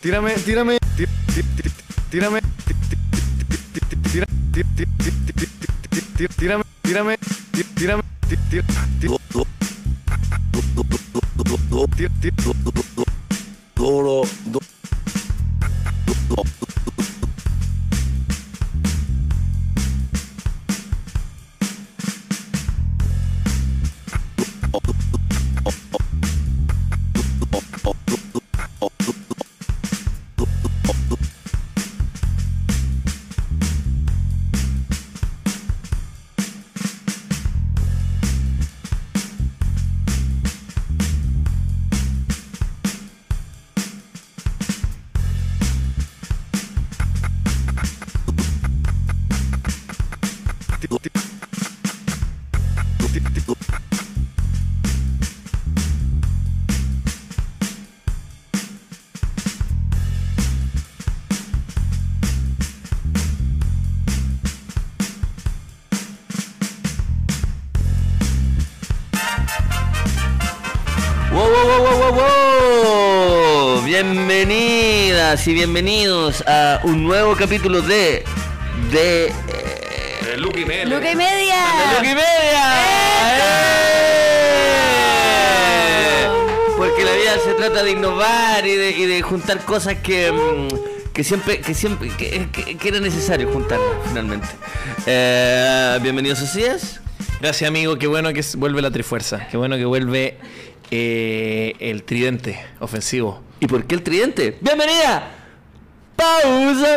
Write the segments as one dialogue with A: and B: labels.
A: tírame, tírame, tírame, tírame, tírame, tírame, tírame,
B: y bienvenidos a un nuevo capítulo de. de. Eh,
C: de Luke y Media.
D: Luke y Media.
B: De Luke y Media. ¡Eh! Porque la vida se trata de innovar y de, y de juntar cosas que. mm, que siempre. que siempre. que, que, que era necesario juntar finalmente. Eh, bienvenidos, Socias.
E: Gracias, amigo. Qué bueno que vuelve la trifuerza. Qué bueno que vuelve. Eh, el tridente ofensivo.
B: ¿Y por qué el tridente? ¡Bienvenida! ¡Pausa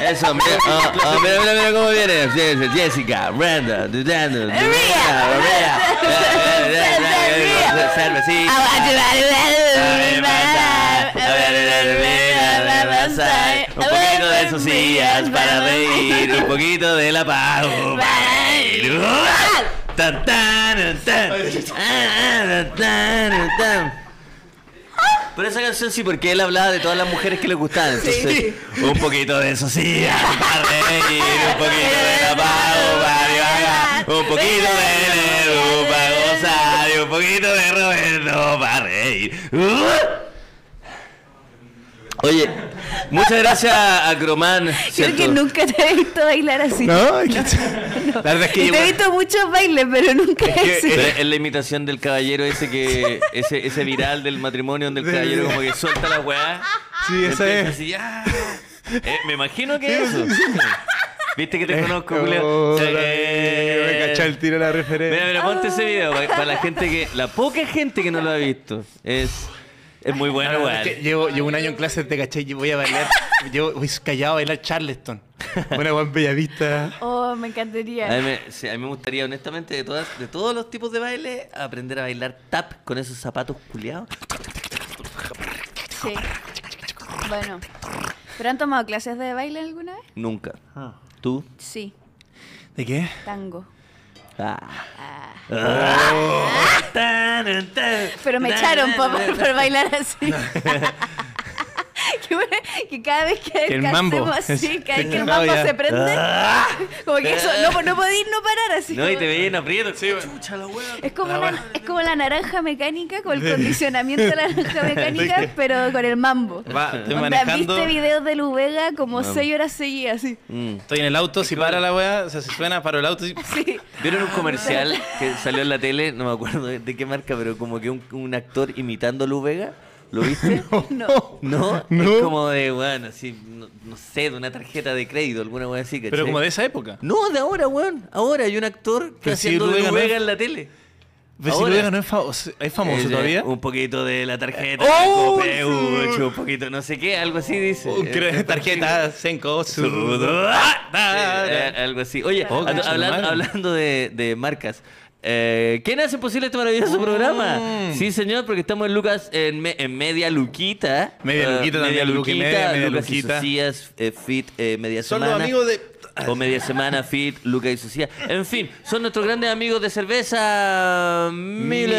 B: Eso, mira, oh, oh, mira, mira, mira cómo viene. Jessica, Brenda, Dudando, Ria, Ria, cervecita.
D: Ah,
B: Un poquito de sus sillas para reír, un poquito de la pago para reír. Tan, tan, tan. Ah, ah, tan, tan. Pero esa canción sí, porque él hablaba de todas las mujeres que le gustaban. Entonces, un poquito de eso sí, un par de reír, un poquito de tapado, para un poquito de Nero para gozar y un poquito de Roberto para reír. ¡Uh! Oye, muchas gracias a Croman.
D: Creo que nunca te he visto bailar así.
E: No, es que- la verdad es que
D: Y
E: yo-
D: te he visto muchos bailes, pero nunca
E: que-
D: ese.
B: Pero es eh, la imitación del caballero ese que. ese, ese viral del matrimonio donde el
A: De-
B: caballero
A: de-
B: como que suelta la weá.
A: Sí, esa
B: empieza
A: es.
B: así, ah. Eh, me imagino que eso. Viste que
E: Eh,
B: te conozco, Julio.
A: Oh,
B: Sí.
A: la- Me caché el Ah. tiro a la
B: Mira,
A: referencia.
B: mira, ponte ese video para, para la gente que. La poca gente que no lo ha visto. Es. Es muy
E: la
A: Ah,
B: bueno,
E: verdad
B: weá.
E: es que llevo, llevo un año en clases de caché y voy a bailar. Llevo, voy callado a bailar Charleston.
A: Una buen bellavista.
D: Oh, me
B: A mí
D: encantaría.
B: me, sí, a mí me gustaría, honestamente, de, todas, de todos los tipos de baile, aprender a bailar tap con esos zapatos culiados.
D: Sí. Bueno. ¿Pero han tomado clases de baile alguna vez?
B: Nunca.
A: Ah.
B: ¿Tú?
D: Sí,
E: ¿De qué?
D: tango.
B: Ah.
D: Ah.
B: Tan, tan.
D: Pero me
B: Ah.
D: echaron por, por- por bailar así. que, bueno, que cada vez que,
E: Que el
D: hacemos
E: mambo.
D: así, cada vez que
E: No,
D: el mambo
E: ya.
D: se prende,
B: Ah.
D: como que eso, no, no podéis no parar así.
B: No, y
D: como-
B: te veía en aprieto.
D: es como,
E: Ah,
D: una,
E: bueno.
D: es como la naranja mecánica, con el condicionamiento de la naranja mecánica, pero con el mambo.
E: Va, estoy
D: Onda,
E: manejando.
D: viste videos de Lubega como seis horas seguidas, así.
B: Mm.
E: Estoy en el auto, si para la weá, o sea, si suena, paro el auto. si-
D: así.
B: ¿Vieron un comercial que salió en la tele? No me acuerdo de, de qué marca, pero como que un, un actor imitando a Lu Vega. ¿Lo viste?
D: No.
B: No.
A: No.
B: Es como de, bueno, así, no, no sé, de una tarjeta de crédito, alguna wea así, ¿cachai?
E: Pero como de esa época.
B: No, de ahora, weón. Ahora hay un actor que
E: Pero si
B: haciendo
E: Lu
B: de
E: Vega
B: Lu
E: no es-
B: Vega en la tele.
E: Pero si
B: Ahora.
E: Luego no es famoso, ¿es famoso
B: Eh,
E: todavía?
B: Un poquito de la tarjeta.
E: ¡Oh!
B: de Copeucho, un poquito, no sé qué, algo así dice.
E: Un cre-
B: Eh,
E: Este, tarjeta, Senko,
B: Sudo.
E: Sudo.
B: Ah, da, da. Eh, Algo así. Oye,
E: Oh,
B: habla-
E: concha de
B: hablando,
E: madre.
B: hablando de, de marcas. eh, ¿Quién hace posible este maravilloso
E: Mm.
B: programa? Sí, señor, porque estamos en Lucas en, me- en Media Luquita.
E: Media
B: Ah,
E: Luquita también, Luca y Media, Media
B: Lucas y
E: Luquita.
B: Socias, eh, Fit, eh, Media
E: Son los
B: Semana.
E: amigos de.
B: O Media Semana, Fit, Lucas y Socias. En fin, son nuestros grandes amigos de cerveza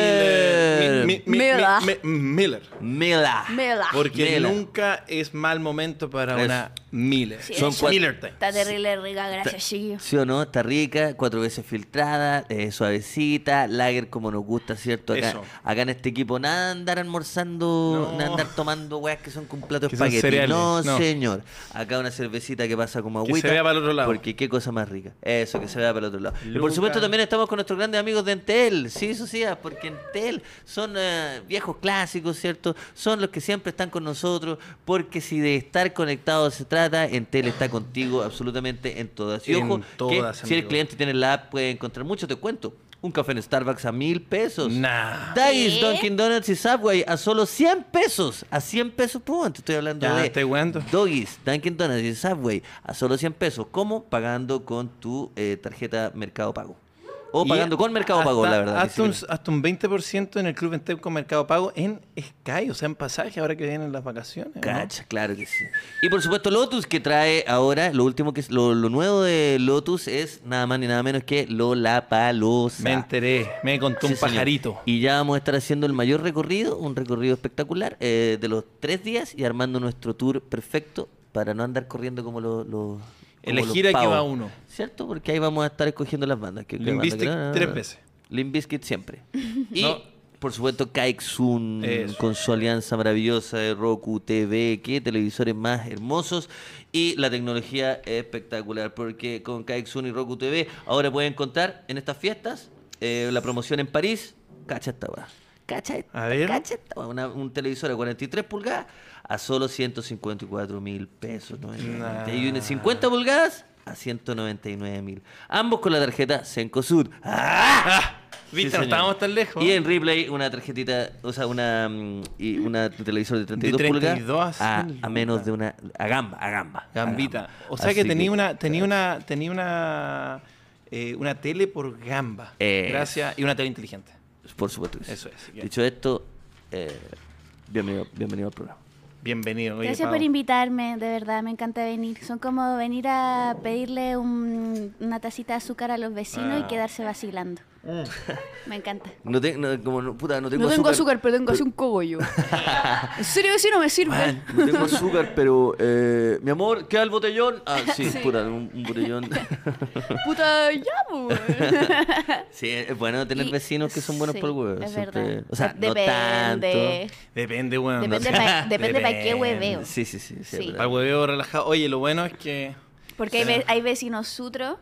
B: Miller.
E: Mi- mi- mi-
D: Miller.
E: mi- Miller.
B: Miller.
D: Mela.
E: Porque
B: Miller.
E: nunca es mal momento para
B: Eso.
E: una Miller.
D: Sí,
B: Son
E: Es
B: cuatro-
E: Miller time.
D: Está terrible rica, gracias, chiquillos.
B: ¿Sí o no? Está rica, cuatro veces filtrada, eh, suavecita, lager como nos gusta, ¿cierto? Acá,
E: Eso.
B: acá en este equipo nada de andar almorzando,
E: No.
B: nada de andar tomando weas que son con plato de
E: Que son
B: espagueti.
E: cereales,
B: No,
E: no.
B: señor. Acá una cervecita que pasa como
E: Que
B: agüita.
E: se vea para el otro lado.
B: Porque qué cosa más rica. Eso, que se vea para el otro lado. Y por
E: Luca.
B: supuesto también estamos con nuestros grandes amigos de Entel, sí, Socias, porque Entel son eh, viejos clásicos, ¿cierto? Son los que siempre están con nosotros, porque si de estar conectados se trata, Entel está contigo absolutamente en todas. Y
E: En
B: ojo,
E: todas,
B: que si el
E: amigo.
B: cliente tiene la app puede encontrar mucho te cuento. Un café en Starbucks a mil pesos.
E: Nah.
B: Dice,
D: ¿Qué?
B: Dunkin' Donuts y Subway a solo 100 pesos. A 100 pesos por momento. Estoy hablando
E: Ya,
B: de
E: estoy weando.
B: Doggies, Dunkin' Donuts y Subway a solo 100 pesos. ¿Cómo? Pagando con tu eh, tarjeta Mercado Pago. O
E: Y
B: pagando con Mercado Pago,
E: hasta-
B: la verdad.
E: Hasta un,
B: ni siquiera.
E: hasta un 20% en el Club Entep con Mercado Pago en Sky, o sea, en pasaje, ahora que vienen las vacaciones. ¿no?
B: Cacha, claro que sí. Y por supuesto Lotus que trae ahora, lo último que es, lo, lo nuevo de Lotus es nada más ni nada menos que Lollapalooza.
E: Me enteré, me contó
B: Sí,
E: un
B: señor.
E: pajarito.
B: Y ya vamos a estar haciendo el mayor recorrido, un recorrido espectacular eh, de los tres días y armando nuestro tour perfecto para no andar corriendo como los. los como
E: Elegir a qué
B: pavos.
E: va uno.
B: ¿Cierto? Porque ahí vamos a estar escogiendo las bandas. Que, que
E: Limp
B: banda que
E: Bizkit
B: no, no, no.
E: tres veces.
B: Limp Bizkit siempre. y,
E: No.
B: por supuesto, Kaixun
E: Eso.
B: con su alianza maravillosa de Roku TV, que televisores más hermosos y la tecnología espectacular, porque con Kaixun y Roku TV ahora pueden contar en estas fiestas eh, la promoción en París, cacha esta weá. Cacha esta,
E: A ver.
B: cacha esta weá. Una- un televisor a 43 pulgadas a solo 154 mil pesos. ¿no?
E: Nah.
B: Y un de 50 pulgadas a 199 mil. Ambos con la tarjeta Sencosud. ¡Ah!
E: Viste,
B: Sí,
E: no
B: señor.
E: estábamos tan lejos.
B: Y en replay una tarjetita, o sea, una, mm, y una televisor de 32,
E: De 32
B: pulgadas a,
E: lucas.
B: a menos de una... A gamba, a gamba. a
E: Gambita.
B: gamba.
E: O sea que
B: Así
E: tenía una, tenía una, tenía una, eh, una tele por gamba.
B: Eh.
E: Gracias. Y una tele inteligente.
B: Por supuesto que sí.
E: Eso es, bien.
B: Dicho esto, eh, bienvenido, bienvenido al programa.
E: Bienvenido. oye,
D: Gracias
E: Pau.
D: por invitarme, de verdad, me encanta venir. Son
B: Ah.
D: como venir a pedirle un- una tacita de azúcar a los vecinos y quedarse vacilando. Me encanta.
B: No te- no, como, no- puta, no tengo
D: No tengo
B: azúcar.
D: azúcar, pero tengo así un cogollo. En serio, eso no me sirve.
B: No tengo azúcar, pero. eh, mi amor, ¿queda el botellón? Ah, sí,
D: Sí.
B: puta, un, un botellón.
D: Puta, ya, pues.
B: sí, es bueno tener
D: Y-
B: vecinos que son buenos
D: sí,
B: por el huevo.
D: Es
B: siempre-
D: verdad.
B: O sea,
D: depende.
B: no
E: Depende, weón.
D: Depende
E: No sé.
D: pa- depende pa' qué hueveo.
B: tanto. Sí, sí, sí. sí, es
D: Sí.
B: verdad.
E: Para el hueveo relajado. Oye, lo bueno es que.
D: Porque hay, ve- hay vecinos sutros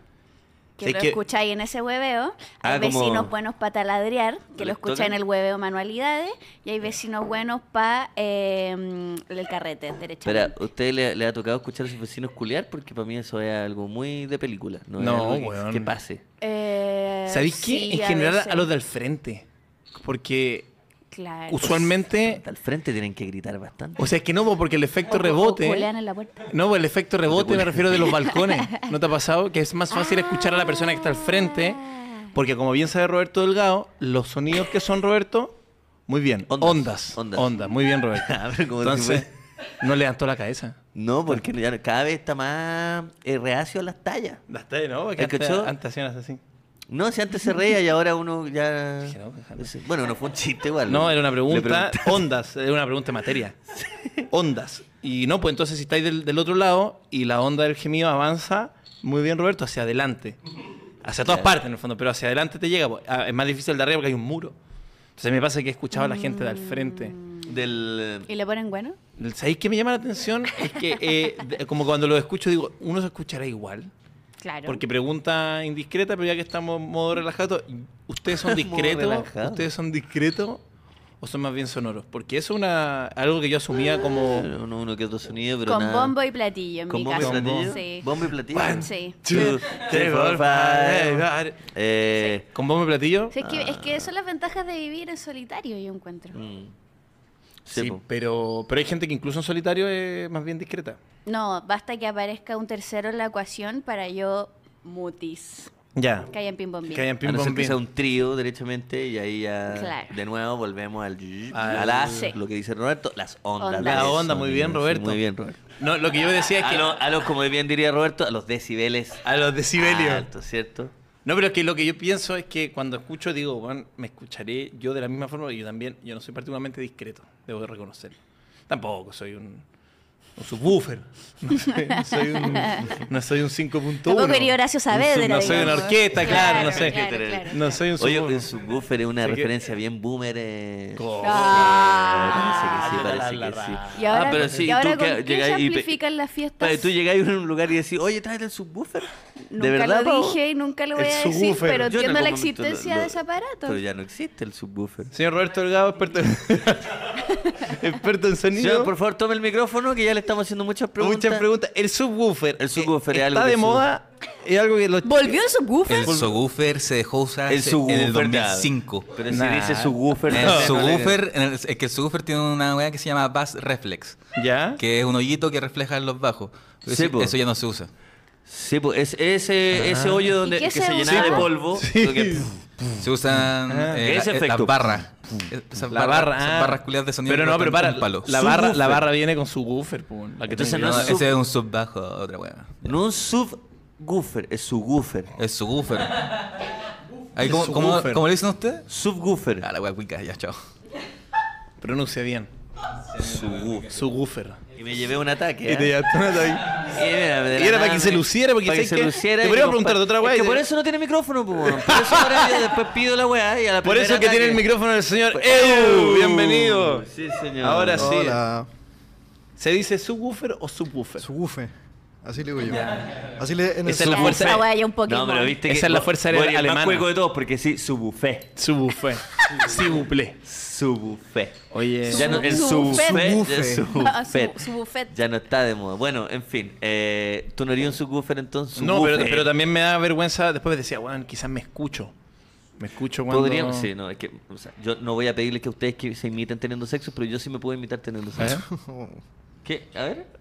D: que
E: Sí,
D: lo
E: que-
D: escucháis en ese hueveo,
B: Ah,
D: hay
B: como-
D: vecinos buenos para taladrear, que lo
B: ¿Les
D: escucháis
B: tocan?
D: en el hueveo manualidades, y hay vecinos buenos para el carrete, derecho.
B: Espera, ¿usted le, le ha tocado escuchar a sus vecinos culiar? Porque para mí eso es algo muy de película. No, es
E: No,
B: algo que-
E: weón.
B: que pase.
D: Eh,
E: ¿Sabéis qué? en general, a los del frente. Porque
D: Claro.
E: usualmente.
B: Al frente tienen que gritar bastante.
E: O sea, es que no, po, porque el efecto
D: O- o-
E: rebote. ¿eh?
D: o culean en la puerta.
E: No, pues el efecto rebote me refiero de los balcones. ¿No te ha pasado? Que es más fácil
D: Ah.
E: escuchar a la persona que está al frente. Porque como bien sabe Roberto Delgado, los sonidos que son Roberto, muy bien.
B: Ondas,
E: Ondas. Ondas.
B: ondas. pues.
E: Muy bien, Roberto.
B: Ah, pero como si
E: Entonces, no levantó la cabeza.
B: No, porque ya cada vez está más eh, reacio a las tallas.
E: Hasta ¿no?
B: Porque antes- ¿Escuchó? antes
E: Este, antes hacían así.
B: No, si antes se reía y ahora uno ya...
E: Dije, no, déjalo.
B: Sí. Bueno, no fue un chiste igual.
E: No, era una
B: Le
E: pregunta.
B: pregunté.
E: Ondas, era una pregunta de materia. Ondas. Y no, pues entonces si estáis del, del otro lado y la onda del gemido avanza, muy bien, Roberto, hacia adelante. Hacia todas partes, en el fondo, pero hacia adelante te llega. pues. Ah, Es más difícil el de arriba porque hay un muro. Entonces me pasa que he escuchado a la gente de al frente.
B: Del...
D: ¿Y le ponen bueno?
E: ¿Sabéis qué me llama la atención? Es que, eh, de- como cuando lo escucho, digo, uno se escuchará igual.
D: Claro.
E: Porque pregunta indiscreta, pero ya que estamos en modo relajado, ¿ustedes son
B: Modo
E: discretos?
B: relajado.
E: ¿Ustedes son discretos o son más bien sonoros? Porque eso es una, algo que yo asumía como...
B: Uno, uno que otro sonido, pero
D: Con
B: nada.
D: bombo y platillo, en
B: ¿Con
D: mi
B: bombo y
D: caso.
B: platillo?
D: Sí.
B: ¿Bombo y platillo?
E: One,
D: Sí.
B: two, three, four, five. Eh,
E: ¿Con bombo y platillo?
D: Sí, es, que, es
E: Ah.
D: que son las ventajas de vivir en solitario, yo encuentro.
B: mm. Sí,
E: Sí,
B: po.
E: pero, pero hay gente que incluso en solitario es más bien discreta.
D: No, basta que aparezca un tercero en la ecuación para yo mutis.
E: Ya.
D: Que hayan pim
E: Que hayan
B: a
E: pim
B: no ser
E: pom
B: que
E: pim.
B: sea un trío, derechamente, y ahí ya
D: Claro.
B: de nuevo volvemos al...
E: Al-
B: a las,
D: Sí.
B: lo que dice Roberto, las ondas.
D: Ondas.
E: La
B: de
E: onda, muy bien,
B: sonido. Sí,
E: Roberto.
B: Muy bien, Roberto.
E: No, lo que yo decía es
B: A
E: que...
B: los, a los, como bien diría Roberto, a los decibeles.
E: a los decibelios.
B: Alto, ¿cierto?
E: No, pero es que lo que yo pienso es que cuando escucho, digo, bueno, me escucharé yo de la misma forma, porque yo también, yo no soy particularmente discreto, debo de reconocerlo. Tampoco soy un, un subwoofer, no soy, no soy un, no soy un 5.1.
D: Tampoco iría Horacio
E: Un
D: Saavedra,
E: sub- No soy una
D: digamos.
E: orquesta, claro, no sé.
D: Claro, claro.
E: No soy un
B: Oye,
E: subwoofer.
B: un subwoofer es una
E: Sé que-
B: referencia bien boomer. eh.
E: Co-
D: Ah.
B: Eh, parece que sí,
E: La, la,
B: parece que
E: la.
B: sí.
D: Y ahora,
B: ah, pero
D: con-
B: sí,
D: y ahora
B: tú
D: con
B: que
D: qué
B: llegáis
D: se
B: y pe-
D: amplifican las fiestas.
B: Oye, tú llegáis a un lugar y decís, oye, tráete el subwoofer.
D: nunca
B: de verdad,
D: lo
B: Pau?
D: dije y nunca lo voy
E: El
D: a decir,
E: subwoofer.
D: pero
B: Yo en
D: entiendo la
B: algún momento lo-
D: existencia
B: lo-
D: de ese aparato.
B: Pero ya no existe el subwoofer.
E: Señor Roberto Delgado, experto en, experto en
B: Señor,
E: sonido.
B: por favor, tome el micrófono que ya le estamos haciendo muchas preguntas.
E: Muchas preguntas. El subwoofer.
B: El subwoofer
E: eh,
B: es algo
E: está
B: que
E: de
B: sube.
E: moda. Es algo que los
D: ¿Volvió el subwoofer?
C: El subwoofer se dejó usar
B: El
C: se- en
B: subwoofer,
C: el 2005.
B: Pero si
E: Nah.
B: dice subwoofer,
C: En
B: no,
C: el
B: no le-
C: subwoofer, en el- es que el subwoofer tiene una weá que se llama bass reflex,
E: ¿Ya?
C: que es un hoyito que refleja los bajos.
B: Sí,
C: Eso-
B: po.
C: eso ya no se usa.
B: Sí, pues es-
E: Ah.
B: ese, ese hoyo donde
D: qué
B: que
D: se
B: se, llenaba
D: usa?
B: de polvo. lo que-
C: Se usan
E: Ah.
C: eh,
B: ¿Qué
C: la-
B: ese
C: eh,
B: efecto?
C: las barras. Esas
E: La
C: barras-
E: barra,
C: esas
E: ah.
C: barras culiadas de sonido.
E: Pero
C: que
E: no, pero
C: cortan
E: para,
C: con un palo.
E: la
B: Su
E: barra, la
B: woofer.
E: barra viene con su woofer, po, la que
B: Entonces
E: tengo
C: No,
B: no
E: yo.
B: es sub-
C: ese es un sub bajo, otra weá.
B: No un subwoofer, es subwoofer.
C: Es subwoofer. Ahí,
E: El
C: ¿cómo, cómo-
E: subwoofer.
C: cómo le dicen ustedes?
B: Subwoofer.
C: Ah, la weá cuica, ya, chao.
E: pronuncia bien.
B: Subwoofer.
E: Su woofer.
B: Y me llevé un ataque.
E: Y te
B: ¿eh?
E: llevaste una de ahí.
B: Y mira, de
E: Y
B: la
E: era para
B: nada
E: que se
B: me-
E: luciera, porque
B: para que
E: sé
B: se
E: que-
B: luciera.
E: te
B: y
E: podría
B: compa-
E: preguntar de otra weá
B: Es
E: y
B: que
E: te-
B: por eso no tiene micrófono, po, weón. Por eso ahora yo después pido la weá y a la
E: Por
B: primera
E: eso que tiene el
B: ataque-
E: micrófono el señor
B: Pues-
E: Edu.
B: ¡Edu!
E: Bienvenido.
B: Sí, señor.
E: Ahora sí. ¿Se dice subwoofer o subwoofer?
F: Subwoofer. Así le digo yo. Así le en el
E: Esa es la
D: Ya,
F: sub-
E: fuerza-
D: esa wea ya Ah, un Pokémon.
B: No, pero viste que.
E: Esa es la fuerza
B: Bueno, y el
E: alemana.
B: más juego de todos, porque sí, subwoofer.
E: Subwoofer. Subuple.
B: Subwoofer.
E: Oye.
B: Ya no, el
D: Subwoofer.
B: subwoofer. ya es
F: Subwoofer.
D: Ah,
B: subwoofer.
D: su- su buffet.
B: Ya no está de moda. Bueno, en fin. eh, ¿Tú no harías un subwoofer entonces?
E: No, pero,
B: Subwoofer.
E: pero también me da vergüenza. Después decía, weón, quizás me escucho. Me escucho cuando.
B: Podríamos, sí, no, es que, o sea, yo no voy a pedirle que ustedes que se imiten teniendo sexo, pero yo sí me puedo imitar teniendo
E: ¿Eh?
B: sexo. ¿Qué? A ver.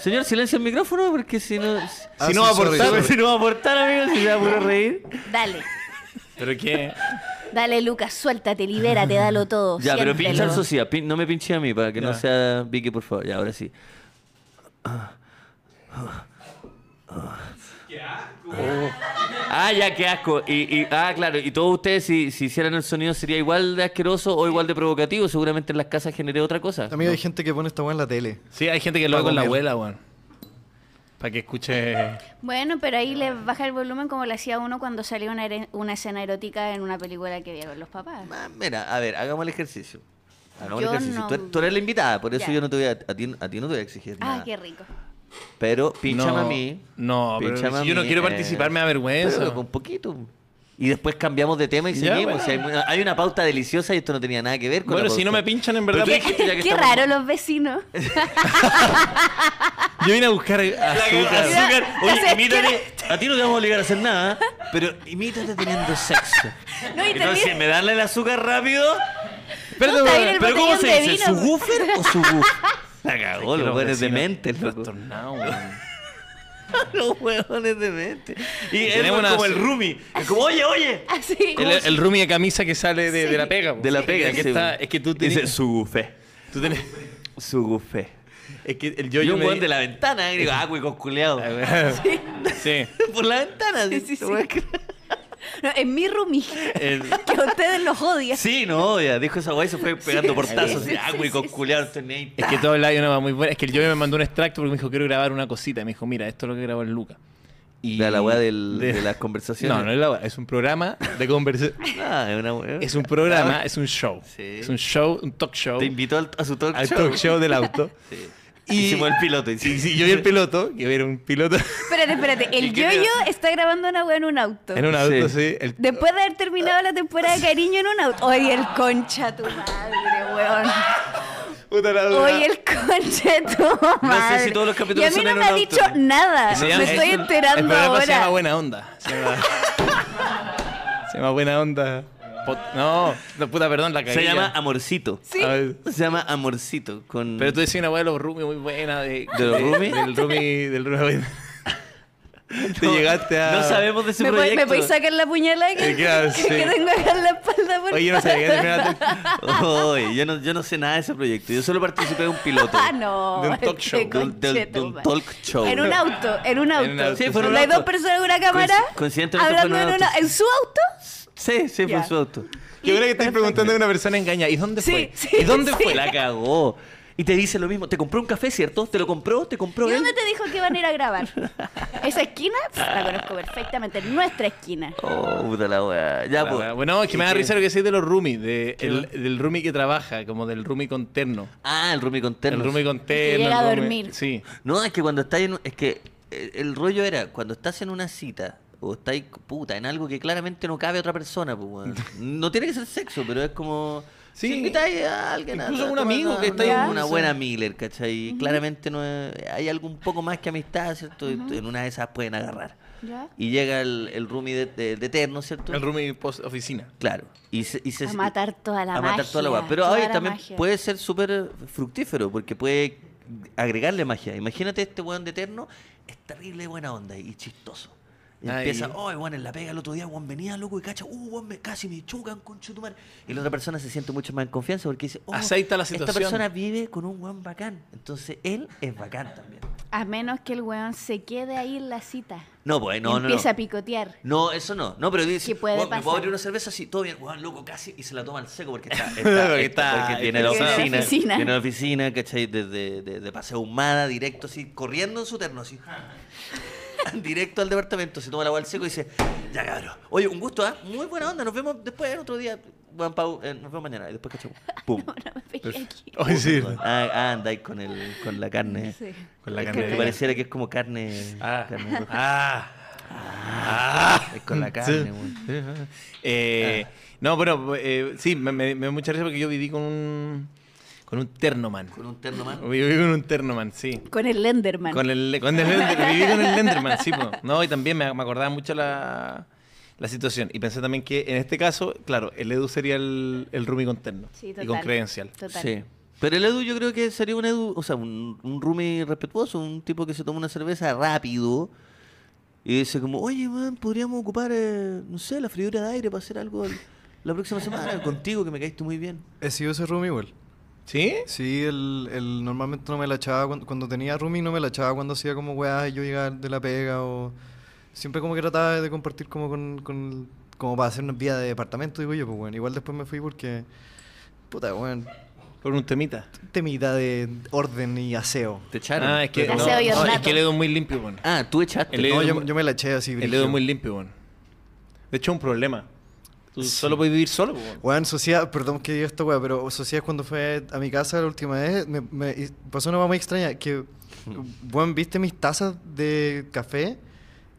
B: Señor, silencia el micrófono porque si no...
F: Ah,
E: Si no
F: sí,
E: va a
F: sorry,
E: aportar, pues.
F: sorry.
B: Si no va a aportar, amigos, si me va a puro reír.
D: Dale,
E: Pero que.
D: dale Lucas, suéltate, libérate, dalo todo.
B: Ya, pero pincha al
D: siéntelo.
B: socia, pin- no me pinche a mí para que no
E: Ya.
B: sea Vicky, por favor. Ya, ahora sí. Ah, ya, qué asco. Y, y- ah, claro, y todos ustedes, si, si hicieran el sonido, sería igual de asqueroso o igual de provocativo. Seguramente en las casas generé otra cosa.
F: También hay gente que pone esta weá en la tele.
E: Sí, hay gente que lo hace con la
F: Hago miedo.
E: abuela, weón. Para que escuche.
D: Bueno, pero ahí le baja el volumen como lo hacía uno cuando salía una, ere- una escena erótica en una película que veía con los papás.
B: Ah, Mira, a ver, hagamos el ejercicio. Hagamos
D: Yo
B: el ejercicio.
D: no-
B: Tú, eres- tú eres la invitada, por eso
D: Ya.
B: yo no te voy a, a ti, a ti no te voy a exigir
D: Ah,
B: nada.
D: qué rico.
B: Pero pinchame
E: No,
B: a mí.
E: no, pero
B: pínchame a eh.
E: si yo no quiero participar, me da vergüenza.
B: pero con poquito. Y después cambiamos de tema y
E: Ya,
B: seguimos.
E: bueno.
B: Si hay, mu- hay una pauta deliciosa y esto no tenía nada que ver con
E: Bueno,
B: la
E: si no
B: pauta.
E: me pinchan, en
B: Pero
E: verdad.
B: tú
E: pues,
B: dijiste ya que
D: Qué
B: estamos-
D: raro los vecinos.
E: Yo vine a buscar azúcar.
B: azúcar. Oye,
D: Entonces,
B: imítale. A ti no te vamos a obligar a hacer nada, pero imítate teniendo sexo.
D: No, y
B: Entonces, si
D: termina-
B: me dan el azúcar rápido.
D: Puta, viene el
B: ¿Pero cómo
D: botellón
B: se
D: de
B: dice?
D: vino.
B: ¿Subwoofer o subwoofer? La cagó,
E: que
B: los
E: los
B: buenos
E: vecinos
B: dementes, loco.
E: Trastornado, weón.
B: Los huevones de mente. Y
E: Y
B: es
E: tenemos
B: como
E: una-
B: el Rumi. Es como, oye, oye.
D: Así.
E: El, el roomie de camisa que sale de, de la pega. po.
B: De la pega,
E: Ya que
B: sí,
E: está-
B: po.
E: es que tú
B: Dice
E: tienes.
B: sugufe.
E: Tú tienes
B: Sugufe.
E: es que el
B: Yo,
E: yo-yo
B: yo un
E: me
B: hueón
E: di-
B: de la ventana, digo, ah, güey, con culeado.
E: Sí.
B: Por la ventana, sí,
D: Sí, sí,
B: güey. sí.
D: No, en mi roomie.
B: El-
D: Que a ustedes los odia.
B: no, ya dijo esa guay, se fue pegando
D: Sí,
B: portazos.
D: sí,
B: así,
D: sí,
B: ah, güey,
D: sí,
B: con
D: sí,
B: culeado, estoy ahí.
E: Es que todo el audio no va muy bueno. Es que el yo me mandó un extracto porque me dijo, quiero grabar una cosita. Y me dijo, mira, esto es lo que grabó el Luca. Y
B: De la weá del-
E: de-
B: de las conversaciones.
E: No, no es la weá. Es un programa de conversación.
B: Ah, es una weá.
E: es un programa, es un show.
B: Sí.
E: Es un show, un talk show.
B: Te invitó al- a su talk
E: Ah, al
B: show.
E: talk show del auto.
B: Sí.
E: Y-
B: Hicimos el piloto. Y
E: Y sí, yo vi el piloto, que era un piloto
D: Espérate, espérate.
B: ¿Y
D: El
B: qué
D: yo-yo
B: te-
D: está grabando una wea en un auto.
E: en un auto,
B: Sí.
E: sí. el-
D: Después de haber terminado la temporada de cariño en un auto. Oye, el concha tu madre, weón.
E: puta la dura.
D: Oye, el concha de tu
B: No sé
D: madre.
B: si todos los capítulos
D: Y a mí
B: son
D: no
B: en
D: me
B: un
D: ha
B: auto.
D: dicho nada.
E: Se
D: me
E: llama-
D: estoy
E: el- El
D: enterando
E: programa se llama
D: ahora.
E: Buena Onda. Se llama, se llama Buena Onda. Pod- No, no, puta, perdón, la cagué.
B: Se
E: ya.
B: llama Amorcito.
D: Sí.
E: A ver,
B: Se llama Amorcito. Con...
E: Pero tú decías una weá de los roomies muy buena. ¿De,
B: ¿De los roomies?
E: Del roomie. Del roomie. Te
B: No,
E: llegaste a.
B: No sabemos de su
D: ¿Me, voy-
B: proyecto.
D: ¿Me podéis sacar la puñalada que,
E: Eh, claro,
D: que-
E: sí.
D: que tengo acá en la espalda? por
E: Oye, yo no sabía que
D: favor?
E: terminaba de-
B: Oy, yo, no, yo no sé nada de ese proyecto. Yo solo participé de un piloto.
D: Ah, no.
E: De un talk show.
D: este
B: De un- de un- de un
D: conchetumare.
B: talk show.
D: En un auto, en un
E: un
D: auto.
E: auto, Sí,
B: fue en un
D: Hay
B: auto.
D: dos personas en una cámara.
B: coincidentemente fue en
D: hablando
B: un
D: en,
B: auto.
D: una- ¿en su auto.
B: Sí, sí, fue
D: Ya.
B: su auto.
E: Yo creo que estoy preguntando a una persona engañada. ¿Y dónde
D: Sí,
E: fue?
D: sí,
E: ¿Y dónde
D: sí.
E: fue?
B: La cagó. Y te dice lo mismo. ¿Te compró un café, cierto? ¿Te lo compró? ¿Te compró
D: ¿Y
B: él?
D: dónde te dijo que iban a ir a grabar? Esa esquina pf, la conozco perfectamente. Nuestra esquina.
B: Oh, puta la weá. Ya,
E: La
B: po.
E: weá. Ah, pues, Bueno, es que me da
B: ¿Y qué?
E: risa lo que decís de los roomies, de
B: ¿Qué
E: el-
B: va?
E: del roomie que trabaja, como del roomie con terno.
B: Ah, el Rumi con
E: El
B: ternos.
E: roomie con terno.
D: llega a
E: el roomie-
D: dormir.
E: Sí.
B: No, es que cuando estás en... Es que eh, el rollo era, cuando estás en una cita o estás, puta, en algo que claramente no cabe a otra persona, pues, weón. No tiene que ser sexo, pero es como...
E: Sí.
B: si invitáis a alguien a-
E: Incluso
B: a
E: un
B: tomar
E: amigo
B: una-
E: que está ahí,
B: una-
D: ¿Ya?
B: Una
E: sí.
B: buena Miller, ¿cachai? Claramente no es- hay algo un poco más que amistad, ¿cierto? En una de esas pueden agarrar.
D: ¿Ya?
B: Y llega el, el roomie de, de, de Terno, ¿cierto?
E: El roomie post oficina.
B: Claro. Y se, y se-
D: A matar toda la
B: a matar toda la
D: magia,
B: weá. Pero
D: toda
B: ahí
D: la
B: también
D: magia.
B: puede ser súper fructífero porque puede agregarle magia. Imagínate este weón de eterno, es terrible buena onda y chistoso. Y
E: Ay.
B: empieza, oh, weón, en la pega el otro día, weón, venía loco y cacha, uh, weón, me, casi me chocan con chutumar. Y la otra persona se siente mucho más en confianza porque dice, oh,
E: Aceita la
B: esta
E: situación.
B: persona vive con un weón bacán. Entonces él es bacán también.
D: A menos que el weón se quede ahí en la cita.
B: No, pues, no, no, no.
D: Empieza a picotear.
B: No, eso no. No, pero dice,
D: Que puede
B: "Weón, ¿me
D: pasar.
B: puedo abrir una cerveza? Sí, todo bien. Weón, loco, casi. Y se la toma al seco porque está... está,
E: Porque
B: está-
E: está-
B: porque tiene la
D: porque tiene
B: oficina.
D: la oficina.
B: Tiene la oficina, ¿cachai? Desde de, de Paseo Humada, directo así, corriendo en su terno así. directo al departamento. Se toma la agua al seco y dice, ya cabrón. Oye, un gusto, ¿ah? Muy buena onda. Nos vemos después, otro día. Weón, Pau, eh, nos vemos mañana. Y después, ¿cachai? Pum.
D: No me
B: Pues
D: pegué aquí.
E: Hoy sí.
B: Ah, ah, andáis con, el, con la carne.
D: Sí.
E: Con la
D: Es
E: carne
B: Que
E: de-
D: que-
B: pareciera que es como carne...
E: Ah.
B: carne roja.
E: Ah.
B: Es con la carne, weón.
E: Eh, No, bueno, eh, sí, me, me, me da mucha risa porque yo viví con un. con un ternoman.
B: Con un terno más.
E: Viví con un ternoman, sí.
D: Con el Lenderman.
E: Con el, con el Lender- viví con el Lenderman, sí, po. No, y también me, me acordaba mucho la, la situación. Y pensé también que en este caso, claro, el Edu sería el, el roomie con terno.
D: Sí,
E: y
D: total.
E: con credencial.
D: Total.
B: Sí. Pero el Edu yo creo que sería un Edu, o sea, un, un roomie respetuoso, un tipo que se toma una cerveza rápido y dice como, oye, man, podríamos ocupar, eh, no sé, la freidora de aire para hacer algo el- la próxima semana contigo, que me caíste muy bien.
F: He sido ese roomie, igual.
E: ¿Sí?
F: Sí, el, el- normalmente no me la echaba cuando, cuando tenía roomie, no me la echaba cuando hacía como weá y yo llegaba de la pega o, Siempre como que trataba de compartir como con, con- como para hacer una vida de departamento, digo yo, pues bueno. Igual después me fui porque. Puta, weón.
E: Por un temita.
F: Temita de orden y aseo.
C: Te echaron.
E: Ah, es que,
D: Ya
E: no,
D: se oye el
E: no, es
D: rato.
E: que el Edo es muy limpio, bueno.
B: Ah, tú echaste.
E: El
F: No,
E: Edo,
F: yo, yo me la eché así.
E: el
F: brígido.
E: Edo es muy limpio, bueno. De hecho, es un problema. Tú solo puedes vivir solo, bueno.
F: Weón, Sociedad, perdón que diga esta weá, pero Sociedad cuando fue a mi casa la última vez, me, me- y pasó una weá muy extraña, que,
B: Mm.
F: weón, viste mis tazas de café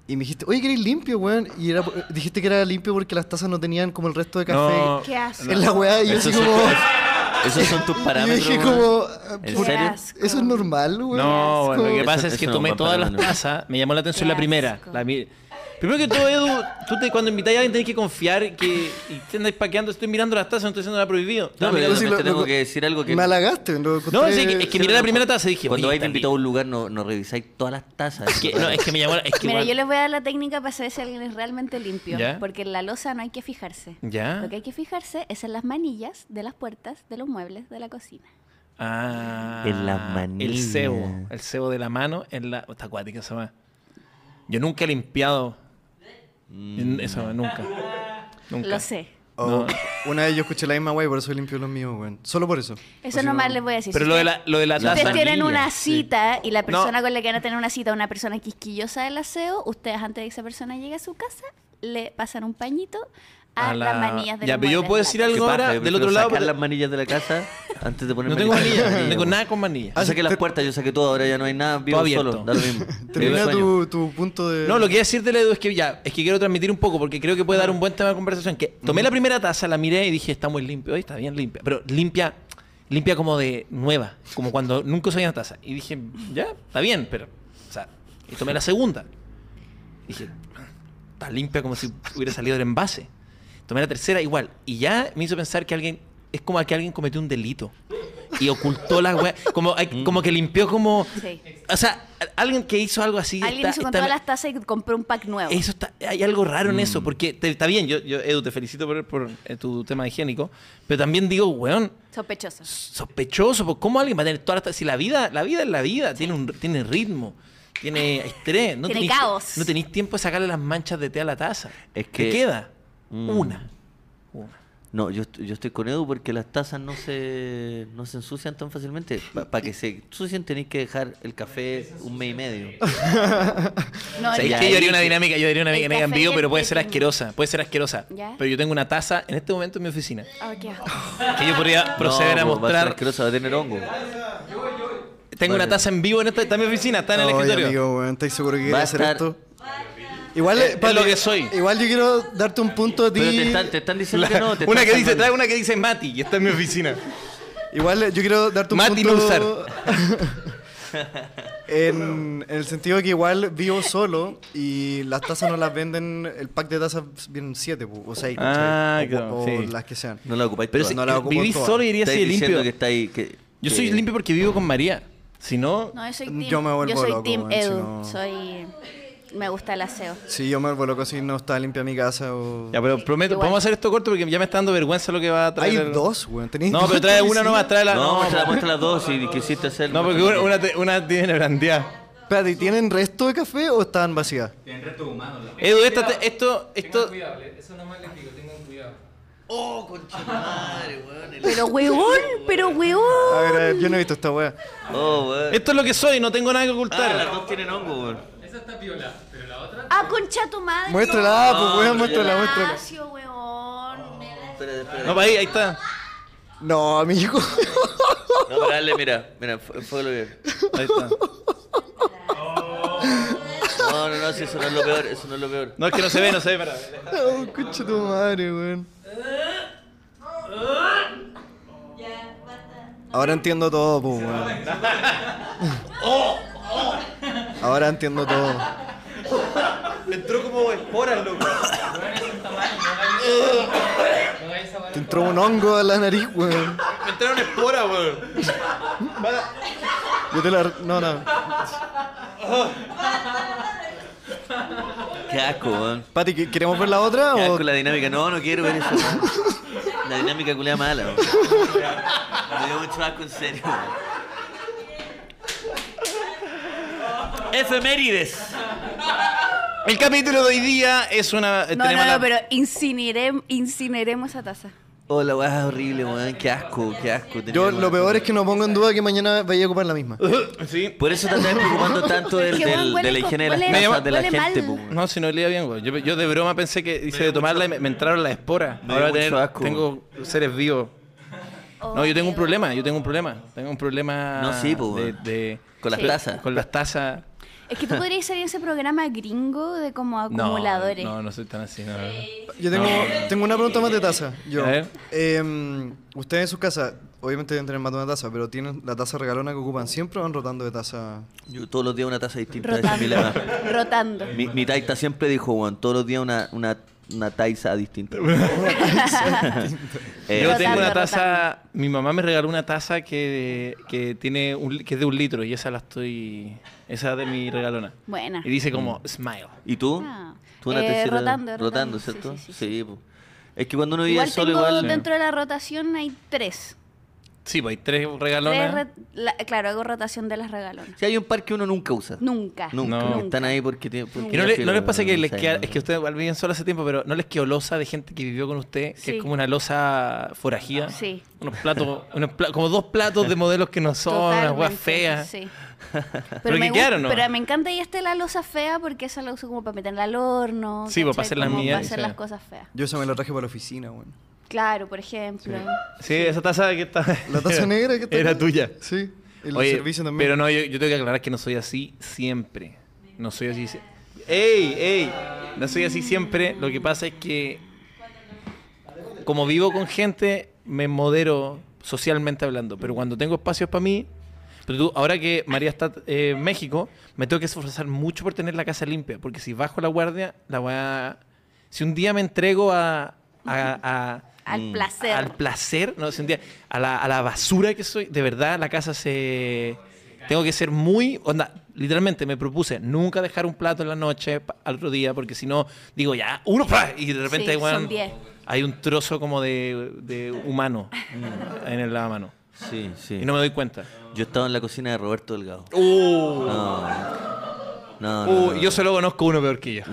F: y me dijiste, oye, que eres limpio, weón, y era, por- dijiste que era limpio porque las tazas no tenían como el resto de café
E: No,
D: Qué asco.
F: en la weá, y yo
B: Eso
F: así
B: es-
F: como...
B: Esos son tus
F: yo
B: parámetros.
F: dije
B: weón.
F: como...
B: ¿En
F: ¿por-
B: serio?
F: ¿Eso es normal,
E: No,
F: weón? Es
E: bueno, lo
F: como-
E: que pasa es
B: eso
E: que
B: no
E: tomé
B: va
E: todas
B: para
E: las
B: nada.
E: tazas, me llamó la atención
D: Qué
E: la primera.
D: asco.
E: la mi- Primero que todo, Edu, tú te, cuando invitáis a alguien tenés que confiar que y te andáis paqueando, estoy mirando las tazas, no estoy haciendo nada prohibido.
B: No, pero
E: No, mira,
B: yo
F: sí
B: te
F: lo-
B: tengo
F: lo-
B: que decir algo que.
F: Me halagaste, lo
E: no,
F: encontré-
E: es que, es que miré la primera taza y dije,
B: Cuando
E: oye,
B: vais de
E: esta
B: invitado a un lugar, no, no revisáis todas las tazas.
E: mierda. Que- no, es que me llamó la- es que
D: Mira,
E: igual-
D: yo les voy a dar la técnica para saber si alguien es realmente limpio.
E: ¿Ya?
D: Porque en la losa no hay que fijarse.
E: ¿Ya?
D: Lo que hay que fijarse es en las manillas de las puertas de los muebles de la cocina.
E: Ah,
B: En la manilla.
E: El cebo, el cebo de la mano en la... Está acuática esa va. Yo nunca he limpiado en- esa va, nunca. Nunca.
D: Lo sé.
F: Oh, Una vez yo escuché la misma weá y por eso limpio los míos, weón. Solo por eso.
D: Eso nomás les voy a decir.
E: Pero
D: Si
E: lo de
D: ustedes-
E: la, lo de la
D: si ustedes
E: taza-
D: tienen
E: Manilla.
D: una cita y la
E: No.
D: persona con la que van a tener una cita, una persona quisquillosa del aseo, ustedes antes de que esa persona llegue a su casa, le pasan un pañito a,
E: A la-
D: las manillas de
E: Ya,
D: los
E: pero yo
D: muebles
E: puedo
D: de la
E: decir
D: casa.
E: algo ahora del otro lado.
B: sacar
E: pero-
B: las manillas de la casa antes de ponerme
E: No tengo
B: a limpiar
E: manilla,
B: las
E: no tengo
B: manillas,
E: nada con manilla.
B: Yo saqué las puertas, yo saqué todo, ahora ya no hay nada, vivo
E: Todo abierto.
B: solo, da lo mismo.
F: Termina
B: Vivo el sueño.
F: tu, tu punto de...
E: No, lo que iba a decir de la Edu es que ya, es que quiero transmitir un poco porque creo que puede dar un buen tema de conversación. Que tomé la primera taza, la miré y dije, está muy limpio, Oye, está bien limpia. Pero limpia, limpia como de nueva, como cuando nunca usaba una taza. Y dije, ya, está bien, pero, o sea, y tomé la segunda. Dije, está limpia como si hubiera salido del envase. Tomé la tercera igual. Y ya me hizo pensar que alguien, es como que alguien cometió un delito. Y ocultó la weá. Como, hay- como que limpió como...
D: Sí.
E: O sea, alguien que hizo algo así...
D: Alguien
E: está-
D: hizo con
E: está-
D: todas las tazas y compró un pack nuevo.
E: eso está, hay algo raro en eso, porque te- está bien, yo, yo, Edu, te felicito por, por, eh, tu tema higiénico, pero también digo, weón,
D: Sospechoso.
E: sospechoso, porque ¿cómo alguien va a tener todas las... ta- Si la vida, la vida es la vida, tiene, un, tiene ritmo, tiene estrés, no
D: Tiene
E: tenís-
D: caos.
E: No tenéis tiempo de sacarle las manchas de té a la taza.
B: Es
E: Te
B: que-
E: queda
B: Mm.
E: una. Una.
B: No, yo, est- yo estoy con Edu porque las tazas no se, no se ensucian tan fácilmente. Para que se ensucien tenéis que dejar el café un mes y medio.
D: No,
E: ¿Sabéis
D: el-
E: que yo haría
B: ahí
E: una
B: sí.
E: dinámica, yo haría una
D: El
E: dinámica en
D: café
E: vivo,
D: y el
E: pero puede ser
D: té.
E: asquerosa, puede ser asquerosa.
D: ¿Ya?
E: Pero yo tengo una taza en este momento en mi oficina
D: Ah, qué asco.
E: que yo podría proceder
B: No,
E: a
B: po, Va a, ser
E: mostrar.
B: asqueroso, va a tener hongo.
E: Tengo una taza en vivo en esta, está en mi oficina, está en el
F: Oye,
E: escritorio.
F: amigo, weón, ¿estáis seguro que
B: Va a
F: quieres hacer
B: estar-
F: esto? Igual,
E: Es- es
F: Pablo,
E: lo que soy.
F: Igual yo quiero darte un punto a ti.
B: Pero te están, te están diciendo que no. te
E: una
B: están
E: que dice,
B: salvando.
E: trae una que dice Mati, y está en mi oficina.
F: Igual yo quiero darte un
E: Mati
F: punto.
E: no usar.
F: en, en el sentido que igual vivo solo y las tazas no las venden. El pack de tazas vienen siete pu, o seis.
E: Ah,
F: ¿cachai? o,
E: claro,
F: o
E: sí.
F: las que sean.
B: No la ocupáis
F: Pero
B: toda.
F: si- No la ocupo
E: Viví
F: toda.
E: solo y diría así
B: Estáis
E: de limpio.
B: diciendo que está ahí. Que,
E: Yo
B: que-
E: soy limpio porque vivo con María. Si no,
D: No, yo soy team.
F: Yo me vuelvo
D: soy
F: loco,
D: team
F: weón, si
D: Edu.
F: no-
D: Soy. Me gusta el aseo.
F: Si yo me vuelvo loco si no está limpia mi casa o.
E: ya, pero prometo,
D: Igual.
E: podemos hacer esto corto porque ya me está dando vergüenza lo que va a traer.
F: Hay
E: el-
F: dos, weón. tenéis
E: No,
F: dos
E: pero trae una
F: publicidad.
E: nomás, trae la. pues,
B: No,
E: No,
B: muestra,
E: no,
B: muestra las dos y quisiste hacer.
E: porque una, una, te- una tiene brandeada.
F: Espérate, ¿y ¿tienen resto de café o están vacías?
E: Edu, esta te- esto, esto.
D: Pero weón, pero weón.
F: A ver, a ver, yo no he visto esta wea.
B: Oh, weón.
E: Esto es lo que soy, no tengo nada que
B: Ah, las
E: ocultar.
B: dos tienen hongo, weón.
D: Ah, concha tu madre.
F: Muéstrala,
B: No,
F: pues weón,
B: pero ya-
F: muéstrala, muéstrala.
D: Despacio, weón.
E: Eh,
B: Espérate, espérate.
E: No, pa' ahí, ahí está.
F: No, amigo.
B: No, pero dale, mira, mira, fue, fue lo bien.
E: Ahí está.
B: No, no, no, si eso no es lo peor, eso no es lo peor.
E: No, es que no se ve, no se ve. espera.
F: Oh, concha tu madre, weón. Ahora entiendo todo, pues, weón. Ahora entiendo todo.
E: Entró como esporas, loco.
F: Te entró un hongo a la nariz, weón.
E: Me entraron esporas, weón.
F: Yo te la. No, no.
B: Qué asco, weón.
F: Pati, ¿qu- ¿queremos ver la otra?
B: Qué
F: O...
B: asco la dinámica. No, no quiero ver eso. weón. La dinámica culea mala, weón. Me dio mucho asco en serio, weón. Efemérides.
E: El capítulo de hoy día es una. eh,
D: No, no,
E: tenemos
D: no,
E: la-
D: pero incinerem- incineremos esa taza.
B: Oh, la weá es horrible, weón. Qué asco, qué asco. tener
F: Yo
B: weá.
F: lo peor es que no pongo en duda que mañana vaya a ocupar la misma.
E: Sí.
B: Por eso te estás preocupando tanto del,
D: Es que, weón,
B: del-
D: huele
B: de la
D: co-
B: higiene de las
D: huele-
B: casas de la
D: huele mal.
B: gente, po, weón.
E: No, si no leía bien, güey. Yo, yo de broma pensé que hice de tomarla y me, me entraron las esporas.
B: Me dio
E: Ahora voy a
B: mucho
E: tener-
B: asco.
E: tengo seres vivos. No, yo
D: Oh,
E: tengo un problema, yo tengo un problema. Tengo un problema
B: No, sí, po,
E: de,
B: weón.
E: de-
B: Con las
D: Sí.
B: tazas.
E: con las tazas.
D: Es que tú podrías salir en ese programa gringo de como
E: No,
D: acumuladores.
E: No, no, soy tan así. no.
F: Yo tengo, tengo una pregunta más de taza. Yo.
E: A ver.
F: Em, ustedes en sus casas, obviamente deben tener más de una taza, pero ¿tienen la taza regalona que ocupan siempre o van rotando de taza?
B: Yo todos los días una taza distinta de
D: Rotando.
B: Shangri-La.
D: Rotando.
B: Mi, mi taita siempre dijo, weón, todos los días una, una, una taza distinta. Eh,
E: Yo
D: Rotando,
E: tengo una
D: rotando.
E: taza, mi mamá me regaló una taza que, que tiene un li- que es de un litro y esa la estoy, esa de mi regalona.
D: Buena.
E: Y dice como smile.
B: ¿Y tú?
D: Ah.
B: ¿Tú una
D: Eh,
B: tacita-
D: rotando, rotando, sí,
B: ¿cierto?
D: sí, sí,
B: po. Es que cuando uno vive
D: Igual
B: solo,
D: tengo
B: igual.
D: dentro de la rotación hay tres.
E: Sí, pues hay tres
D: Tres
E: regalonas.
D: re- la- claro, hago rotación de las regalonas.
B: Si hay un par que uno nunca usa.
D: Nunca.
B: Nunca.
E: No.
B: Están ahí porque tienen.
E: y no, le- no les pasa que les queda, es que ustedes igual viven solos hace tiempo, pero no les quedó losa de gente que vivió con usted, que
D: Sí.
E: es como una losa forajida.
D: Sí.
E: Unos platos, unos pla- como dos platos de modelos que no son, unas
D: Totalmente,
E: weas feas.
D: Sí.
E: Pero
D: me
E: que
D: gu-
E: quedaron, ¿no?
D: pero me encanta y esta la losa fea porque esa la uso como para meterla al horno.
E: Sí, pues, para
D: ¿cachai?
E: hacer las
D: Como
E: mías,
D: Para hacer
E: sí.
D: las cosas feas.
F: Yo esa me la traje para la oficina, bueno.
D: Claro, por ejemplo.
E: Sí, esa taza que está.
F: La taza negra que está
E: Era
F: acá.
E: tuya.
F: Sí. El
E: Oye,
F: servicio también.
E: Pero no, yo, yo tengo que aclarar que no soy así siempre. No soy así siempre. ¡Ey, ey! No soy así siempre. Lo que pasa es que, como vivo con gente, me modero socialmente hablando. Pero cuando tengo espacios para mí. Pero tú, ahora que María está eh, en México, me tengo que esforzar mucho por tener la casa limpia. Porque si bajo la guardia, la voy a. Si un día me entrego a- a- a
D: Al placer.
E: Mm, al placer, no sé, un día, a la, a la basura que soy, de verdad la casa se... Tengo que ser muy... Onda, literalmente me propuse nunca dejar un plato en la noche pa- al otro día, porque si no, digo ya, uno, ¡fra! y de repente
D: Sí, son
E: weón,
D: diez.
E: hay un trozo como de, de humano en el lavamano.
B: Sí, Mm. sí. Uh,
E: Y no me doy cuenta.
B: Yo estaba en la cocina de Roberto Delgado. No. No, no,
E: Uh,
B: no,
E: yo solo conozco uno peor que yo.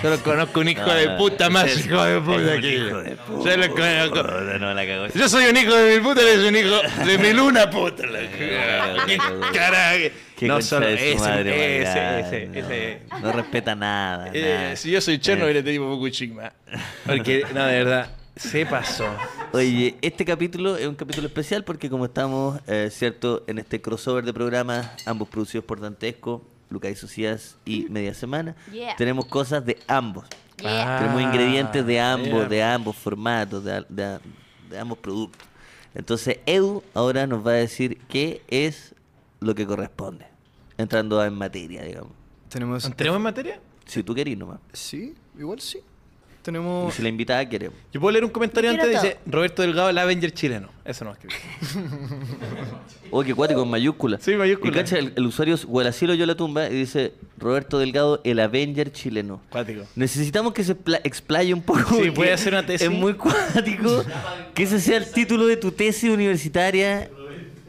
E: Solo conozco un hijo
B: No,
E: de
B: no,
E: puta más
B: es-
E: hijo de
B: es
E: puta
B: un
E: que
B: hijo
E: yo.
B: de puta.
E: Solo conozco-
B: Joder, no, la cagó.
E: Yo soy un hijo de mi puta, eres un hijo de mi luna puta. la cagada. Qué Carajo.
B: Qué
E: No
B: concha
E: solo
B: de su
E: ese,
B: madre,
E: ese,
B: Mariana,
E: ese, ese.
B: No, no respeta nada.
E: Eh,
B: nada.
E: si yo soy cherno, le te digo Fukushima. Porque, no, de verdad, se pasó.
B: Oye, este capítulo es un capítulo especial porque como estamos, eh, cierto, en este crossover de programas, ambos producidos por Dantesco, Lucas y Socias y Media Semana,
D: Yeah.
B: tenemos cosas de ambos.
D: Yeah.
E: Ah,
B: tenemos ingredientes de ambos,
E: yeah.
B: de ambos formatos, de, de- de ambos productos. Entonces, Edu ahora nos va a decir qué es lo que corresponde, entrando en materia, digamos.
F: Tenemos...
E: ¿Tenemos en materia?
B: Si tú querís nomás.
F: Sí, igual sí.
B: Y
F: Tenemos...
B: si la invitada quiere.
E: Yo puedo leer un comentario
D: Quiero
E: antes, dice Roberto Delgado, el Avenger chileno. Eso no escribí.
B: Oye, Oh, qué cuate con mayúscula.
E: Sí, mayúscula.
B: Y cacha, el, el usuario es Gualacilo yo la tumba y dice Roberto Delgado, el Avenger chileno.
E: Cuático.
B: Necesitamos que se pla- explaye un poco.
E: Sí,
B: porque
E: puede hacer una tesis.
B: Es muy cuático que ese sea el título de tu tesis universitaria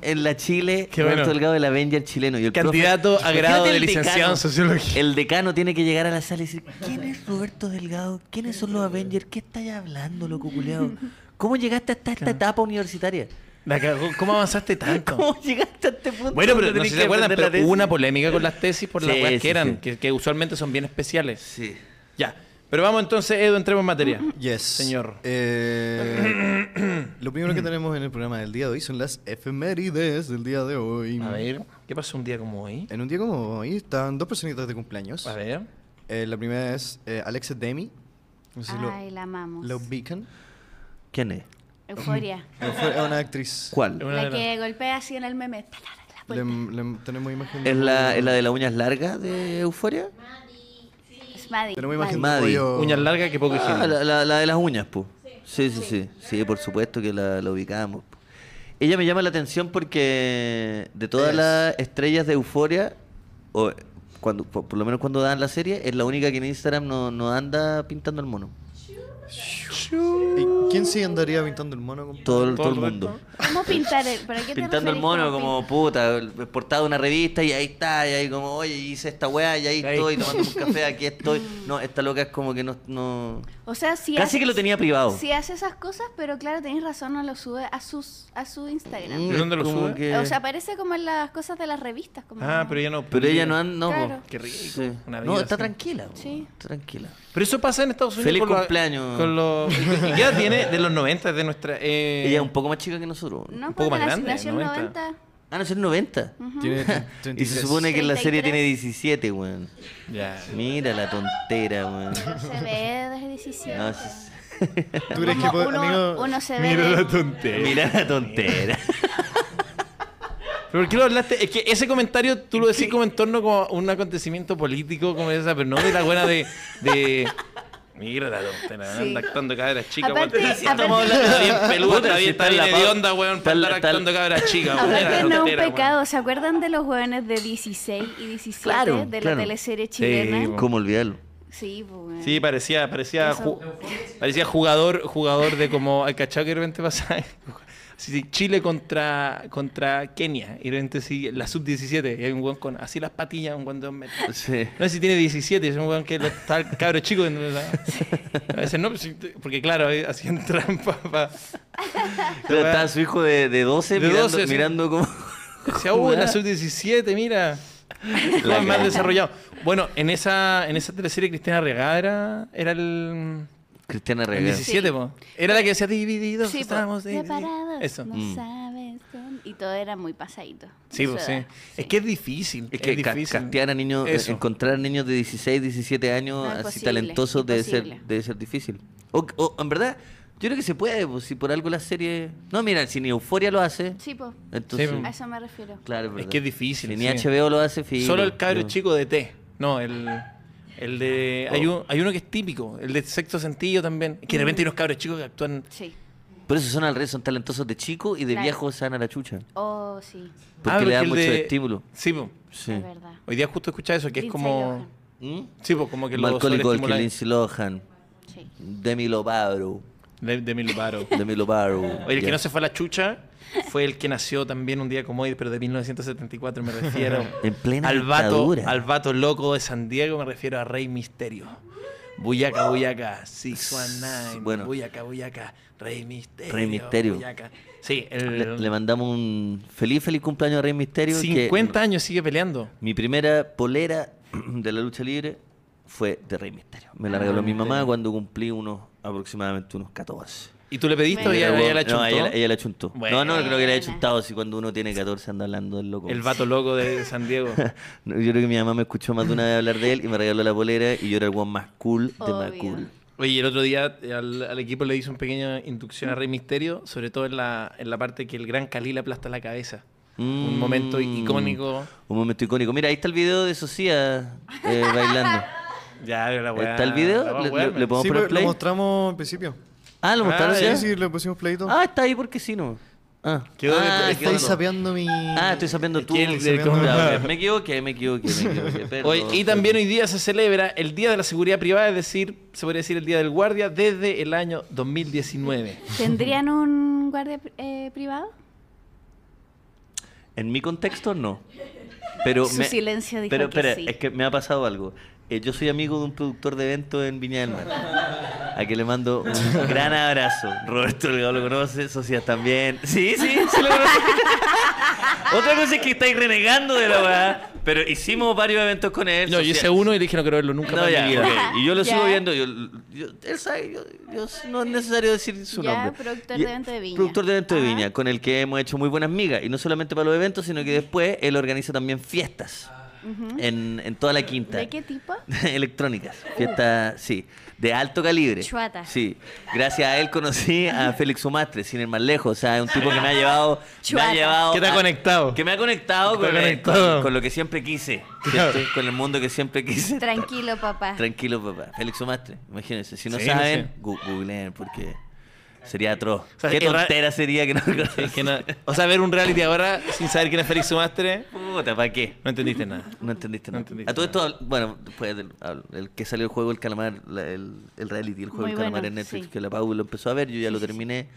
B: en la Chile.
E: Qué
B: Roberto
E: bueno.
B: Delgado, el Avenger chileno. Y el profe-
E: Candidato a grado
B: Imagínate
E: de
B: el
E: licenciado en
B: decano.
E: sociología.
B: El decano tiene que llegar a la sala y decir, ¿quién es Roberto Delgado? ¿Quiénes son los Avengers? ¿Qué estáis hablando, loco culeado? ¿Cómo llegaste hasta esta etapa universitaria?
E: La cagó. ¿Cómo avanzaste tanto?
B: ¿Cómo llegaste a este punto?
E: Bueno, pero
B: donde
E: no
B: tenés
E: sé si
B: que
E: se acuerdan,
B: aprender la
E: pero hubo una
B: tesis?
E: polémica con las tesis por las
B: Sí,
E: weas
B: sí,
E: que eran,
B: sí.
E: Que, que usualmente son bien especiales.
B: Sí.
E: Ya. Pero vamos entonces, Edu, entremos en materia.
F: Yes.
E: Señor.
F: Eh, lo primero que tenemos en el programa del día de hoy son las efemérides del día de hoy.
B: Mm.
E: A ver, ¿qué pasó un día como hoy?
F: En un día como hoy estaban dos personitas de cumpleaños.
E: A ver.
F: Eh, la primera es eh, Alexa Demi. No sé si lo-
D: Ay, la amamos.
F: lo ubican.
B: ¿Quién es?
D: Euforia.
F: No, fue- Es una actriz.
B: ¿Cuál?
E: Una
D: La
E: de
D: que golpea así en el meme. Ta, ta, ta, la
F: Le-
D: vuelta.
F: le- tenemos imagen.
B: ¿Es la, es la de las uñas largas de Euforia?
D: pues, Es Maddie.
F: Tenemos imagen
B: Maddy.
F: de pollo.
E: Uñas largas que poco
B: Ah,
E: higiene.
B: la, la- la de las uñas, pues. Sí, sí, sí. Sí, por supuesto que la, la ubicamos. po. Ella me llama la atención porque de todas
F: Es.
B: las estrellas de Euforia, o cuando, por, por lo menos cuando dan la serie, es la única que en Instagram no, no anda pintando el mono.
F: ¿Y quién sí andaría pintando el mono? compadre?
B: Todo,
E: Todo
B: todo el
E: el
B: mundo.
D: ¿Cómo pintar el? ¿Para qué te
B: Pintando el
D: referís
B: mono
D: con
B: como puta, portada de una revista y ahí está, y ahí como, oye, hice esta weá, y ahí
E: Ahí.
B: estoy, tomando un café, aquí estoy. No, esta loca es como que no. no...
D: pin- O sea, si
B: Casi
D: hace-
B: que lo tenía privado.
D: Si hace esas cosas, pero claro, tenéis razón, no lo sube a sus a su Instagram.
B: Mm,
E: ¿De dónde lo
B: como
E: sube?
B: que-
D: O sea, aparece como en las cosas de las revistas. Como
E: Ah,
D: no.
E: pero ella no.
B: Pero ella no anda. No,
D: Claro.
B: po.
E: Qué rico,
B: Sí.
E: una
B: No,
E: vida
B: está
E: así.
B: tranquila. po,
D: Sí.
B: está tranquila.
E: Pero eso pasa en Estados Unidos.
B: Feliz
E: la-
B: cumpleaños.
E: con los- ¿Y qué edad tiene? De los 90, de nuestra. eh,
B: Ella es un poco más chica que nosotros.
D: No, Mm.
E: un poco
D: porque
E: más
D: nació-
E: grande,
D: nació en
E: 90.
D: 90.
B: Ah, no, es el 90.
F: Tiene
B: Y
F: 33.
B: se supone que en la serie
D: 33.
B: tiene 17, weón.
E: Ya.
B: Mira la tontera, weón.
D: Se ve desde 17.
B: No, sí,
F: ¿Tú crees que
D: Como
F: po-
D: uno,
F: amigo?
D: uno se ve.
A: Mira la
D: de-
B: sí.
A: tontera.
B: Mira la tontera.
E: ¿Pero por qué lo hablaste? Es que ese comentario tú lo decís como en torno como a un acontecimiento político, como esa, pero no de la buena de. de... Mira la tontera,
D: Sí.
E: anda actuando cabra chica,
D: Aparte-
E: weón.
D: aparte-
E: Estamos hablando de bien peluda,
B: Puta,
E: está
B: si
E: bien,
B: está
E: está
B: en
E: bien
B: la pau-
E: hedionda, weón,
B: está
E: para
B: en la-
E: andar
B: está en-
E: actuando cabra chica, weón. Mira la
D: Aparte no es un
E: tontera, weón.
D: pecado, ¿se acuerdan de los jóvenes de 16 y 17
B: Claro,
D: de la
B: claro.
D: teleserie chilena?
B: ¿Cómo olvidarlo?
D: Sí, pues, bueno.
E: Sí, parecía, parecía,
D: Eso.
E: ju- parecía jugador, jugador de como al cachao que de repente pasa. Sí, sí, Chile contra, contra Kenia. Y de repente sí, la sub-17. Y hay un weón con así las patillas, un weón de dos metros.
B: Sí.
E: No sé si tiene 17, es un weón que lo- está el cabro chico. entonces, ah, A veces no, sí, porque claro, eh, hacían trampa. pa-
B: Pero estaba su hijo de, de 12
E: De
B: mirando,
E: 12, sí.
B: mirando como.
E: Decía, "Uh, la sub-17, mira.
B: La
E: Más mal
B: cagada.
E: desarrollado. Bueno, en esa, en esa teleserie Cristina Regada era, era el...
B: Cristiana
E: El
B: Regal.
E: 17, po. Era la que decía divididos,
D: Sí,
E: estábamos
D: pues,
E: divididos".
D: separados,
E: Eso.
D: no
B: Mm.
D: sabes dónde- Y todo era muy pasadito.
E: Sí,
D: Eso
E: pues sí.
D: era.
E: Es que es difícil.
B: Es que ca-
E: difícil.
B: castear a niños, eh,
E: Eso.
B: encontrar niños de 16, 17 años
D: No,
B: así
D: imposible,
B: talentosos debe ser,
D: imposible.
B: debe ser difícil. O, o, en verdad, yo creo que se puede, pues, si por algo la serie. No, mira, si ni Euforia lo hace,
D: Sí, pues,
B: entonces.
E: Sí,
D: a eso me refiero.
B: Claro, es
E: Es
B: verdad.
E: que es difícil,
B: Si ni
E: sí.
B: HBO lo hace, filo,
E: Solo el cabro
B: yo-
E: chico de T. No, el, el de.
B: Oh.
E: Hay, un- hay uno que es típico, el de sexto sentido también. Que de repente hay unos cabros chicos que actúan.
D: Sí.
B: Por eso son al revés, son talentosos de chico y de
D: Claro.
B: viejo se van a la chucha.
D: Oh, sí,
B: Porque
E: Ah,
B: le dan
E: el
B: mucho
E: de-
B: estímulo.
E: Sí, po.
B: Sí.
D: es verdad.
E: Hoy día justo escuché eso, que es
D: Lindsay
E: como.
D: Lohan,
B: ¿Mm?
E: Sí, po, como que lo
B: Macaulay Culkin,
E: sobreestimuláis.
B: Lindsay Lohan,
D: Sí.
B: Demi Lovato.
E: De, de Mil Varo.
B: Demi Lovato.
E: Oye, el
B: ya.
E: que no se fue a la chucha fue el que nació también un día como hoy, pero de 1974 me refiero.
B: En plena
E: al vato,
B: dictadura.
E: al vato loco de San Diego me refiero a Rey Misterio. Buyaca, buyaca, sí, Juan Nine.
B: Bueno.
E: Buyaca, buyaca, Rey Misterio.
B: Rey Misterio.
E: buyaca. Sí,
B: Le,
E: el
B: le mandamos un feliz, feliz cumpleaños a Rey Misterio. que
E: 50 años sigue peleando.
B: Mi primera polera de la lucha libre fue de Rey Misterio. Me la
E: Ah,
B: regaló mi mamá cuando cumplí unos aproximadamente unos 14.
E: ¿Y tú le pediste o
D: Me
E: ella,
B: Pero,
E: ella la
B: no,
E: chuntó?
B: ella, ella la chuntó.
E: Bueno.
B: No, no, creo que la haya
D: Buena.
B: chuntado. Si cuando uno tiene 14 anda hablando del loco.
E: El vato loco de San Diego.
B: No, Yo creo que mi mamá me escuchó más de una vez hablar de él y me regaló la polera y yo era el one más cool de más
D: Obvio.
B: cool.
E: Oye, y el otro día eh, al, al equipo le hizo una pequeña inducción a Rey Misterio, sobre todo en la, en la parte que el gran Khalil aplasta la cabeza. Un
B: Mm.
E: momento icónico.
B: Un momento icónico. Mira, ahí está el video de Socia eh, bailando.
E: Ya, pero la weá-
B: ¿Está el video?
E: la weá,
B: Le-
E: weá,
B: le-
E: me-
B: le puedo- ¿Vamos
F: Sí,
B: por el
F: pues, lo
B: play?
F: mostramos al principio.
B: Ah, ¿lo
E: Ah,
B: mostraron
E: ya.
B: ya?
F: Sí, sí, le pusimos playito.
B: Ah, está ahí porque sí, ¿no? Ah,
E: Quedó de-
B: ah,
E: está
B: quedó.
E: ahí
F: Estáis sapeando mi.
B: Ah, estoy sabiendo tú.
E: que el-
B: Ya,
E: el- como-
B: ok, me equivoqué, me equivoqué, me equivoqué. perdón,
E: Hoy- y también hoy día se celebra el Día de la Seguridad Privada, es decir, se podría decir el Día del Guardia desde el año 2019.
D: ¿Tendrían un guardia eh, privado?
B: perdón. En mi contexto, no. Pero
D: Su silencio dijo
B: pero,
D: que
B: espera,
D: sí.
B: es que me ha pasado algo. Eh, yo soy amigo de un productor de eventos en Viña del Mar. A que le mando un gran abrazo. Roberto Delgado lo conoce, Socias también. Sí, sí, sí lo conoce. Otra cosa es que estáis renegando de la weá. Pero hicimos varios eventos con él.
E: No, yo
B: Socias.
E: hice uno y le dije no quiero verlo nunca
B: No,
E: más en
B: ya,
E: mi vida.
B: ok. Y yo lo
D: Ya.
B: sigo viendo. Yo, yo- él sabe, yo- yo- no es necesario decir su
D: Ya,
B: nombre.
D: productor
B: Y-
D: de evento de Viña.
B: Productor de evento de
D: Ajá.
B: Viña, con el que hemos hecho muy buenas migas. Y no solamente para los eventos, sino que después él organiza también fiestas en, en toda la quinta.
D: ¿De qué tipo?
B: Electrónicas. Fiestas, sí. De alto calibre.
D: Chuata.
B: Sí. Gracias a él conocí a Félix Sumastre, sin ir más lejos. O sea, es un tipo que me ha llevado. Me
D: Chuata.
B: ha llevado
E: Que te ha
B: a-
E: conectado.
B: Que me ha conectado,
E: Que te ha
B: con, el-
E: conectado.
B: con- con lo que siempre quise.
E: Claro.
B: ¿cierto? Con el mundo que siempre quise.
D: Tranquilo, papá.
B: Tranquilo, papá. Félix Omastre, imagínense. Si no
E: Sí, no
B: saben,
E: sé.
B: gu- googleen, porque. Sería atroz.
E: O sea,
B: Qué
E: es ra-
B: tontera sería que no
E: Es que no- o sea, ver un reality ahora sin saber quién es Félix Sumastre,
B: Puta, ¿para qué?
E: no entendiste nada.
B: No entendiste
E: No
B: nada.
E: entendiste
B: a todo esto, habl- bueno, después del hablo- el que salió el juego El Calamar, la- el, el reality, el juego
D: Muy
B: El Calamar
D: bueno,
B: en Netflix,
D: sí.
B: que la Pau lo empezó a ver, yo ya lo terminé.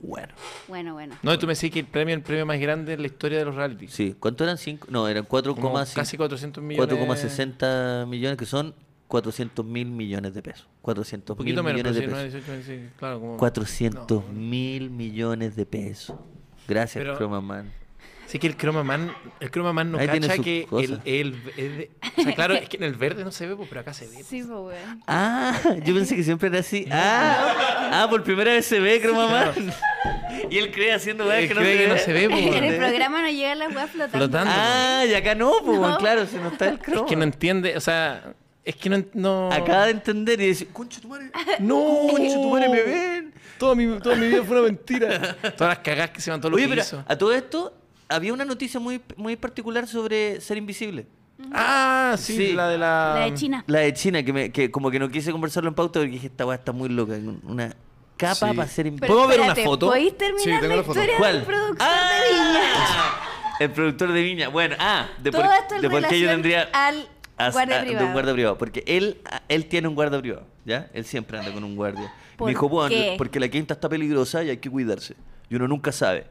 B: Bueno,
D: Bueno, bueno.
E: No, y tú me decís que el premio es el premio más grande en la historia de los realities.
B: sí. ¿Cuánto eran? Cinco, no, eran 4,5.
E: casi 400 millones.
B: 4,60 millones, que son 400 mil millones de pesos. 400 mil
E: Un poquito menos,
B: millones
E: pero
B: de
E: sí,
B: pesos.
E: 9, 18, 26, claro, como...
B: 400 mil millones de pesos. Gracias,
E: Pero-
B: Chroma Man.
E: Sí que el Chroma Man, el Chroma Man no
B: Ahí tiene
E: cacha
B: sus
E: que el,
B: cosas.
E: el- es de- o sea, claro, es que en el verde no se ve, pues, pero acá se ve.
D: Sí, pues, weón.
B: Ah, yo pensé que siempre era así. Ah, ah por primera vez se ve, Chroma Man. Y él cree haciendo weas
E: Él
B: que no,
E: cree
B: se
E: que
B: ve.
E: no se ve, pues,
D: En el
E: ¿eh?
D: programa no llega la weá flotando.
E: Flotando.
B: Ah, y acá no, pues,
D: No.
B: claro, si no está el
E: Es
B: Chroma.
E: que no entiende, o sea, es que no... en- no...
B: Acaba de entender y dice, concha tu madre,
E: ¡No!
B: ¡Oh, concha tu madre, me ven.
E: Toda mi, toda mi vida fue una mentira. Todas las cagadas que se van todos los
B: Oye,
E: que
B: pero
E: hizo.
B: a todo esto había una noticia muy, muy particular sobre ser invisible.
E: Ah, sí,
B: Sí.
E: la de la...
B: Ah.
D: La de China.
B: La de China, que, me- que como que no quise conversarlo en pauta porque dije, esta weá está muy loca. Una capa
F: Sí.
B: para ser invisible.
D: Pero
E: ¿Puedo ver una
D: espérate,
E: foto?
D: ¿Podéis terminar
F: Sí, tengo
D: la
F: la foto.
D: historia
B: ¿Cuál?
D: del productor
B: ¡Ah!
D: de Viña?
B: El productor de Viña. Bueno, ah, de por,
D: Todo esto en
B: de por qué yo
D: relación
B: tendría.
D: al
B: as-
D: guardia
B: a- de
D: privado.
B: un guardia privado. Porque él, a- él tiene un guarda privado, ¿ya? Él siempre anda con un guardia. Y
D: ¿Por
B: Me dijo, bueno,
D: qué?
B: porque la quinta está peligrosa y hay que cuidarse. Y uno nunca sabe.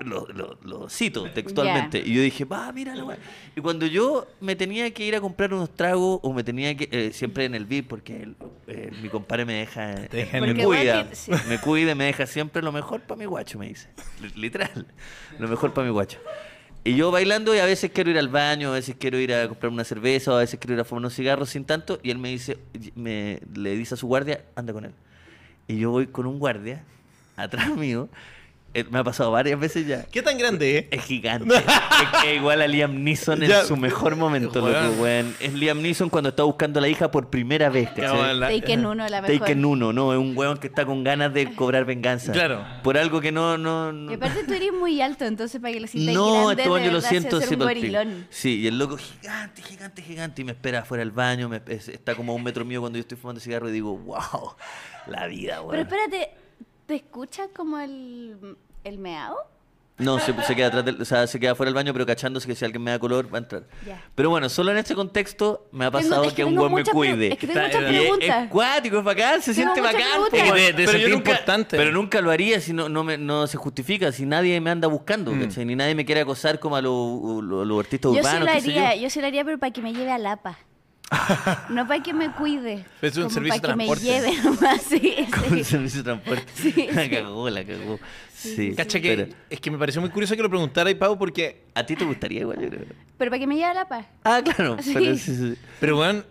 B: Lo, lo- lo cito textualmente. Y yo dije, va, mira la weá". Y cuando yo me tenía que ir a comprar unos tragos o me tenía que. eh, siempre en el VIP, porque el- eh, mi compadre me deja.
E: Te deja en
B: me
D: el-
B: cuida.
D: Porque vos que- sí.
B: Me cuida y me deja siempre lo mejor para mi guacho, me dice. Li- Literal. Lo mejor para mi guacho. Y yo bailando y a veces quiero ir al baño, a veces quiero ir a comprar una cerveza, o a veces quiero ir a fumar unos cigarros sin tanto. Y él me dice, me, le dice a su guardia, anda con él. Y yo voy con un guardia atrás mío. Eh, Me ha pasado varias veces ya.
E: ¿Qué tan grande es?
B: Es gigante. es que igual a Liam Neeson en
E: Ya.
B: su mejor momento, loco,
E: Weón.
B: weón. Es Liam Neeson cuando está buscando a la hija por primera vez, ¿cachai?
D: Taken uno, la mejor.
B: Taken uno, no, es un weón que está con ganas de cobrar venganza.
E: Claro.
B: Por algo que no, no,
D: Y
B: no.
D: aparte tú eres muy alto, entonces para que la cinta
B: No,
D: grande,
B: este weón
D: de
B: yo lo
D: verdad, se
B: siento,
D: hace
B: sí,
D: un
B: por ti.
D: gorilón.
B: Sí, y el loco gigante, gigante, gigante, y me espera afuera del baño, me- es- está como a un metro mío cuando yo estoy fumando cigarro y digo, wow, la vida,
D: Pero
B: weón.
D: espérate, ¿te escuchas como el, el meao?
B: No, se, se queda atrás del- o sea, se queda fuera del baño, pero cachándose que si alguien me da color, va a entrar.
D: Ya.
B: Pero bueno, solo en este contexto me ha
D: Tengo-
B: pasado
D: es que
B: que, un
D: tengo
B: weón me
D: muchas pre-
B: cuide.
D: es que tengo
E: Está-
D: muchas
B: Y es-
D: preguntas.
B: Es cuático, es bacán, se
D: Tengo
B: siente
D: muchas
B: bacán.
D: preguntas.
B: po,
D: Es
E: te-
D: que
E: te
B: pero yo
E: sentí
B: nunca-
E: importante.
B: Pero nunca lo haría si no, no, me- no se justifica, si nadie me anda buscando, ¿cachai? Ni nadie me quiere acosar como a los lo, los artistas
D: Yo sí
B: urbanos.
D: lo
B: qué sé yo.
D: haría, yo sí lo haría, pero para que me lleve a Lapa. No para que me cuide.
E: Pero es un
D: como
E: servicio
D: para
E: de
D: que me
E: transporte.
D: lleve nomás, sí,
B: Con
D: sí.
B: servicio de transporte.
D: Sí,
B: la
D: sí.
B: cagó, la cagó. Sí.
E: Cacha que,
B: pero
E: es que me pareció muy curioso que lo preguntara y Pau porque...
B: a ti te gustaría igual, yo creo.
D: Pero para que me lleve a Lapa.
B: Ah, claro.
D: Sí.
B: Pero sí, sí.
E: Pero bueno,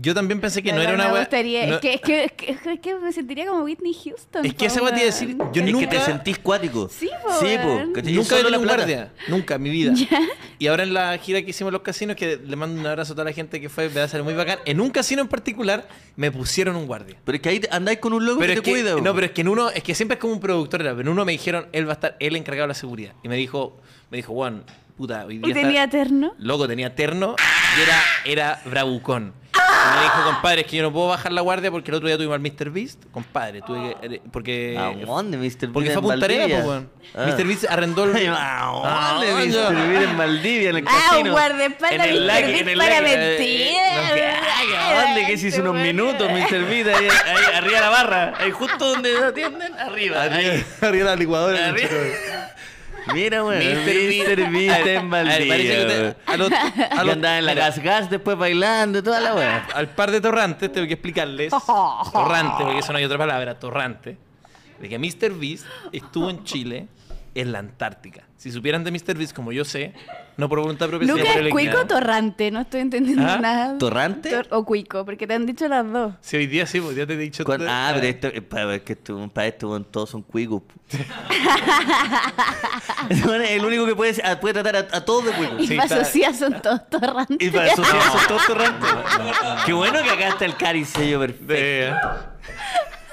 E: yo también pensé que no era una...
D: Me
E: wea-
D: gustaría,
E: no-
D: es, que, es, que, es, que, es que me sentiría como Whitney Houston.
E: Es que
D: po,
E: esa wea te iba a decir,
D: weón.
E: yo
B: es
E: nunca-
B: que te sentís cuático.
D: Sí, po,
B: Sí,
D: weón.
B: po. ¿cachai?
E: Nunca
B: Solo
E: he
B: la
E: tenido un
B: plata.
E: guardia, nunca, en mi vida. Y ahora en la gira que hicimos en los casinos, que le mando un abrazo a toda la gente que fue, me va a ser muy bacán. En un casino en particular me pusieron un guardia.
B: Pero es que ahí andáis con un loco
E: Pero
B: que
E: es
B: te
E: que,
B: cuida.
E: no,
B: po.
E: pero es que en uno, es que siempre es como un productor, era, pero en uno me dijeron, él va a estar, él encargado de la seguridad. Y me dijo, me dijo, Juan, puta, hoy día
D: Y
E: está-
D: tenía terno.
E: Loco, tenía terno y era, era bravucón. Y me dijo, compadre, es que yo no puedo bajar la guardia porque el otro día tuvimos al Mr. Beast. Compadre, tuve
D: Ah.
E: que. eh, porque.
B: ¿A dónde, Mr.
E: Porque
B: Bean
E: fue a
B: en
E: Punta Arenas,
B: Valdivia?
E: po, weón.
B: Ah.
E: Mr. Beast arrendó el.
B: Ah, ¿dónde,
E: Ah,
B: Mr.
E: ya.
B: Bean en Maldivia, en el
D: Ah, un
B: casino?
D: guardaespaldas
B: En el
D: Mr.
B: lag-
D: Bean
B: en el
D: para
B: lag- eh,
D: mentir.
B: no, que- ay, ¿a ¿Dónde? Que se hizo unos minutos, Mr. Beat, ahí, ahí arriba de la barra. Ahí justo donde atienden, arriba. ahí.
A: Arriba la licuadora.
B: Arriba. Mira, weón.
E: Mr.
B: Mr. Beat en
E: Al- parece que
B: Maldivia.
E: te- a los- a
B: Y
E: los-
B: andaba en la
E: mira,
B: gas gas después bailando y toda la weá.
E: Al par de torrantes tengo que explicarles. Torrante, porque eso no hay otra palabra, torrante. De que Mr. Beast estuvo en Chile, en la Antártica. Si supieran de Mr. Beast, como yo sé, no por voluntad propia, sino
D: Lucas
E: por el
D: Cuico o
E: equipo.
D: Torrante, no estoy entendiendo
E: ¿Ah?
D: nada.
B: ¿Torrante?
D: Tor- o Cuico, porque te han dicho las dos.
E: Si hoy día sí, pues ya te he dicho.
B: Con-
E: todo.
B: ah, pero esto, eh, pa- es que esto, para esto weón, todos son cuicos. po. Ese weón es el único que puede, ser- ah, puede tratar a, a todos de cuicos.
D: Y
E: Sí,
D: para
E: está-
D: Socias son todos torrantes.
B: Y para eso
E: Eh,
B: son todos torrantes. Qué bueno que acá está el caricello perfecto.
E: De-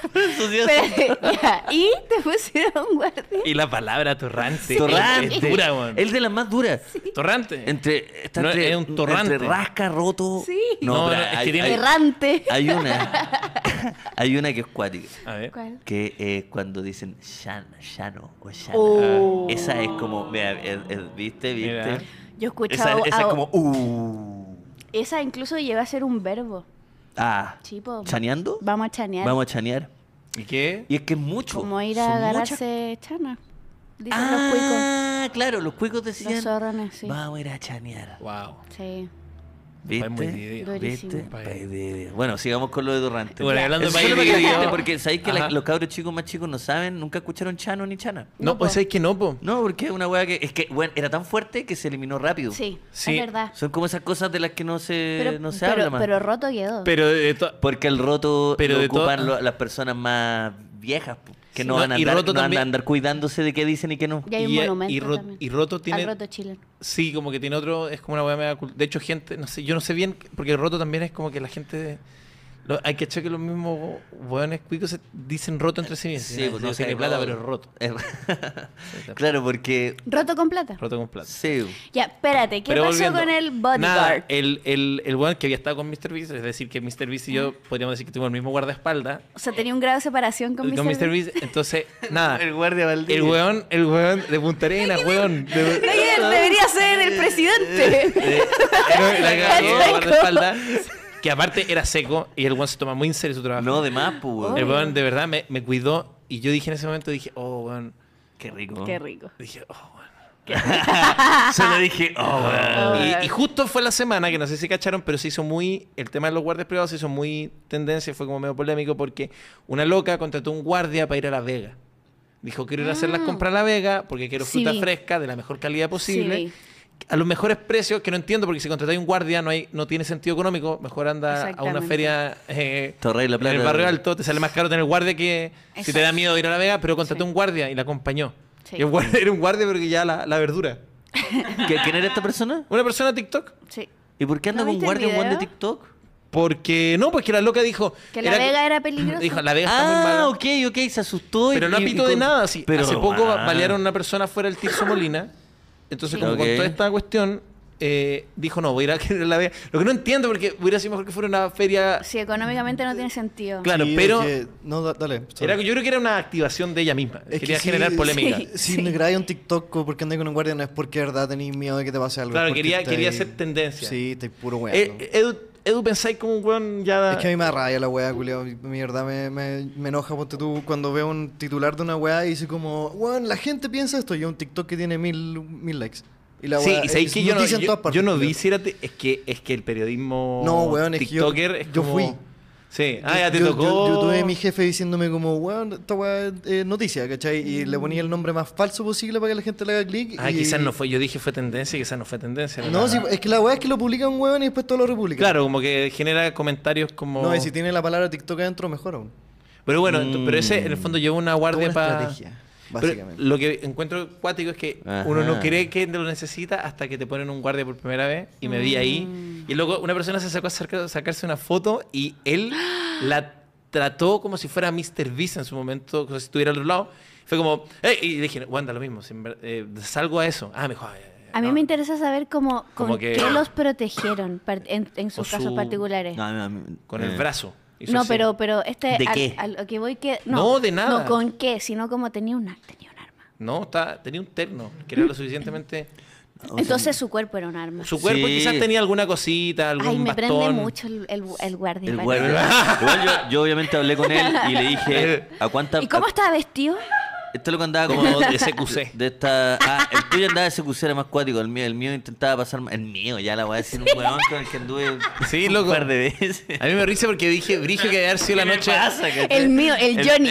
D: Pero, ya, y te pusieron guardia.
E: Y la palabra torrante.
B: Torrante.
E: Es dura, weón.
B: Es de las más duras.
E: Torrante.
B: Entre, está
E: No,
B: entre-
E: es un torrante.
B: entre rasca, roto.
D: Sí.
E: No,
B: No, pero
E: no, es
B: hay,
E: que tiene-
B: hay-
D: Errante.
B: hay una. Hay una que es cuática.
E: A ver.
D: ¿Cuál?
B: Que es cuando dicen Shan, Shano o Shana.
D: Oh.
B: Esa es como. Mira, el- el- ¿viste? ¿Viste?
E: Mira.
D: Yo he
B: Esa,
D: escuchado.
B: esa es
D: a-
B: como. Uh.
D: esa incluso llega a ser un verbo.
B: Ah.
D: Sí, po.
B: ¿Chaneando?
D: Vamos a chanear.
B: Vamos a chanear.
E: ¿Y qué?
B: Y es que es mucho.
D: Como ir
B: son
D: a
B: muchas
D: agarrarse chana. Dicen los cuicos.
B: Ah, claro, los cuicos decían.
D: Los zorrones, sí.
B: Vamos a ir a chanear.
E: Wow.
D: Sí.
B: ¿Viste?
E: muy dividido.
D: Durísimo.
B: ¿Viste? País dividido. Bueno, sigamos con lo de Durrante.
E: Bueno, hablando de
B: Eso
E: país
B: solo para que
E: dividido.
B: la gente, Porque sabéis que la-
E: Ajá.
B: los cabros chicos más chicos no saben, nunca escucharon Chano ni Chana.
E: No,
D: No,
E: pues
D: po.
E: es que no, po.
B: No, porque es una weá que. Es que, bueno, era tan fuerte que se eliminó rápido.
D: Sí,
E: Sí.
D: es verdad.
B: Son como esas cosas de las que no se,
D: Pero,
B: no se
D: pero-
B: habla más.
D: pero roto quedó.
E: Pero de to-
B: porque el roto
E: Pero
B: lo
E: de todo-
B: ocupan lo- las personas más viejas po, que
E: Sí.
B: no,
E: No,
B: van a
E: y
B: andar,
E: roto
B: no van a
E: también-
B: andar cuidándose de qué dicen y qué no.
D: y hay un
E: y-
D: monumento.
E: y ro-
D: también.
E: y roto tiene-
D: Al roto chileno.
E: Sí, como que tiene otro, es como una weá mega cul- De hecho, gente, no sé, yo no sé bien, porque el roto también es como que la gente. lo- hay que echar que los mismos weones cuicos se dicen roto entre sí mismos.
B: Sí,
E: no
B: pues,
E: no
B: digo,
E: sé
B: que
E: qué
B: hay
E: plata,
B: roto.
E: pero es roto.
B: Es- claro, porque.
D: Roto con plata.
E: Roto con plata.
B: Sí.
D: Ya, espérate, ¿qué
E: Pero
D: pasó
E: volviendo,
D: con el
E: Nada,
D: bodyguard?
B: eh.
E: el, el, el weón que había estado con Mr. Beast, es decir, que Mr. Beast y yo
D: Ah.
E: podríamos decir que tuvimos el mismo guardaespaldas.
D: O sea, tenía un grado de separación con,
E: Con Mr. Beast, entonces, nada.
B: El guardia Valdivia.
E: El weón, el weón de Punta Arenas, weón. de-
D: No, y él debería ser el
B: Eh,
D: presidente.
E: Pero la cagó,
D: Seco.
E: guardaespaldas, Que aparte era seco y el weón se toma muy en serio su trabajo.
B: No, de más, pues, weón.
D: Oh.
E: El weón de verdad me, me cuidó y yo dije en ese momento, dije, oh, weón.
B: Qué rico.
D: Qué rico.
E: Dije, oh, weón.
B: Solo dije, oh, weón.
D: Oh,
E: Y-
D: weón.
E: y, justo fue la semana, que no sé si cacharon, pero se hizo muy, el tema de los guardias privados se hizo muy tendencia, fue como medio polémico porque una loca contrató un guardia para ir a La Vega. Dijo, quiero ir a hacer las
D: Ah.
E: compras a La Vega porque quiero
D: Sí,
E: fruta
D: vi.
E: fresca de la mejor calidad posible.
D: Sí, vi.
E: a los mejores precios, que no entiendo, porque si contratáis un guardia no hay no tiene sentido económico. Mejor anda a una
D: Exactamente.
E: feria eh,
B: Torrey La Plata.
E: en el barrio alto, te sale más caro tener guardia que si te da
D: Exacto.
E: miedo ir a la vega, pero contraté
D: Sí.
E: un guardia y la acompañó.
D: Sí.
E: Y el guardia era un guardia porque ya la, la verdura.
B: ¿Qué- ¿Quién era esta persona?
E: Una persona TikTok.
D: Sí.
B: ¿Y por qué anda
D: ¿No
B: con
D: viste el
B: guardia un guan de
D: video?
B: TikTok?
E: Porque no, porque la loca dijo.
D: Que la vega era peligrosa.
E: Dijo, la vega está muy
B: Ah,
E: mala.
B: ok, ok, se asustó. y-
E: Pero no
B: y- y
E: apito de
B: con-
E: nada. Sí.
B: Pero-
E: Hace poco
B: Ah.
E: balearon a una persona fuera del Tirso Molina. Entonces,
D: Sí.
E: como con
B: Ok.
E: toda esta cuestión, eh, dijo, no, voy a ir a que la vea. Lo que no entiendo, porque hubiera sido mejor que fuera una feria...
D: Sí, económicamente no tiene sentido.
E: Claro,
F: Sí,
E: pero
F: es que- no, da- dale. sorry.
E: era, yo creo que era una activación de ella misma.
F: Es que
E: Quería
F: sí,
E: generar polémica.
F: Si, si me grabáis un TikTok o porque andáis con un guardia, no es porque de verdad tenéis miedo de que te pase algo.
E: Claro,
F: es porque
E: quería-
F: estáis-
E: quería hacer tendencia.
F: Sí, estáis puro weón.
E: Eh, eh, Edu, Edu, pensáis como un weón ya...
F: Es que a mí me da rabia la weá, culiao. Mierda, me, me, me enoja, ponte tú, cuando veo un titular de una weá y dice como, weón, la gente piensa esto. Y es un TikTok que tiene mil, mil likes. Y la
E: sí,
F: weá
E: y
F: es
E: sabéis que yo no,
F: noticia en todas
E: yo,
F: partes,
E: yo no
F: culiao.
E: vi si era... ti- Es que, es que el periodismo
F: No, weón, es que yo-
E: TikToker es
F: yo
E: como-
F: fui.
E: Sí.
F: Yo-
E: Ah, ya te
F: yo,
E: tocó.
F: Yo, yo tuve a mi jefe diciéndome como, weón, esta weá es eh, noticia, ¿cachai? Y le ponía el nombre más falso posible para que la gente le haga clic.
E: Ah,
F: y-
E: quizás no fue. Yo dije fue tendencia y quizás no fue tendencia.
F: No,
E: nada.
F: sí, es que la weá es que lo publica un weón y después todo lo republican.
E: Claro, como que genera comentarios como...
F: No, y si tiene la palabra TikTok adentro, mejor aún.
E: Pero bueno, ent- pero ese en el fondo llevó una guardia
F: Mm. Una
E: para...
F: estrategia,
E: Pero
F: básicamente.
E: lo que encuentro cuático es que
B: Ajá.
E: uno no cree que lo necesita hasta que te ponen un guardia por primera vez y me vi
D: Mm.
E: ahí. Y luego una persona se sacó a sacar- sacarse una foto y él la trató como si fuera Mr. Beast en su momento, como si estuviera al otro lado. Fue como, "Ey", y dije, Wanda, lo mismo, si en ver- eh, salgo a eso. Ah, mejor.
D: A mí me interesa saber cómo, con
E: Como que-
D: qué los protegieron par- en, en sus
E: O
D: casos
E: su-
D: particulares.
B: No,
D: No,
B: no, no,
E: Con
B: eh.
E: el brazo. Hizo así.
D: pero, pero este,
B: ¿De
D: al-
B: qué?
D: a lo que voy que... No,
E: No, de nada.
D: No, con qué, sino como tenía un, tenía un arma.
E: No, está, tenía un terno, que era lo suficientemente...
D: Entonces su cuerpo era un arma.
E: Ah, Su cuerpo
B: Sí.
E: quizás tenía alguna cosita, algún
D: Ay, me
E: bastón.
D: prende mucho el, el, el guardia.
B: El
D: parece.
B: guardia. Igual yo, yo obviamente hablé con él y le dije, ¿a cuántas?
D: ¿Y cómo estaba vestido?
B: Esto es lo que andaba
E: Como de SQC.
B: De esta, ah, el tuyo andaba de SQC, era más cuático. El mío, el mío intentaba pasar. El mío, ya la voy a decir un huevón con el que anduve
E: Sí,
B: un
E: loco.
B: par de veces.
E: A mí me risa porque dije, Brigio, que debe haber sido la noche.
D: El mío, el Johnny.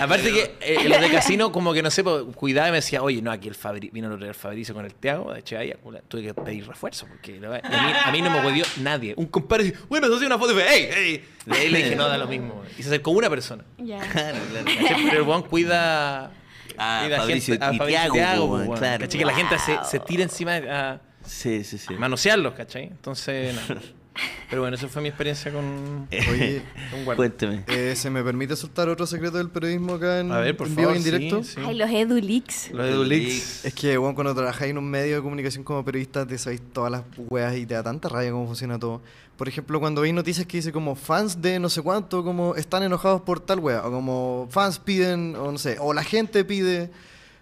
E: Aparte que eh, los de casino, como que no sé, pues, cuidaba y me decía, oye, no, aquí el Fabri vino el otro día el Fabrizio con el Tiago, de Chevalla, puta, tuve que pedir refuerzo porque la verdad, a mí, a mí no me cuidó nadie. Un compadre dice, bueno, eso sí una foto y fue, hey, hey. De ahí le dije, no, da lo mismo. Y se acercó una persona.
D: Ya.
E: ¿Cachai? Pero el weón cuida.
B: Ah,
E: cuida
B: Fabricio y Tiago,
E: po,
B: weón,
E: weón.
B: claro.
E: ¿Cachai? Que la gente se,
D: Wow.
E: se tira encima a
B: Sí, sí, sí.
E: manosearlos, ¿cachai? Entonces, no. Pero bueno, esa fue mi experiencia con.
F: Oye,
E: con Warner.
B: Cuénteme.
F: eh, ¿se me permite soltar otro secreto del periodismo acá en,
E: A ver, por
F: en
E: favor.
F: vivo y en
E: sí,
F: directo?
E: sí.
D: Ay, los Edulix.
E: Lo de Dulix.
F: Es que, bueno, cuando trabajáis en un medio de comunicación como periodista, te sabéis todas las weas y te da tanta rabia cómo funciona todo. Por ejemplo, cuando veis noticias que dice como fans de no sé cuánto, como están enojados por tal wea, o como fans piden, o no sé, o la gente pide,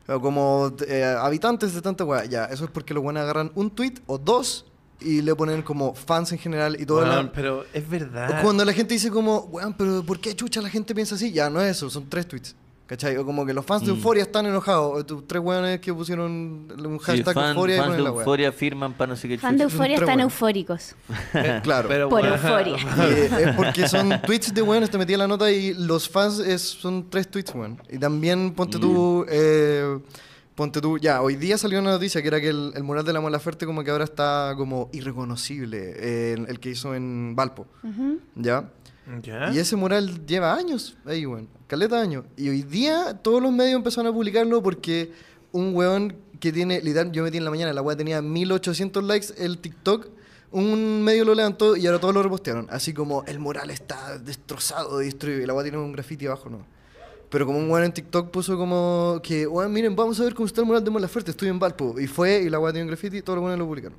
F: o como eh, habitantes de tanta wea. Ya, eso es porque los buenos agarran un tweet o dos y le ponen como fans en general y todo
E: Weón,
F: la-
E: Pero es verdad.
F: o Cuando la gente dice como, weón, pero ¿por qué chucha la gente piensa así? Ya, no es eso, son tres tweets. ¿Cachai? O como que los fans
B: Mm.
F: de Euforia están enojados. o tus tres weones que pusieron un
B: Sí,
F: hashtag
B: fan-
F: Euforia y
B: fans
F: ponen
B: de
F: la wea.
B: Euforia firman para no sé qué
D: Fan de
B: chucha.
D: Euforia
F: Ultra
D: están
F: bueno.
D: eufóricos.
F: Eh, Claro.
E: Pero
D: Por
E: weón,
D: Euforia.
F: Eh, es porque son tweets de weones, te metí en la nota y los fans es- son tres tweets, weón. Y también ponte tú,
B: Mm.
F: eh, ponte tú, ya, hoy día salió una noticia que era que el, el mural de la Malaferte como que ahora está como irreconocible, eh, el- el que hizo en Valpo,
D: Ujú.
F: ¿ya?
E: ¿Ya?
F: Y ese mural lleva años ahí, weón. Caleta de años. Y hoy día todos los medios empezaron a publicarlo porque un weón que tiene, literal, yo metí en la mañana, la weá tenía 1800 likes el TikTok. Un medio lo levantó y ahora todos lo repostearon. Así como el mural está destrozado, destruido. Y la weá tiene un graffiti abajo, ¿no? Pero como un weón en TikTok puso como que, weón, miren, vamos a ver cómo está el mural de Malaferte, estoy en Valpo. Y fue, y la weá tiene un graffiti y todos los weones lo publicaron.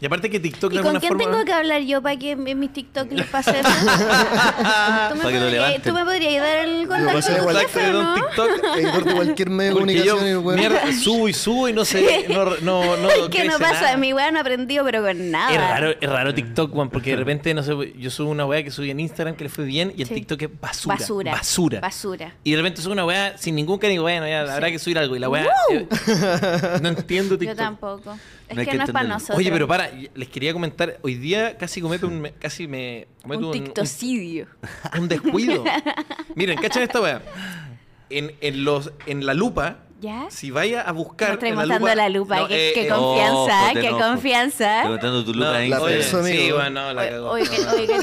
E: Y aparte que TikTok
D: ¿Y
E: de
D: con
E: alguna
D: quién
E: forma.
D: tengo que hablar yo para que en en mis TikTok les pase eso? ¿Tú,
B: que lo
D: me podrías,
B: levanten.
D: tú me podrías dar el contacto
F: pasé
D: de tu
F: igual.
D: jefe,
E: de
D: ¿o
E: Don
D: no?
E: TikTok.
F: Editor de cualquier medio de
E: Porque yo
F: comunicación y el weón-
E: mierda, subo y subo y no sé, no, no, no
D: que no
E: crece
D: pasa, Ah,
E: nada.
D: mi weá no aprendió, pero con nada.
E: Es raro, es raro TikTok, Juan, porque de repente, no sé, yo subo una weá que subí en Instagram que le fue bien y el
D: Sí.
E: TikTok es basura.
D: Basura.
E: Basura.
D: Basura.
E: Y de repente subo una weá sin ningún cariño, bueno, ya habrá que subir algo. Y la weá. eh, no entiendo
D: Yo
E: TikTok.
D: tampoco. Es
B: No hay
D: que,
B: que
D: no es para
B: entenderlo.
D: nosotros.
E: Oye, pero para, les quería comentar, hoy día casi cometo un, me- casi me cometo
D: Un tiktocidio.
E: un descuido. Miren, cachan esta weá. En, en los, en la lupa,
D: ¿Ya?
E: si vaya a buscar.
D: Nos trae
E: en la
D: mostrando
E: lupa,
D: la lupa.
E: no,
D: qué,
E: eh,
D: qué
E: eh,
B: con-
D: confianza,
B: ojo, te
D: qué
B: enojo.
D: confianza.
B: Levantando tu
E: no,
B: lupa de
F: la
E: oye,
B: Instagram.
F: persona-
E: Sí,
F: amigo.
E: bueno, no, la
D: Oye,
E: cagó.
D: oye, que- oye, que- ¡Uh!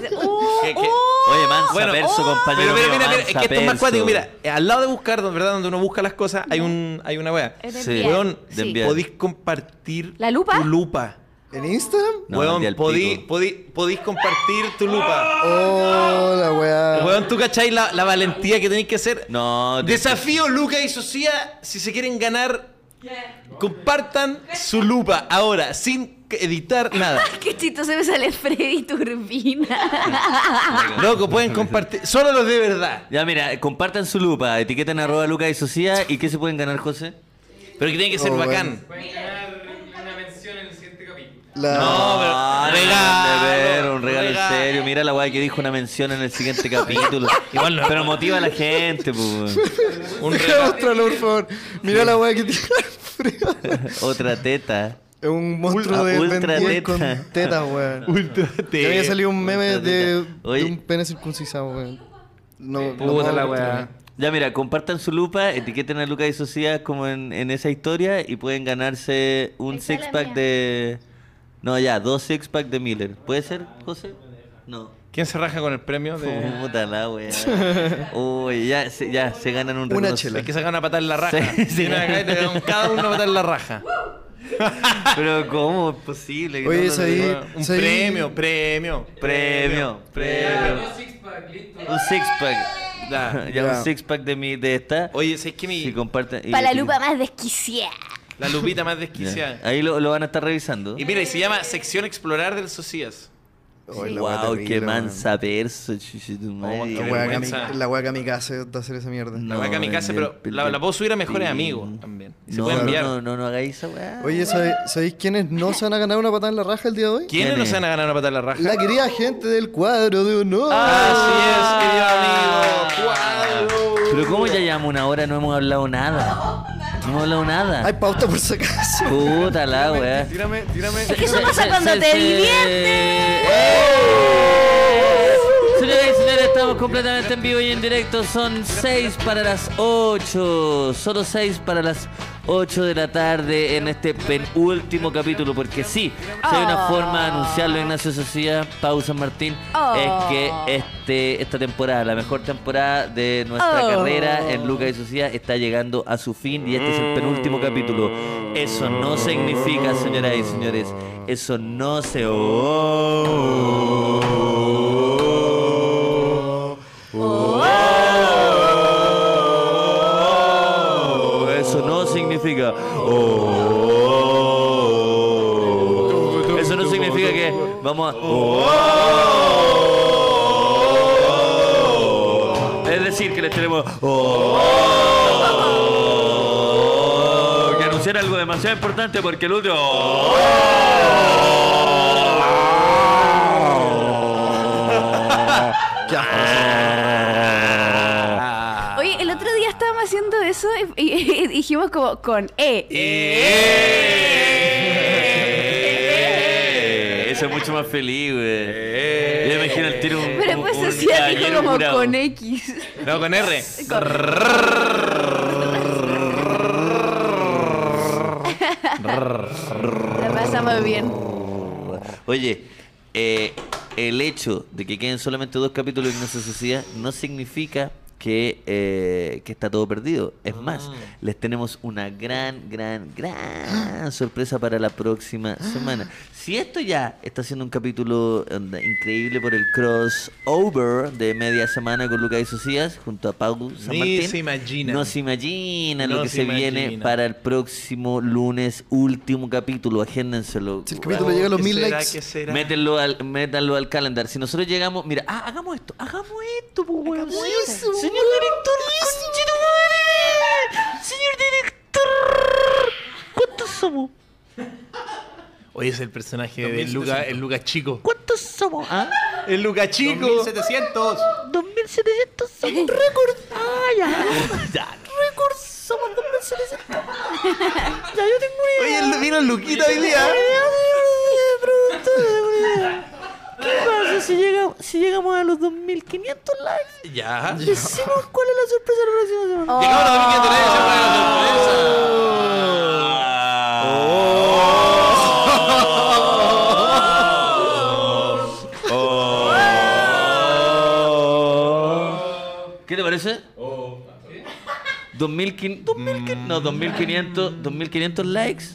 E: Que- que-
D: ¡Uh!
B: Oye, mansa
E: Bueno, oh,
B: perso, compañero.
E: Pero, pero
B: mío,
E: mira, mira, es
B: mansa
E: que esto es más
B: perso.
E: cuático. Mira, al lado de buscar, donde, ¿verdad? Donde uno busca las cosas, hay, un, hay una wea.
D: Eres
B: Sí.
D: bien.
E: Weón,
B: de
D: Sí.
B: enviar.
E: podéis compartir
D: ¿La lupa?
E: tu lupa.
F: ¿En Instagram?
B: No, el día
E: Weón,
B: del
E: podí-
B: pico.
E: podí- podís compartir tu lupa.
F: Oh, la weá.
E: Weón, tú cacháis la, la valentía que tenéis que hacer.
B: No, te-
E: Desafío, Luca y Socia, si se quieren ganar, compartan su lupa ahora, sin editar nada.
D: ¡Qué chistoso me sale Freddy Turbina!
E: Loco, pueden compartir, solo los de verdad.
B: Ya, mira, compartan su lupa, etiqueten arroba Lucas y Socia. ¿Y qué se pueden ganar, José?
E: Pero que tiene que ser
F: Oh, bueno.
E: bacán.
G: Pueden ganar una mención en el siguiente capítulo.
F: La-
E: No, pero- regalo,
B: Ah, de ver, un regalo,
E: regalo.
B: en serio. Mira la weá que dijo una mención en el siguiente capítulo.
E: Igual no.
B: Pero motiva a la gente, pues.
E: Un
F: Deja
E: regalo.
F: mostrarlo, por favor. Mira la weá que tiene Alfredo.
B: Otra teta.
F: Es un monstruo
B: Ultra-
F: de Ben
B: ultra
F: 10
B: teta.
F: con tetas, weón.
B: Este,
F: Te había salido un meme
B: ultra
F: de,
B: teta.
F: de
B: oh, Oye.
F: un pene circuncisado, weón. No, lo
E: Puta
F: más
E: la
F: ultra.
E: weá.
B: Ya, mira, compartan su lupa, etiqueten a Lucas y Socias como en, en esa historia y pueden ganarse
D: Ahí
B: un
D: está la
B: six pack
D: mía.
B: de. No, ya, dos six pack de Miller. ¿Puede ser, José? No.
E: ¿Quién se raja con el premio? De...
B: Puta la wea. Uy, ya, se- ya se ganan un
F: Una
B: reconoc-
F: chela.
E: El que saca una patada en la raja.
B: Sí, sí.
E: Y una acá y te dan cada uno una patada en la raja.
B: Pero, ¿cómo es posible? que
F: Oye,
B: no lo
F: esa
B: logremos?
F: Sí,
E: un
F: sí.
E: premio, premio.
B: Premio, premio.
G: Dos six pack, listo.
B: Un six pack.
E: Ya.
B: Ya,
F: Ya.
B: un six pack de, mi, de esta.
E: Oye, ¿sabes qué? Mi,
B: si comparten. y-
D: Para la
B: y-
D: lupa más desquiciada.
E: La lupita más
B: Ya.
E: desquiciada.
B: Ahí lo, lo van a estar revisando.
E: Y mira, y se llama Sección Explorar del Socias.
F: Oh, la weá
B: Wow,
F: terrible,
B: qué
F: weón.
B: mansa perso, chuchitumare.
E: qué
F: La weá
E: vergüenza.
F: cami- La weá kamikaze de hacer esa mierda.
E: La
B: No,
E: voy a kamikaze,
B: el
E: pero
B: del-
E: la,
B: del-
E: la puedo subir a mejores
B: del-
E: amigos también. Se
B: no,
E: puede
B: no,
E: enviar.
B: no, no, no hagáis esa weá.
F: Oye, ¿sabe- ¿sabéis quiénes no se van a ganar una patada en la raja el día de hoy?
E: ¿Quiénes no se van a ganar una patada en la raja?
F: La querida gente del cuadro de honor.
B: Ah,
E: Así es, querido amigo. Cuadro.
B: Pero ¿cómo ya llevamos una hora? No hemos hablado nada. No hemos hablado
F: Hay
B: nada.
F: pauta por si acaso.
B: Puta la weá.
F: Tírame, tírame.
D: Es que eso pasa cuando te diviertes.
B: Señoras y señores, estamos completamente en vivo y en directo. Son 6 para las 8. Solo 6 para las 8 de la tarde en este penúltimo capítulo, porque sí, si hay una
D: Oh.
B: forma de anunciarlo, Ignacio Socía, Pausa Martín,
D: Oh.
B: es que este, esta temporada, la mejor temporada de nuestra
D: Oh.
B: carrera en Lucas y Socía, está llegando a su fin y este es el penúltimo capítulo. Eso no significa, señoras y señores, eso no se... Oh, Eso no significa. oh. Eso no significa que vamos a. oh. Es decir, que les tenemos. oh. Que anunciar algo demasiado importante porque el oh, último.
D: Oye, el otro día estábamos haciendo eso y, y- y dijimos como con E.
B: Eh, Eso es mucho más feliz, güey. Yo me imagino el tiro un.
D: Pero
B: un-
D: después
B: un
D: Sofía dijo
B: caballero
D: como
B: curado.
D: con X.
E: No, con R.
D: La pasamos bien.
B: Oye, eh, el hecho de que queden solamente dos capítulos de Ignacio Sociedad no significa que, eh, que está todo perdido. Es
E: Ah.
B: más, les tenemos una gran, gran, gran sorpresa para la próxima
E: Ah.
B: semana. Si esto ya está siendo un capítulo onda, increíble por el crossover de media semana con Lucas y Socias junto a Pau San
E: Ni
B: Martín,
E: se imaginan.
B: no se imaginan lo
E: No
B: que
E: se
B: se viene
E: imaginan.
B: para el próximo lunes, último capítulo. Agéndenselo.
F: Si el capítulo llega a los
E: ¿Qué
F: mil
E: será,
F: likes.
E: qué será?
B: Mételo al, métanlo al calendar. Si nosotros llegamos, mira, ah, hagamos esto, hagamos esto, po, weón. Señor, señor director, conchetumare. Señor director, ¿cuántos somos?
E: Oye, es el personaje de Luca, el Luca Chico.
B: ¿Cuántos somos? ¿Ah?
E: El Luca Chico.
C: 700.
B: 2700 somos récord. Ah, ya. ya. Récord somos 2700. ya yo tengo una idea.
C: Oye, vino el Luquita hoy día.
B: ¿Qué pasa si llegamos, si llegamos a los 2500 likes?
E: Ya.
B: Decimos cuál es la sorpresa de la próxima semana.
D: Oh.
E: Llegamos a los 1500 likes, se fue la
B: Oh. ¿Qué te parece? 2500, no, 2500, 2500 likes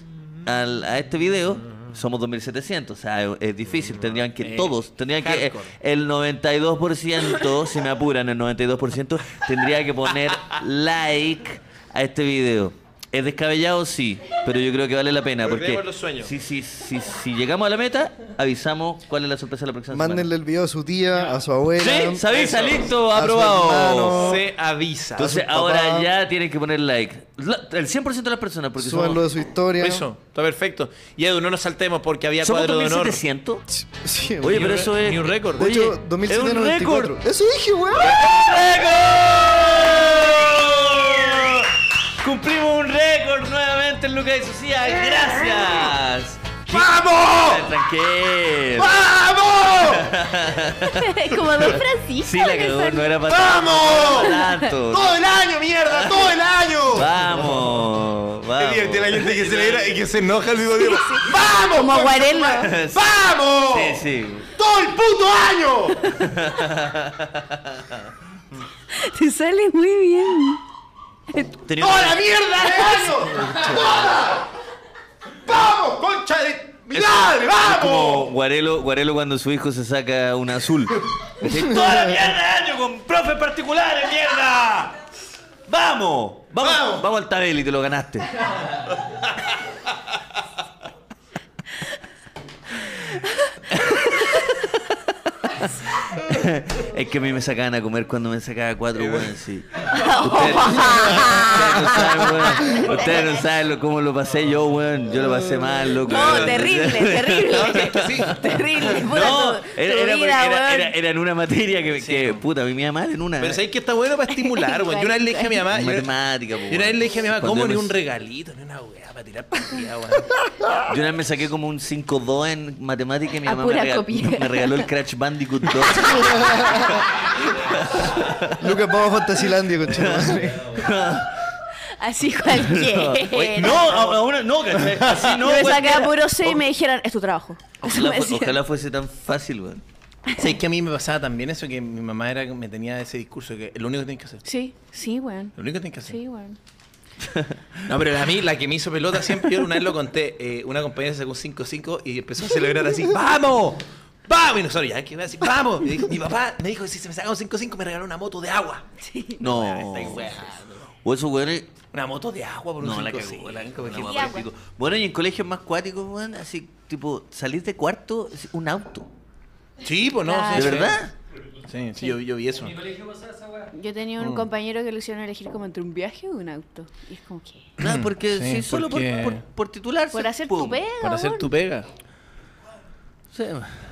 B: al- a este video. Somos 2700, o sea, es, es difícil. Tendrían que todos, tendrían que. eh, el 92%, si me apuran, el 92%, tendría que poner like a este video. ¿Es descabellado? Sí, pero yo creo que vale la pena. Porque
E: Logremos los sueños.
B: si, si, si, si llegamos a la meta, avisamos cuál es la sorpresa de la próxima
F: Mándenle el video a su tía, a su abuela.
B: semana. Sí, se avisa, listo,
F: a su
B: aprobado.
F: hermano.
E: sorpresa. Se avisa.
F: Entonces,
B: Entonces
F: a su
B: ahora
F: papá.
B: ya tienen que poner like. La- el 100% de las personas, porque
F: Súbanlo de
B: somos,
F: su historia.
E: Eso, está perfecto. Y Edu, no nos saltemos porque había
B: somos
E: cuadro de honor.
B: 2700.
F: Sí,
B: Oye, pero
E: Ni un re-
B: eso es.
E: ni un récord.
F: De hecho,
B: Oye, es un
F: 2794.
B: récord.
F: Eso dije, weón.
B: ¡Récord! Cumplimos un récord nuevamente en Lucas y Sucia. Gracias. ¡Vamos! Tranquilo.
D: como Don Francisco.
B: Sí, la
D: que
B: cagó,
D: son-
B: no era para ¡Vamos! tanto. ¡Todo el año, mierda! ¡Todo el año! ¡Vamos! ¡Vamos!
A: Divierte la gente que celebra y que se enoja al mismo tiempo.
D: Ah, Como aguarelo.
B: ¡Vamos! Sí, sí.
D: Te sale muy bien.
B: Tenía una- Es como Guarelo, Guarelo cuando su hijo se saca un azul. Dice, ¡Toda la mierda de año con profe particular, mierda! ¡Vamos! ¡Vamos! Vamos, al tabel y te lo ganaste. es que a mí me sacaban a comer cuando me sacaba cuatro weón, sí. Ustedes, ustedes no saben, weón. Ustedes no saben lo- cómo lo pasé yo, weón. Yo lo pasé mal, loco.
D: No, terrible, terrible. Terrible. Puta,
B: No,
D: tu-
B: era,
D: tu
B: era porque
D: vida,
B: era-
D: weón.
B: era- era en una materia que, que, puta, a mí me iba mal en una.
E: Pero sabéis que está bueno para estimular, weón. Yo una vez le dije a mi mamá.
B: En
E: yo-
B: matemática, po,
E: Yo una vez le dije a mi mamá,
B: Cuando
E: ¿cómo
B: yo
E: ni
B: me-
E: un regalito, ni una weá para tirar para allá, weón?
B: Yo una vez me saqué como un 5-2 en matemática y mi
D: A
B: mamá me,
D: pura
B: rega-
D: copia.
B: me regaló el Crash Bandicoot 2.
F: Lucas, vamos a Fantasilandia, conchetumadre.
D: Así cualquiera.
B: Oye, no, a- ahora no, ¿cachai? Así no.
D: Yo me
B: cualquiera.
D: sacaba puro C y me dijeran, es tu trabajo. Eso
B: Ojalá,
D: me
B: fue-
D: decían.
B: ojalá fuese tan fácil, weón.
E: ¿Sabes que a mí me pasaba también eso? Que mi mamá era, me tenía ese discurso que lo único que tienes que hacer.
D: Sí, sí, weón.
E: Lo único que tienes que hacer.
D: Sí, weón.
E: No, pero a mí la que me hizo pelota siempre, yo una vez lo conté, eh, una compañera sacó un 5-5 y empezó a celebrar así, ¡vamos! ¡Vamos! Y nosotros ya, que así, ¡vamos! Y dijo- mi papá me dijo que si se me sacaba un 5-5 me regaló una moto de agua.
B: No.
E: Estáis weando.
B: O esos weones.
E: Una moto de agua por un
B: No, la
E: 5-5.
B: cagó, la cagó,
E: por
B: la
E: ejemplo.
B: weá por el pico. Bueno, y en colegios más cuáticos, weón, así, tipo, salir de cuarto, es un auto.
E: Sí, pues no.
D: Claro.
E: sí,
B: ¿De
E: sí.
B: verdad?
E: Sí, sí, yo, yo vi eso.
G: Mi colegio pasaba esa weá.
D: Yo tenía
B: Mm.
D: un compañero que lo hicieron elegir como entre un viaje o un auto. Y es como que.
B: No, porque
E: Mm, Sí,
B: sí, solo por,
E: porque-
B: por, por titularse.
D: Por hacer
B: pum.
D: tu pega.
E: Para hacer
D: weón.
E: tu pega.
B: Sí.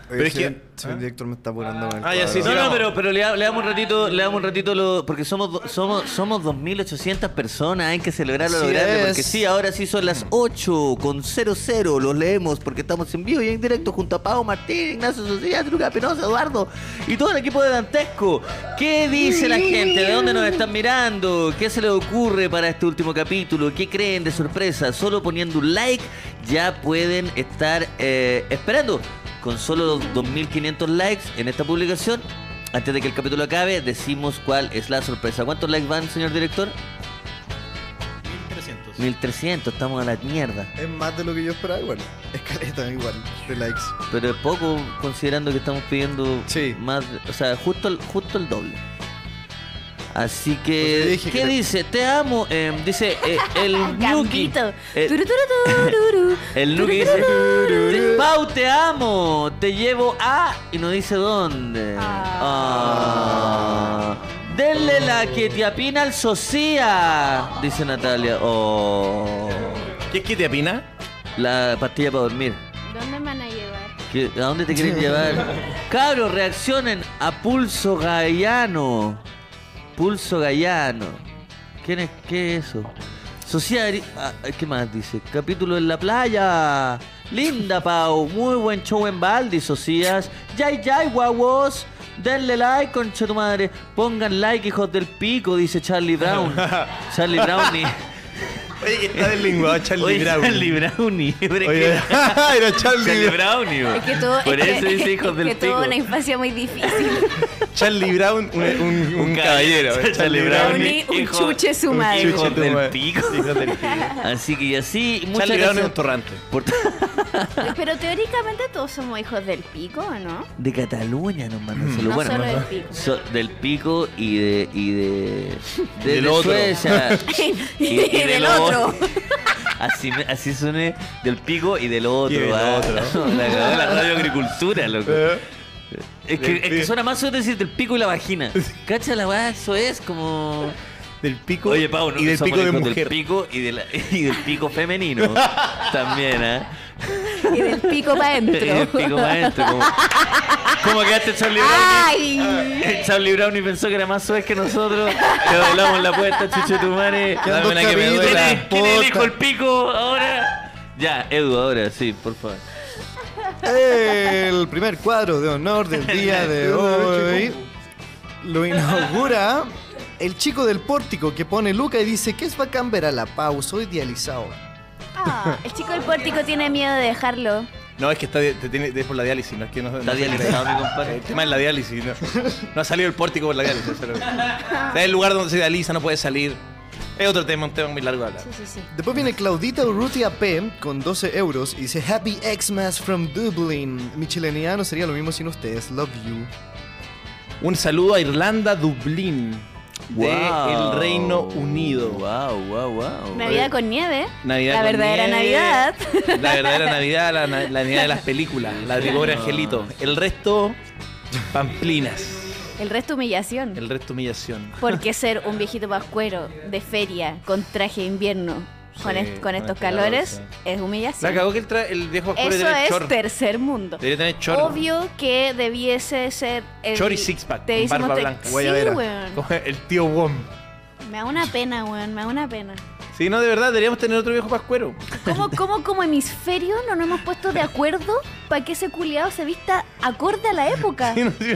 E: Pero es que-
F: el director me está apurando con el
E: Ah, ya, sí,
F: cuadro.
B: No,
E: sí.
B: no,
E: vamos.
B: pero, pero le, da- le damos un ratito, le damos un ratito lo- porque somos do- somos somos 2800 personas, hay que celebrarlo a lo
F: Así
B: grande,
F: es.
B: porque sí, ahora sí son las 8 con 00, los leemos porque estamos en vivo y en directo junto a Pau Martín, Ignacio Sociedad, Truca Penosa, Eduardo y todo el equipo de Dantesco. ¿Qué dice la gente? ¿De dónde nos están mirando? ¿Qué se les ocurre para este último capítulo? ¿Qué creen de sorpresa? Solo poniendo un like ya pueden estar eh, esperando con solo los 2.500 likes en esta publicación. Antes de que el capítulo acabe, decimos cuál es la sorpresa. ¿Cuántos likes van, señor director? 1.300, estamos a la mierda.
F: Es más de lo que yo esperaba, igual. Es caleta, igual, de likes.
B: Pero es poco considerando que estamos pidiendo
F: Sí.
B: más, o sea, justo el, justo el doble. Así
F: Pues
B: que,
F: yo dije
B: ¿qué
F: que-
B: dice? Te amo, eh, dice eh, el Nuki.
D: Gambito.
B: Eh,
D: Turu, turu, turu, turu.
B: el Nuki dice, Pau, te amo, te llevo a... Y no dice dónde.
D: Ah.
B: Ah. Denle la que te apina al socia, dice Natalia. Oh.
E: ¿Qué es que te opina?
B: La pastilla para dormir.
D: ¿Dónde me van a llevar?
B: ¿Qué- ¿A dónde te quieren llevar? Cabros, reaccionen a Pulso Gallano. Pulso Gallano. ¿Quién es, ¿Qué es eso? Sociedad. ah, ¿Qué más dice? Capítulo en la playa. Linda, Pau. Muy buen show en Baldi, Socias. Yay, yay, guaguos. Denle like, concha tu madre. Pongan like, hijos del pico, dice Charlie Brown. Charlie Brown y.
A: Oye, que está deslenguado Charlie
B: Oye,
A: Brown.
B: Charlie Brownie. Pero es
A: Oye,
B: que-
A: era Charlie,
B: Charlie Brownie.
D: Es que todo,
B: Por
D: es
B: eso
D: que,
B: dice hijos
D: es
B: del
D: que
B: pico.
D: tuvo una infancia muy difícil.
A: Charlie Brown, un, un- un
B: Un
A: caballero.
B: caballero. Charlie Brown.
D: Brownie, un
B: hijo-
D: chuche su
A: un
D: madre.
A: chuche.
B: Hijos del
A: Madre.
B: pico. Así que y así, muchas
E: Charlie Brown es un
B: gracias
E: torrante.
B: por-
D: Pero teóricamente todos somos hijos del pico, ¿o ¿no?
B: De Cataluña nomás,
A: Mm.
B: no solo,
D: No
B: bueno,
D: solo
B: no-
D: del pico.
B: so- del pico y de y de, de,
E: Del
B: de
E: otro.
B: Suecia.
D: Y,
B: de
D: del
B: lo-
D: otro.
B: Así, me- así suene del pico y del otro.
A: Y del
B: ah.
A: otro. Eh.
B: La, cagó la radio agricultura, loco. Es que,
A: Del
B: es que
A: pico.
B: suena más suerte decir del pico y la vagina. Cacha la weá, eso es como.
A: Del pico
B: Oye, Pau, ¿no?
A: y del
B: Somos
A: pico de
B: hijos
A: mujer.
B: Del pico y, de la- y del pico femenino. También, ¿ah?
D: Y del pico para
B: Y del pico
D: adentro.
B: maestro. Como, como quedaste Charlie
D: Ah,
B: Brown.
D: ¡Ay!
B: El Charlie Brownie pensó que era más suave que nosotros. Te bailamos la puesta, chucho tu madre.
E: Dame
F: Quedan dos
E: una que me
F: capítulos.
B: ¿Quién,
E: duela.
B: el- quién elijo
F: Puta.
B: el pico ahora? Ya, Edu, ahora sí, por favor.
F: El primer cuadro de honor del día de hoy lo inaugura el chico del pórtico que pone Luca y dice que es bacán ver a la Pau, soy idealizado.
D: Ah, el chico del pórtico tiene miedo de dejarlo.
E: No, es que está, de- te tiene, es por la diálisis, no es que no.
B: Está
E: no se
B: dializado,
E: cree.
B: mi compadre.
E: El tema es la diálisis, no, no ha salido el pórtico por la diálisis. eso es lo que- Está en el lugar donde se dializa, no puede salir. Es otro tema, un tema muy largo de hablar.
D: Sí, sí, sí.
F: Después viene Claudita Urrutia P con 12 euros y dice Happy Xmas from Dublin. Mi chileniano sería lo mismo sin ustedes. Love you.
E: Un saludo a Irlanda, Dublín, del
B: Guau.
E: el Reino Unido.
B: Wow, wow,
E: Oh,
B: wow.
E: eh.
D: Navidad con nieve.
E: Navidad
D: La
E: con
D: verdadera
E: nieve.
D: Navidad.
E: La verdadera Navidad, la, na- la Navidad de las películas, la de pobre angelito. El resto, pamplinas.
D: El resto humillación.
E: El resto, humillación.
D: Porque ser un viejito pascuero de feria con traje de invierno con,
E: Sí,
D: est- con
E: con
D: estos
E: este
D: calores
E: calor,
D: es
E: La
D: humillación.
E: cagó que el, tra- el viejo oscuro
D: Eso
E: tiene
D: es
E: chor.
D: tercer mundo.
E: Debería tener chor.
D: Obvio que debiese ser. El,
E: Chor y six-pack,
D: te
E: con
D: hicimos
E: barba
D: te-
E: blanca.
D: Sí,
F: Guayabera.
D: weón.
E: Como El tío Wom.
D: Me da una pena, weón. Me da una pena.
E: Sí, Sí, no, de verdad, deberíamos tener otro viejo pascuero.
D: ¿Cómo, cómo como hemisferio no nos hemos puesto de acuerdo para que ese culiado se vista acorde a la época?
E: Sí, no, sí,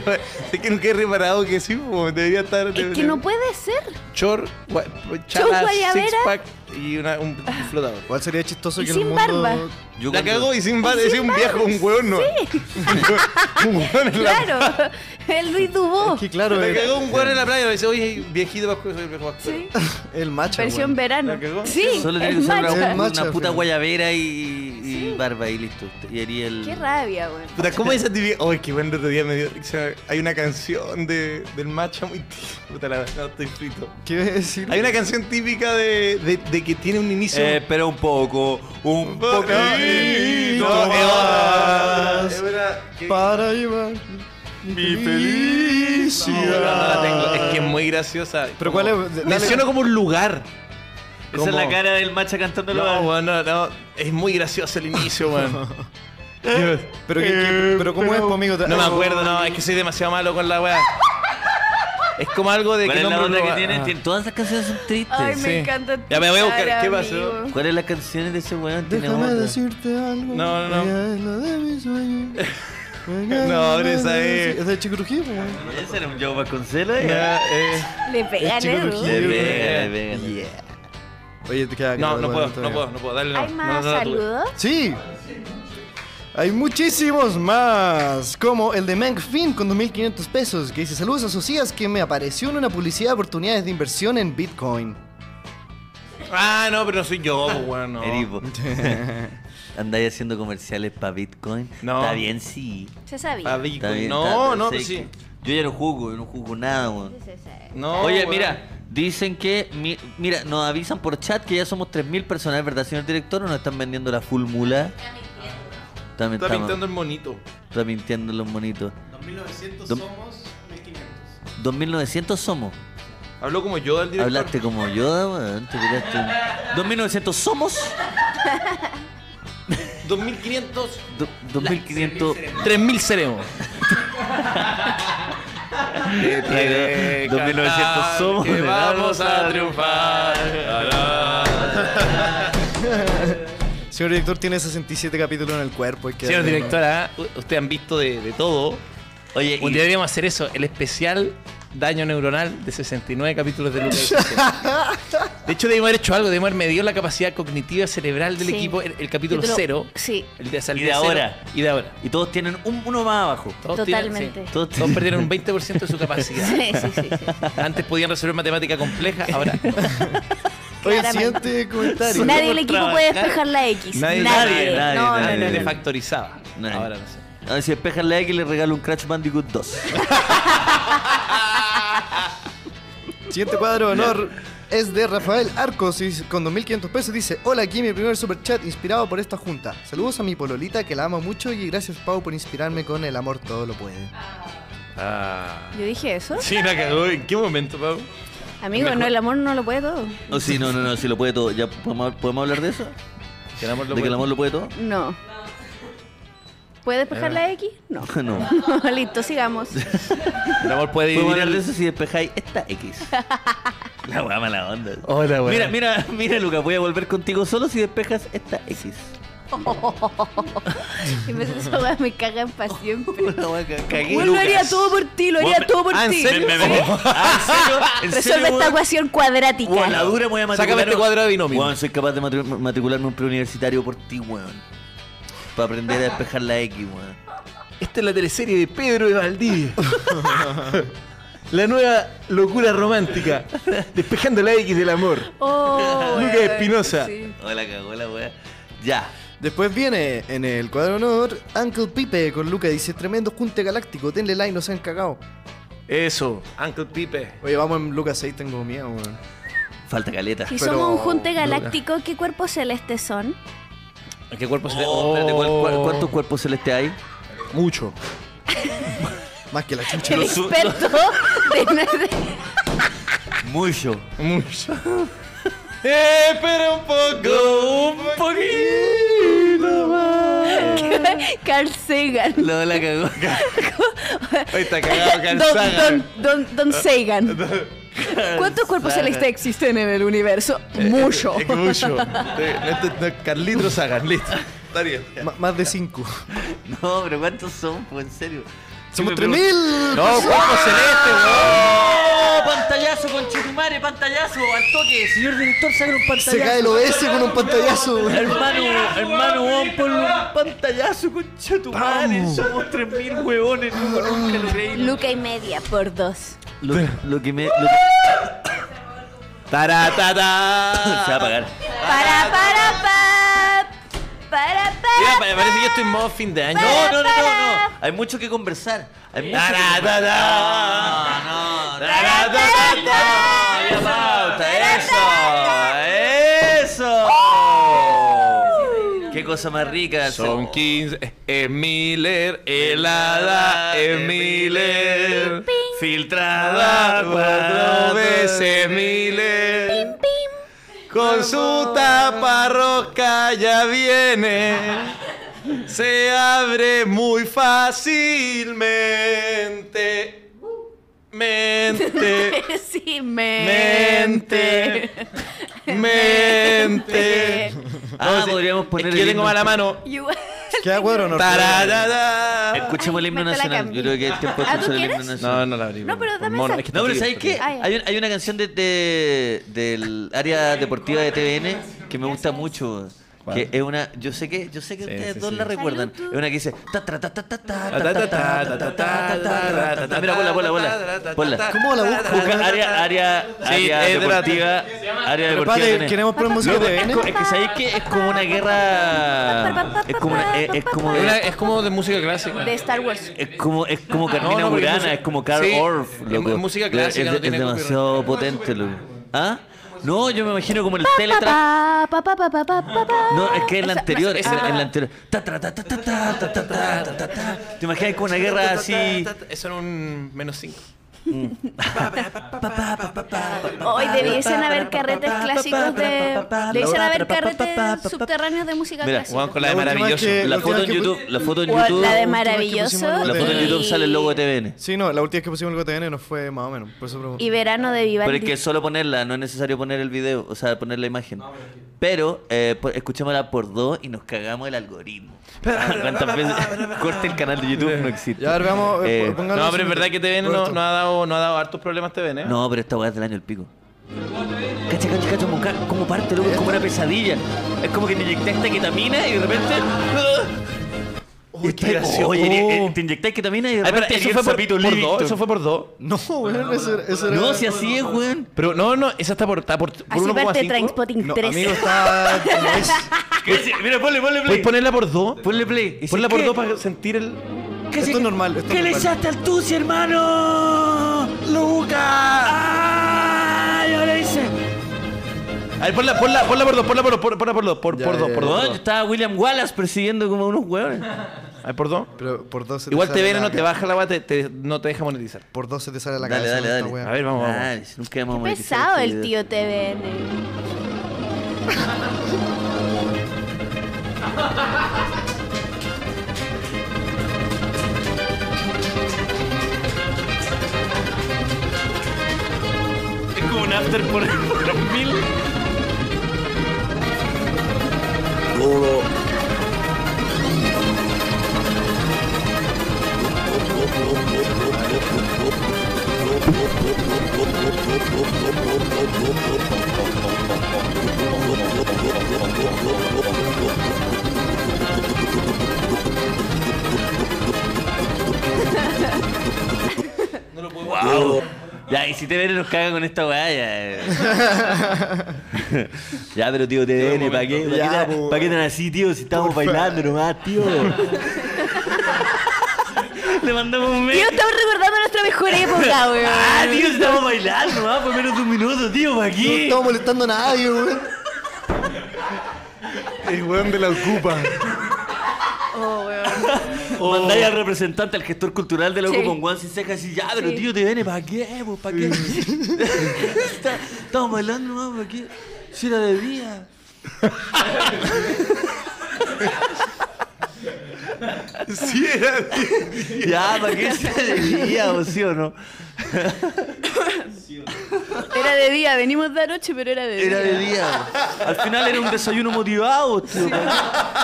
E: es que no quedé reparado que sí, po, debería estar.
D: Es que no puede ser.
E: Chor, gua- chala,
D: guayabera.
E: six pack y una- un flotador.
F: Igual sería chistoso
D: Y
F: que
D: sin
F: el mundo...
D: barba.
B: Yo
E: la
B: cuando-
E: cagó y sin bar, es un viejo, un hueón no. un hueón en la
D: Claro. El Luis Dubó.
F: Es que
D: Oh.
F: claro,
E: La
F: el,
E: cagó un hueón en la playa y me dice, oye, viejito pascuero, soy el viejo pascuero.
D: Sí.
F: el macho.
D: Versión
F: weón.
D: verano.
E: La cagó.
D: Sí.
B: Solo tiene
D: es
B: que usar
D: macha.
B: una,
F: Es
B: una
F: macha,
B: puta
F: sí.
B: guayabera y, y barba y listo. Y haría el.
D: Qué rabia, güey.
E: Puta, ¿cómo dice ti viejo? Oye, qué buen otro día me dio. o sea, hay una canción de, del macha muy. tí- Puta, la no estoy frito.
F: ¿Qué iba a decir?
E: Hay una canción típica de, de, de que tiene un inicio.
B: Eh, espera un poco, un
E: poco-
B: poquito
E: eh,
F: más.
E: Es una- que-
F: Para llevar
E: No, no
F: mi
E: la tengo.
F: felicidad.
E: Es que es muy graciosa.
F: Pero
E: Como-
F: ¿cuál es? Dale.
E: Menciono como un lugar.
B: Esa es la
F: ¿Cómo?
B: cara del macha cantándolo.
E: No, weón, no, no. Es muy gracioso el inicio, weón.
F: Eh, Pero, ¿qué-
E: Eh,
F: qué- pero ¿cómo es, conmigo?
E: No me acuerdo, no. Es que soy demasiado malo con la weá. Es como algo de
B: ¿Cuál
E: que
B: es la
E: nombro un
B: onda que
E: lugar.
B: tienen? Tienen- Todas las canciones son tristes.
D: Ay,
E: Sí.
D: me encanta. tu
E: Ya me voy a buscar,
D: cara,
E: ¿qué pasó?
D: amigo.
B: ¿Cuáles las canciones de ese weón? Tiene
F: Déjame
B: onda.
F: decirte algo.
E: No, no, no.
F: ella es la de mis sueños.
E: No, ahora esa es-
F: Es de Chico Trujillo, weón.
B: ¿Ese era un Joe Vasconcelos?
E: Ya, eh,
D: Le pegan,
F: chico
D: Edu.
B: Le
F: Trujillo. Yeah.
B: pega, le pega.
F: Oye, te queda
E: No, no
F: claro, bueno,
E: puedo, no
F: está bien.
E: puedo, no puedo. Dale, no.
D: ¿Hay
E: No,
D: más
E: no, no, tú.
D: saludos?
F: Sí. Hay muchísimos más, como el de Mank Finn con 2.500 pesos, que dice saludos a Socias que me apareció en una publicidad de oportunidades de inversión en Bitcoin.
E: Ah, no, pero no soy yo, pues, weón. no.
B: Erivo. Andáis haciendo comerciales para Bitcoin.
E: No.
B: Está bien, sí.
D: Se sabía.
E: Fabico.
B: Está bien,
E: No,
B: está-
E: no,
B: sé
E: pues sí.
B: que- Yo ya no jugo, yo no jugo nada, weón.
D: Se sabía.
E: No,
B: Oye,
E: weón.
B: mira, dicen que. mi- mira, nos avisan por chat que ya somos 3.000 personas, ¿es ¿verdad, señor director? ¿O nos están vendiendo la full mula? Está mintiendo.
E: Está pintando el monito.
B: Está mintiendo los monitos.
C: 2900
B: Dom-
C: somos 1500.
B: 2.900 somos.
E: Habló como yo del director.
B: Hablaste como Yoda, weón. Te tiraste un- 2.900 somos.
E: 2500.
B: Do- 2.500.
E: 3000 seremos.
B: Eh, 2.900 somos.
E: Que vamos a
F: Señor director, tiene 67 capítulos en el cuerpo. hay que
E: Señor
F: darle, ¿no?
E: directora, u- ustedes han visto de, de todo.
B: Oye,
E: Un
B: y-
E: día deberíamos hacer eso, el especial daño neuronal de 69 capítulos de Lucas. y Vicente. De hecho, debimos haber hecho algo, debimos haber medido la capacidad cognitiva cerebral del
D: Sí.
E: equipo, el, el capítulo
D: Capítulo-
E: cero.
D: Sí,
E: El de, o sea, el
B: Y
E: día
B: de
E: cero,
B: ahora.
E: Y de ahora.
B: y todos tienen un- uno más abajo.
E: Todos tienen-
D: Totalmente.
E: sí,
B: Todos
E: todos
B: tienen-
E: perdieron un 20% de su capacidad.
D: sí, sí, sí. sí.
E: Antes podían resolver matemática compleja, ahora no.
F: Oye, el
D: claramente.
F: siguiente comentario.
D: Nadie del equipo puede
B: trabajar.
D: despejar la X.
E: Nadie,
D: Nadie.
B: nadie, nadie,
D: no, no,
B: nadie.
D: no, no,
E: le
D: no.
E: factorizaba.
B: No.
E: Ahora no sé.
B: A ver si despejan la X le regalo un Crash Bandicoot 2.
F: Siguiente cuadro de honor es de Rafael Arcos y con 2.500 pesos dice Hola aquí mi primer superchat inspirado por esta junta. Saludos a mi pololita que la amo mucho y gracias Pau por inspirarme con el amor todo lo puede.
B: Ah.
D: Yo dije eso.
E: Sí, la cagó. ¿En qué momento, Pau?
D: Amigo, no, el amor no lo puede todo.
B: No, sí, no, no, no, sí lo puede todo. ¿Ya podemos, podemos hablar de eso?
E: Que el amor
B: ¿De
E: lo
B: que el
E: puede.
B: amor lo puede todo?
D: No. ¿Puede despejar la X? No.
B: No.
D: Listo, sigamos.
E: El amor puede
B: Podemos
E: dividir
B: hablar de
E: el-
B: eso si despejáis esta X. La weá mala onda.
E: Hola, weón.
B: Mira, mira, mira, Lucas, voy a volver contigo solo si despejas esta X.
D: y me, esa weá me cagan para siempre.
B: La weá ca- cagué,
D: Bueno, lo haría
B: Lucas.
D: todo por ti, lo
B: Vos
D: haría
B: me-
D: todo por
E: Ah, ¿en
D: ti.
E: serio?
D: Sí.
E: Me- me-
B: Ah, ¿en serio? ¿En serio,
D: Resuelve esta
B: weón?
D: ecuación cuadrática.
B: Weón, la dura me voy a matricular.
E: Sácame este cuadro de binomio.
B: Weón, soy capaz de matri- matricularme a un preuniversitario por ti, weón. Para aprender a despejar la X, weón.
E: Esta es la teleserie de Pedro de Valdivia. la nueva locura romántica. Despejando la X del amor.
D: Oh,
E: Lucas
D: weón,
E: Espinosa.
D: sí.
B: Hola, cagó la weá. Ya.
F: Después viene en el cuadro de honor Uncle Pipe con Luca dice tremendo junte galáctico, denle like, no se han cagado.
E: Eso, Uncle Pipe.
F: Oye, vamos en Lucas 6, tengo miedo, weón.
B: Falta caleta.
D: Si
F: Pero-
D: somos un junte galáctico, ¿qué cuerpos celestes son?
E: ¿En qué cuerpo se
B: Oh, espérate, ¿cuál- cuál- ¿Cuántos cuerpos celestes hay?
E: Mucho.
F: Más que la chucha.
D: El
B: su-
D: experto de, de-
B: Mucho.
E: Mucho. eh, pero un poco, un poquito más.
D: Carl Sagan.
B: La la cagó.
E: Ahí está cagado,
D: Don,
E: calzada.
D: don, don, don Sagan.
H: ¿Cuántos cuerpos celestes existen en el universo? Mucho.
A: Es que mucho.
E: este,
A: Carlitos Sagan, listo. Está bien.
F: M- más de cinco.
B: No, pero ¿cuántos son? Pues en serio.
F: Somos
B: Yo me
F: tres
B: pregunto-
F: mil.
A: No, cuerpo celeste,
B: ¡Oh! ¡Pantallazo con Chetumare! ¡Pantallazo! ¡Al toque! Señor director, saca un pantallazo.
F: Se cae el OBS con un pantallazo. weón.
B: Hermano, hermano, weón, ponle un pantallazo con Chetumare. Somos 3000 huevones. Nunca, nunca lo creí.
D: Luca y media por dos.
B: Lo, lo que me. Lo que... Se va a pagar.
D: Para, para, pa. Para, para.
E: Mira, pa- parece que yo estoy en modo fin de año.
B: No, no, no, no, no. Hay mucho que conversar. Hay mucho que conversar. No, no. Había pauta, eso.
D: ¡Oh!
B: Eso. Qué cosa más rica.
E: Son 15. eh, eh, Miller, helada, eh, Miller.
B: Filtrada Ah,
E: Helada cuatro veces Miller. Con su taparroca ya viene. Se abre muy fácilmente. Mente.
D: Sí, me.
E: Mente. Mente.
B: Ah,
E: No, sí,
B: podríamos poner
E: es que yo
B: el
E: tengo
B: himno.
E: mala mano.
D: Igual.
F: Queda cuadro, ¿no?
E: Tararara.
B: Escuchemos el himno
D: Ay, me está la
B: nacional. Yo creo que es tiempo de
D: ¿Ah, tú
B: escuchar el himno
D: quieres?
B: nacional.
E: No, no la abrí.
D: No, pero
E: por
D: dame
E: mono.
D: esa-
E: Es que
B: No, pero
E: está
B: ¿sabes qué?
E: abierto.
D: Ah, ya.
B: Hay, un- hay una canción de, de- del área deportiva de TVN que me gusta mucho. Que es una, yo sé que, yo sé que ustedes
E: sí,
B: dos
E: sí.
B: la recuerdan.
D: Salud, tú.
B: Es una que dice. ta, tra, ta, ta, ta, ta, ta,
E: Ta,
B: ta,
E: ta, ta, ta, ta, ta, ta, ta, ta, ta.
B: Mira, bola, bola, bola. Ponla.
F: ¿Cómo la busco?
B: Busca área, área,
E: Sí,
B: área
E: es de la-
B: deportiva. Área
F: Pero
B: deportiva.
F: padre,
B: TVN.
F: queremos poner música
B: Loco,
F: de
B: es, co- es que sabéis que es como una guerra. Es como una- es, es como
E: Es una- Es como de música clásica.
D: De Star Wars.
B: es como, es como
E: No,
B: Carmina
E: no, porque
B: Burana,
E: es música-
B: es como Carl
E: Sí,
B: Orff,
E: es
B: loco.
E: mu- música clásica,
B: Es,
E: no
B: es
E: tiene copyright.
B: demasiado potente, loco. ¿Ah? No, yo me imagino como el teletra.
D: Pa, pa, pa, pa, pa, pa, pa, pa.
B: No, es que es la
D: Esa-
B: anterior,
D: no,
B: es
D: ah.
B: la- es la anterior. Ta, tra, ta, ta, ta, ta, ta, ta, ta, ta, ta, ta. ¿Te imaginas con una guerra así?
E: Eso era un menos 5.
D: Hoy debiesen haber carretes clásicos de. Debiesen haber carretes subterráneos de música
B: Mira,
D: clásica.
E: Juan con la de
F: La última
E: maravilloso.
F: que-
B: La
F: Lo
B: foto en
F: que-
B: YouTube, la foto en
D: O
B: YouTube,
D: la de
B: la
D: maravilloso.
F: La
B: foto en
D: y-
B: YouTube sale el logo de TVN.
F: Sí, no, la última vez que pusimos el GTN nos fue más o menos. Por eso pregunto.
D: Y verano de
B: Pero
D: Vivaldi.
B: es que solo ponerla, no es necesario poner el video, o sea, poner la imagen. Pero eh, po- escuchémosla por dos y nos cagamos el algoritmo. Ah, ¿Cuántas veces corte el canal de YouTube? No existe.
F: Ya, a ver, veamos. eh,
B: Eh,
F: póngalo
E: No, pero es
F: así.
E: verdad que TVN no,
F: Roberto.
E: no ha dado, no ha dado hartos problemas TVN. ¿eh?
B: No, pero esta weá es del año del pico. Cacha, cacha, cacha, monca, como parte, loco, es como una pesadilla. Es como que te inyectaste ketamina y de repente.
E: ¡Ah!
F: Uy,
B: Está-
F: qué gracioso.
B: Oye, eh, eh, te inyectáis ketamina y de
E: Ay, pero
B: repente.
E: Oh. Ah, eso
B: eres
E: fue por,
B: sapito
E: por dos.
B: Livingstone.
E: Eso fue por dos.
F: No, weón, eso, eso era.
B: No, si así es, weón.
E: Pero no, no, esa está por, está por, por
D: Así parte
E: 1,5.
D: Trainspotting
F: No,
D: 3.
F: amigo, está. no es-
B: Mira, ponle, ponle
E: ¿Puedes
B: play.
E: ponerla por dos?
B: Ponle play. Y
E: Ponla
B: si-
E: por
B: ¿qué?
E: dos para sentir el.
B: ¿Qué
F: Esto
B: se-
F: es normal, esto
B: ¿Qué
F: es
B: le
F: normal.
B: echaste al tusi, hermano? ¡Luca! ¡Ay, ahora hice!
E: A ver, ponla, ponla, ponla por dos, ponla por dos, por- ponla por dos, por,
F: Ya,
E: por dos,
F: ya,
E: por
F: ya.
E: dos.
B: Bueno, estaba William Wallace persiguiendo como unos hueones.
E: A ver, por dos.
F: Pero por dos se
E: Igual
F: sale
E: TVN
F: la
E: no te
F: ca-
E: baja la guata, te, te- no te deja monetizar.
F: Por dos se te sale la
B: Dale,
F: cabeza.
B: dale,
F: esta
B: dale.
F: weá.
E: A ver, vamos, vamos.
B: Ay, nunca hemos monetizado
D: Pesado
B: este
D: el
B: video.
D: tío TVN.
B: Es como un after por los mil. Wow. Ya, y si TVN nos caga con esta weá, ya. eh. ya, pero tío, TVN, ¿para qué? ¿Para qué,
F: Ya,
B: tan-
F: po.
B: pa' qué tan así, tío? Si estamos bailando nomás, tío. Le mandamos un
D: Tío, estamos recordando nuestra mejor época, weón.
B: Ah, tío, estamos bailando nomás por menos de un minuto, tío, ¿para
F: No
B: qué?
F: estamos molestando a nadie, weón.
A: El weón de la ocupa.
D: Oh,
B: Mandáis al representante, al gestor cultural de loco
D: Sí.
B: con guan sin cejas y ya, pero
D: Sí.
B: tío, te viene, ¿para qué? po? ¿Para qué? Está- Estamos bailando, ¿no? ¿Para qué? Si era de día.
A: Sí, era.
B: Ya, ¿para qué si era de día, o sí o no?
H: Era de día, venimos de noche, pero era de
B: Era
H: día.
B: de día. Al final era un desayuno motivado, tío.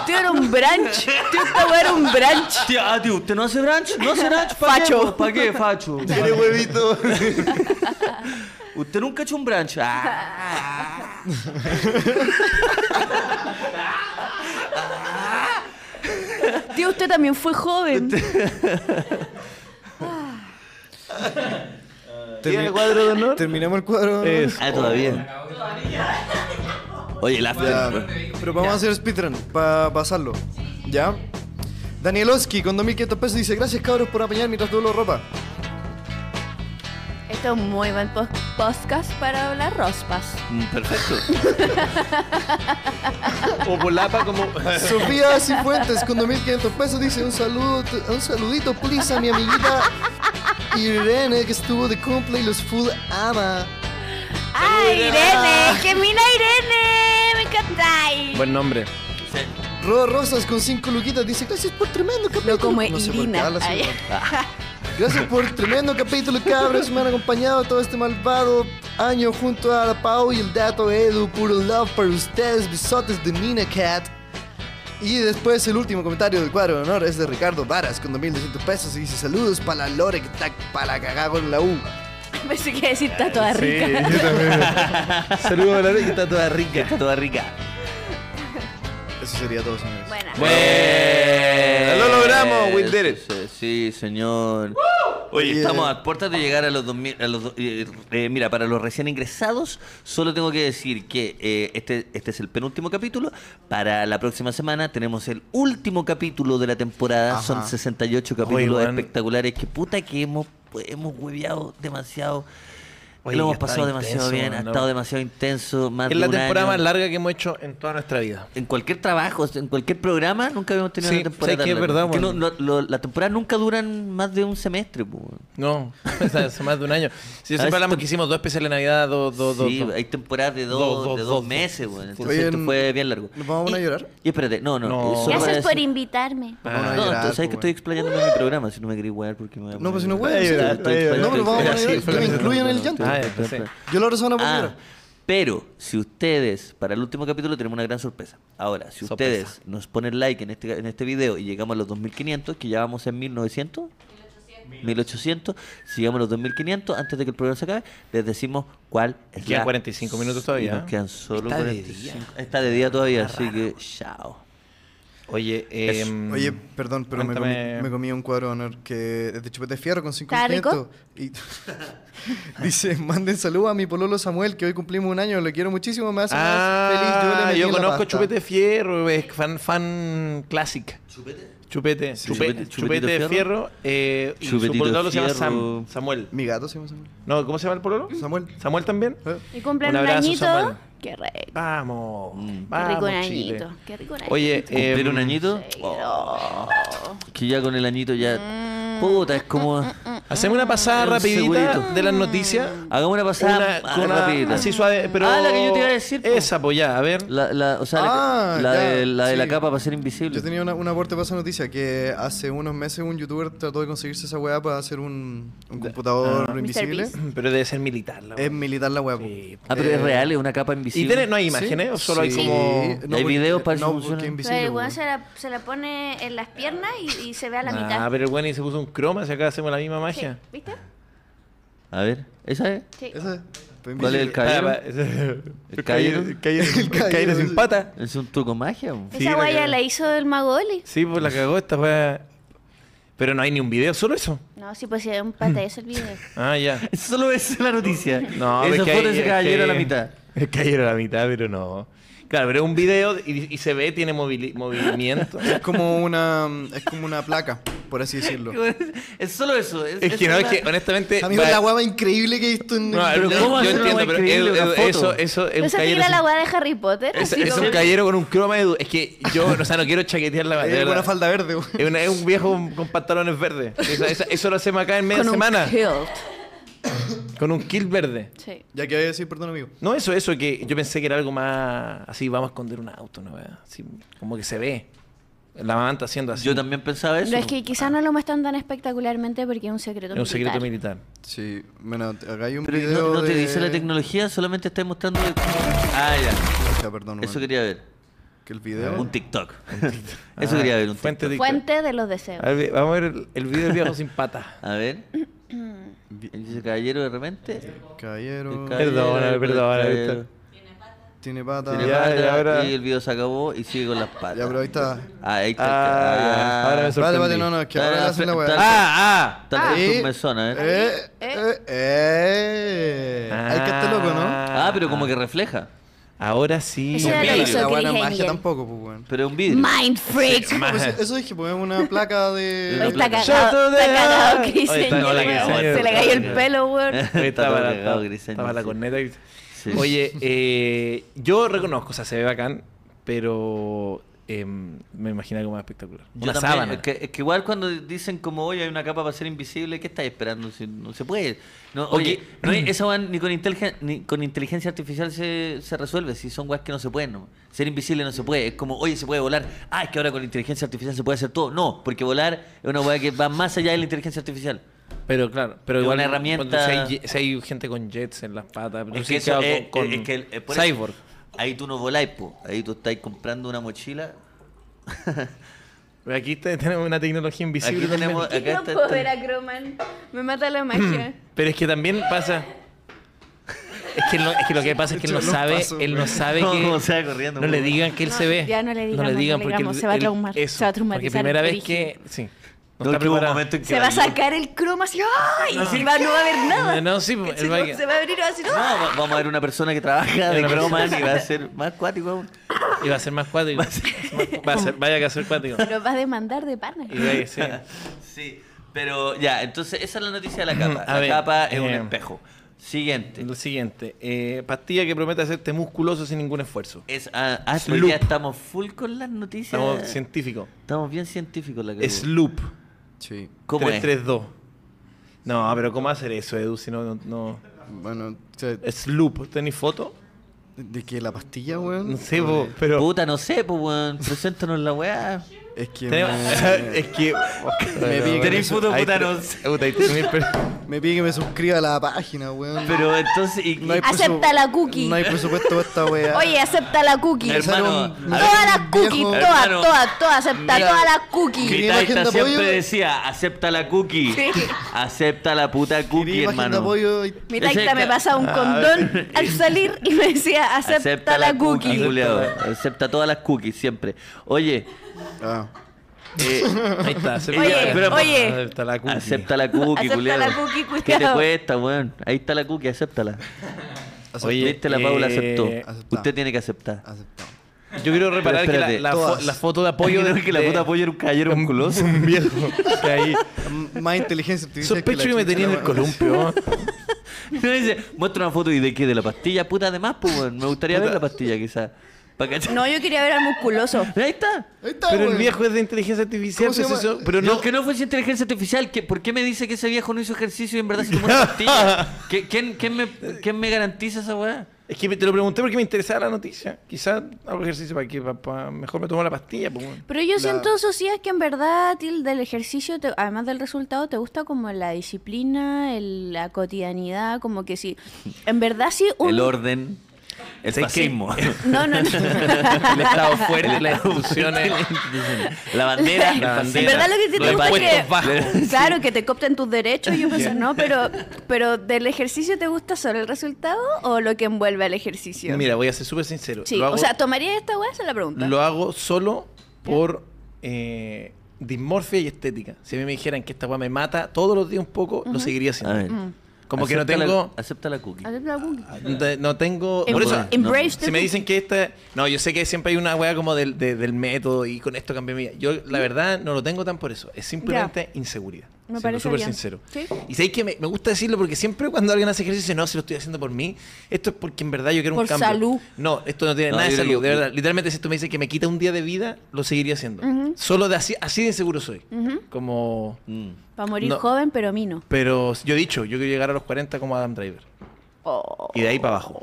H: Tío, era un brunch. Tío, esta weá era un brunch.
B: Tío, ah, tío, ¿usted no hace brunch? ¿No hace brunch? ¿Para
H: Facho.
B: Qué, ¿Para qué, facho?
A: Tiene huevito.
B: ¿Usted nunca ha hecho un brunch? Ah.
H: Tío, usted también fue joven.
F: Termi-
B: cuadro de honor?
F: Terminamos el cuadro.
B: Ah, todavía. Oye, el after.
F: Ya,
B: bueno.
F: pero vamos a hacer speedrun para pasarlo. ¿Ya? Daniel Oski con 2.500 pesos dice, gracias cabros por apañar mientras doblo ropa.
D: Esto es un muy buen po- podcast para hablar rospas.
B: Mm, Perfecto.
E: O polapa como.
F: Sofía Cifuentes con 2.500 pesos dice, un, saludo, un saludito please a mi amiguita Irene que estuvo de cumple y los full ama.
D: ¡Ay, ¡Ah, Irene! ¡Que mina Irene! ¡Me encantáis!
E: Buen nombre.
F: Ro Rosas con 5 luquitas dice, gracias por tremendo capítulo.
D: no como
F: por qué
D: Irina.
F: habla así,
D: Ay.
F: weón. Gracias por tremendo capítulo, cabros. Me han acompañado todo este malvado año junto a la Pau y el Dato Edu. Puro love para ustedes, bisotes de Nina Cat. Y después el último comentario del cuadro de honor es de Ricardo Varas con 2.200 pesos y dice saludos para la Lore que está para cagar con la U.
D: Pensé que iba a decir está toda rica.
A: Saludos a la ley que está toda
B: Que
A: rica.
B: está toda rica.
F: Eso sería todo, señores.
D: Buena.
B: Bueno.
A: Lo logramos, we did it.
B: Eh, Sí, sí, señor. Oye,
F: Oye.
B: estamos a puertas de llegar a los 2000. A los, do- eh, eh, mira, para los recién ingresados, solo tengo que decir que eh, este, este es el penúltimo capítulo. Para la próxima semana tenemos el último capítulo de la temporada.
F: Ajá.
B: Son 68 capítulos
E: Oye, weón.
B: espectaculares. Que puta que hemos, hemos hueveado demasiado.
E: Oye,
B: lo hemos
E: ha estado
B: pasado demasiado
E: intenso,
B: bien, ha
E: weón, la-
B: estado demasiado intenso. Más
E: Es
B: de
E: la
B: un
E: temporada
B: año.
E: más larga que hemos hecho en toda nuestra vida.
B: En cualquier trabajo, en cualquier programa, nunca habíamos tenido
E: Sí,
B: una temporada.
E: sé que
B: tan
E: es
B: larga.
E: verdad,
B: Porque
E: weón.
B: no- lo- lo- la temporada nunca duran más de un semestre, po, weón.
E: No, o sea, hace más de un año. Si
B: A
E: siempre
B: veces
E: hablamos
B: te-
E: que hicimos dos especiales de Navidad, dos, dos, dos.
B: Ah, Sí,
E: dos.
B: hay temporadas de dos,
E: Dos, dos,
B: de dos,
E: dos.
B: meses, weón. Entonces
F: Oye,
B: esto
F: en-
B: fue bien largo.
F: ¿nos vamos a
B: Y-
F: llorar?
B: Y espérate, no, no.
E: No.
B: solo para
D: Gracias por
B: decir-
D: invitarme.
E: Ah,
F: Vamos a
B: No,
F: llorar,
B: tú sabes que
F: pues,
B: estoy explayándome en mi programa, si no me quería igual porque me voy a
F: No,
B: poner-
F: pues si no
B: Estoy-
F: puedes.
B: estoy-
F: No,
B: estoy- estoy-
F: pero vamos a
B: estoy-
E: llorar,
B: estoy-
E: sí,
B: estoy-
E: me
B: estoy-
F: incluyo en el
B: estoy-
F: llanto.
B: estoy-
E: Ah, ya,
B: estoy-
E: sí.
F: Yo la razón a
B: Ah, pero si ustedes, para el último capítulo tenemos una gran sorpresa. Ahora, si
E: Sorpresa.
B: ustedes nos ponen like en este, en este video y llegamos a los 2500, que ya vamos en 1900. 1800, si llegamos a los 2500 antes de que el programa se acabe, les decimos cuál es
E: Quedan
B: la
E: 45 minutos todavía,
B: Y nos
E: ¿eh?
B: quedan solo
E: Está de
B: 45. Está de día todavía, así que chao.
E: Oye, em,
F: Oye, perdón, pero me
E: cuéntame.
F: comí, me comí un cuadro de honor que es de chupete fierro con 5
D: ¿Está rico?
F: Y dice, manden saludos a mi pololo Samuel, que hoy cumplimos un año, lo quiero muchísimo, me hace más feliz. le
E: Ah,
F: metí
E: yo
F: en la
E: conozco
F: pasta".
E: Chupete Fierro, es fan, fan classic. ¿Chupete? Chupete,
B: Sí.
E: chupe-
B: Chupete-
E: chupete,
B: Chupetito
E: de Fierro. eh, y su
B: Chupetito
E: pololo se llama
B: Fierro.
E: Sam, Samuel.
F: Mi gato se llama Samuel.
E: No, ¿cómo se llama el pololo?
F: Samuel.
E: ¿Samuel también?
B: Mm.
F: ¿Eh?
D: Y cumplen
E: Un
D: un,
E: abrazo,
D: añito.
E: Samuel.
D: Qué rico.
E: Vamos.
D: Qué
E: vamos,
D: rico un
E: Chile.
D: añito. Qué rico un añito.
E: Oye, eh,
B: ¿Cumplir un añito? Oh, que ya con el añito ya... Puta, es como...
E: Mm, hacemos una pasada
B: Un
E: rapidita
B: segurito.
E: de las noticias.
B: Hagamos una Ah, pasada
E: Una,
B: ah,
E: con una-
B: rapidita.
E: así suave, pero...
B: Ah, la que yo te iba a decir, po.
E: Esa, pues ya, a ver.
B: La, la, o sea, la,
F: Ah,
B: la
F: ya,
B: de, la, de la
F: sí.
B: capa para ser invisible.
F: Yo tenía una, un aporte para esa noticia, que hace unos meses un youtuber trató de conseguirse esa weá para hacer un, un computador invisible.
D: Beast.
E: Pero debe ser militar. La
F: Es militar la weá.
E: ah. Sí.
F: po.
B: Ah, pero
F: Eh,
B: es real, es una capa
E: ¿Y
B: invisible.
E: tiene, no hay imágenes? ¿O solo
F: Sí.
E: hay como...?
F: No,
B: Hay
F: porque-
B: videos para
F: no,
B: si funciona.
F: porque es
D: Pero el
F: invisible,
D: weón
F: weón.
D: se la, se la pone en las piernas y, y se ve a la
E: Ah,
D: mitad.
E: pero el bueno, y se puso un croma, si acá hacemos la misma
D: Sí,
E: magia.
D: ¿Viste?
B: A ver, ¿esa es?
D: Sí.
F: Ese, pues,
B: ¿Cuál es el
F: invisible.
B: caballero?
E: Ah, va-
B: ¿El caballero?
E: El caballero, el caballero
F: caballero,
E: sin
F: sí.
E: pata.
B: ¿Es un truco magia? po?
E: Sí,
D: Esa
E: la
D: guaya
E: cagó.
D: la hizo el Magoli.
E: Sí, pues la cagó esta fue... Pero no hay ni un video, solo eso.
D: No, sí, pues si es un pata, eso el video.
E: Ah, ya.
B: Solo es la noticia.
E: No,
B: Esa
E: es que
B: foto de
E: hay-
B: ese
E: es
B: caballero a
E: que-
B: la mitad.
E: El caballero a la mitad, pero no. Claro, pero es un video y, y se ve, tiene movili- movimiento.
F: Es como una, es como una placa, por así decirlo.
B: Es solo eso. Es,
E: es que no, es que honestamente...
F: Amigo,
E: va-
F: la guava increíble que he visto en...
E: No,
B: Pero
E: yo-
B: ¿cómo
E: yo
B: hacer una
E: entiendo,
B: guay
E: pero
B: increíble,
E: es-
B: una
E: es-
B: foto?
E: eso, eso es un
D: Eso
E: caballero
D: tira la
E: sin-
D: guada de Harry Potter.
E: Es,
D: así
E: es
D: como-
E: un caballero con un croma de... du- Es que yo, o sea, no quiero chaquetear la
F: Es una falda verde, weón.
E: Es, una- es un viejo con- con pantalones verdes. Esa- esa- eso lo hacemos acá en media
H: Con un
E: semana.
H: kilt.
E: Con un kill verde.
D: Sí.
F: Ya que voy a decir, perdón, amigo.
E: No, eso, eso, que yo pensé que era algo más así, vamos a esconder un auto, ¿no? Así, como que se ve. La mamanta haciendo así.
B: Yo también pensaba eso.
D: No, es que quizás no lo muestran tan espectacularmente porque es un secreto
E: Ah. Es un secreto militar.
F: Sí, bueno, acá hay un
B: Pero ¿y
F: video.
B: no, no te
F: de-
B: dice la tecnología, solamente está mostrando. el- Ah, ya.
F: Ya, perdón,
B: Eso
F: bueno,
B: quería ver.
F: que el video.
B: Un TikTok. Eso quería ver, un
E: Fuente
B: TikTok.
E: de-
D: Fuente de los deseos.
E: A ver, vamos a ver el, el video del viejo sin pata.
B: A ver. Él dice caballero de repente.
F: Caballero.
B: El
E: Perdóname,
B: caballero,
E: perdóname,
B: el caballero.
F: Tiene pata.
B: Tiene
E: Ya,
B: pata,
E: ya, ahora-
B: Y el video se acabó y sigue con las patas.
F: Ya, pero ahí está.
B: Ah, ahí está.
E: Ah, ya. Ahora me
B: está.
F: Vale,
E: sorprendí.
F: vale, no, no, es que ahora
B: Ah,
F: le hacen la weá.
B: tal-
E: ¡Ah, ah!
B: Tal vez
F: Ah.
B: un mesón, a ver.
F: Eh, eh, eh. Hay que estar loco, ¿no?
B: Ah, pero como que refleja.
E: Ahora sí.
D: Ese era lo hizo
F: la
D: Chris
F: buena magia
D: Hengel.
F: tampoco, pues, weón.
B: Pero es un vidrio.
D: Mind freak.
F: Pues eso- eso dije, ponemos una placa de.
D: Hoy está
B: Yo
D: cagado,
E: te
D: está cagado
E: doy.
D: Chris
E: Hoy está
D: Angel,
E: la
D: weón.
E: cagó,
D: Se le
E: está
D: cayó
B: la
D: el pelo, weón.
B: Está
E: estaba,
B: todo
E: la,
B: cagado, Griseño,
E: estaba la
B: sí.
E: corneta. y-
B: Sí.
E: Oye, eh, yo reconozco, o sea, se ve bacán, pero em, me imagino algo más espectacular.
B: Yo
E: Una
B: también,
E: sábana.
B: Es que, es que igual cuando dicen como hoy hay una capa para ser invisible, ¿qué estás esperando? Si no se puede. No, oye, no hay- esa weá ni con, inteligen- ni con inteligencia artificial se, se resuelve. Si son weas que no se pueden. no. Ser invisible no se puede. Es como, oye, se puede volar. Ah, es que ahora con inteligencia artificial se puede hacer todo. No, porque volar es una wea que va más allá de la inteligencia artificial.
E: Pero claro, pero
B: Es
E: igual.
B: una herramienta-
E: cuando Si hay, ye- si hay gente con jets en las patas. pero
B: Es
E: si
B: que eso
E: queda
B: es-
E: con,
B: es que el- eh, por eso-
E: Cyborg.
B: ahí tú no voláis, po. Ahí tú estás comprando una mochila.
E: Aquí te- tenemos una tecnología invisible.
B: Aquí
E: también.
B: tenemos- acá
D: No
B: está-
E: este.
D: puedo ver a Croman. Me mata la magia.
E: Pero es que también pasa. Es que, él no- es que lo que pasa es que él no
F: Yo no
E: sabe,
F: paso,
E: él no
F: güey.
E: sabe
B: No,
E: que
B: como sea corriendo,
E: no le
B: güey.
E: digan que él
D: No,
E: se ve.
D: ya no le
E: no
D: digamos,
E: le digan
D: no le
E: porque
D: digamos,
E: él-
D: se va a
E: él-
D: traumar,
E: eso,
D: se va a traumatizar
E: Porque primera vez
D: brígido.
E: que sí,
B: No,
E: no, está
B: que hubo un
E: preparado.
B: momento en que
D: Se va a
B: valió.
D: sacar el cromo así. ¡Ay! Y se va, no va a haber nada.
E: No, no, sí,
D: ¿Cachai?
E: él va a-
D: Se va a abrir y va a decir.
B: No,
D: ¡Ah!
B: va- vamos a ver una persona que trabaja de
E: Una
B: croma y va a ser más cuático aún.
E: Y va a ser más cuático. Va a ser, vaya que va a ser cuático.
D: Nos "Oh, va a demandar de partner.
E: Y ahí, sí.
B: Sí, pero ya, entonces esa es la noticia de la capa.
E: A
B: la
E: ver,
B: capa es un
E: eh,
B: espejo. Siguiente.
E: Lo siguiente, eh, pastilla que promete hacerte musculoso sin ningún esfuerzo.
B: Es, ah, ah, pero
E: Sloop.
B: ya estamos full con las noticias.
E: Estamos
B: Estamos,
E: científico.
B: bien científicos la que
E: Sloop
F: Sí.
B: Uh. ¿Cómo es?
E: 332. No, pero ¿cómo hacer eso, Edu? Si no, no, no.
F: Bueno, o sea,
E: Sloop, ¿tenéis foto?
F: ¿de que la pastilla, weón?
E: No sé, po, pero.
B: Puta, no sé, pues weón, preséntanos la weá.
F: Es que.
E: Tenemos-
F: Me,
E: es que.
F: Me vi que Tenéis
B: puto
E: Hay
B: puta,
E: tre-
B: no sé.
E: Puta, hay tres mil per-
F: me pide que me suscriba a la página, weón.
B: Pero entonces, y-
F: No hay presu-
D: Acepta la cookie.
F: No hay presupuesto para esta weá.
D: Oye, acepta la cookie.
B: Hermano, a ver,
D: Todas las cookies,
F: viejo-
D: todas,
B: Hermano,
D: todas, todas, acepta
B: mira,
D: todas las
B: mi
D: cookies.
F: quería- ¿Quería
B: taita
F: agenda
B: siempre
F: pollo?
B: decía, acepta la cookie.
D: Sí.
B: Acepta la puta cookie,
F: Quería imagen de
B: hermano.
F: apoyo y-
D: Mi
B: Ese
D: tacta me
B: ca-
D: pasaba un condón al salir y me decía, acepta, la cookie.
B: culiao. Acepta todas las cookies, siempre. Oye,
F: Ah.
B: eh,
E: Ahí está, acepta,
D: Oye, oye.
E: Acepta la cookie.
B: Acepta la cookie,
D: Acepta
B: culiao.
D: la cookie,
B: ¿Qué te
D: culiao.
B: cuesta, weón? Ahí está la cookie, acéptala.
F: Acepto.
E: Oye,
B: Viste, la Paula aceptó.
E: eh,
F: aceptá.
B: Usted tiene que aceptar.
F: Aceptado.
E: Yo quiero reparar que la,
B: espérate,
E: la fo-
F: todas.
E: la foto de apoyo.
B: Yo creo
E: de-
B: que la puta apoyo era un caballero musculoso.
E: Un viejo. que ahí.
F: M- Más inteligencia artificial.
E: Sospecho que,
F: la
E: me
F: chucha,
E: tenía en el
F: weón.
E: columpio.
B: Dice, Muestra una foto y de qué, de la pastilla, puta, además, pues, weón. Me gustaría ver la pastilla, quizás. Pa' cachar.
D: No, yo quería ver al musculoso.
B: Ahí está.
F: Ahí está,
E: pero el
F: weón.
E: viejo es de inteligencia artificial.
F: ¿Cómo se
E: pues
F: llama?
E: eso- pero
B: No,
E: no.
B: que no fuese inteligencia artificial. ¿Qué- ¿Por qué me dice que ese viejo no hizo ejercicio y en verdad se tomó una pastilla? ¿Qué- quién, quién me, quién me garantiza esa weá?
E: Es que me- te lo pregunté porque me interesaba la noticia. Quizás hago ejercicio para que pa- pa- mejor me tomo la pastilla. pues, bueno.
D: Pero yo
F: La-
D: siento, Socias, que en verdad a ti del ejercicio, te- además del resultado, te gusta como la disciplina, el- la cotidianidad, como que sí. En verdad sí un...
B: El orden, el
E: ¿Sabes qué?
B: fascismo.
D: No, no, no.
E: El estado fuerte, las instituciones.
B: La bandera,
E: La
B: la
E: bandera.
B: bandera.
D: En verdad lo que te,
E: Los
D: gusta
E: impuestos
D: es que,
E: bajos.
D: claro, que te copten tus derechos y cosas, ¿no? Pero, pero del ejercicio te gusta solo el resultado o lo que envuelve al ejercicio.
E: Mira, voy a ser súper sincero.
D: sí,
E: lo hago,
D: o sea, tomaría esta weá, se la pregunta.
E: lo hago solo por eh, dismorfia y estética. Si a mí me dijeran que esta weá me mata todos los días un poco, lo seguiría
B: A ver.
E: haciendo.
D: Mm.
E: Como que no
B: Acepta la-
E: tengo.
B: acepta la cookie.
D: Acepta la cookie.
E: De- No tengo.
D: Em-
E: por eso.
D: embrace the
E: Si me
D: cookie.
E: dicen que esta. No, yo sé que siempre hay una wea como del, de- del método y con esto cambié mi vida. Yo, la verdad, no lo tengo tan por eso. Es simplemente inseguridad.
D: Me
E: siendo
D: parece
E: súper
D: bien.
E: sincero.
D: Sí.
E: Y sabéis que me, me gusta decirlo porque siempre cuando alguien hace ejercicio dice, no, si lo estoy haciendo por mí, esto es porque en verdad yo quiero un
D: Por
E: cambio.
D: salud.
E: No, esto no tiene
B: No,
E: nada de
B: yo creo
E: salud,
B: que-
E: de verdad. Literalmente, si esto me dice que me quita un día de vida, lo seguiría haciendo. Solo de así, así de seguro soy. Como.
B: Mm.
D: Para morir
E: No.
D: joven, pero a mí no.
E: Pero yo he dicho, yo quiero llegar a los 40 como Adam Driver.
D: Oh.
E: Y de ahí para abajo.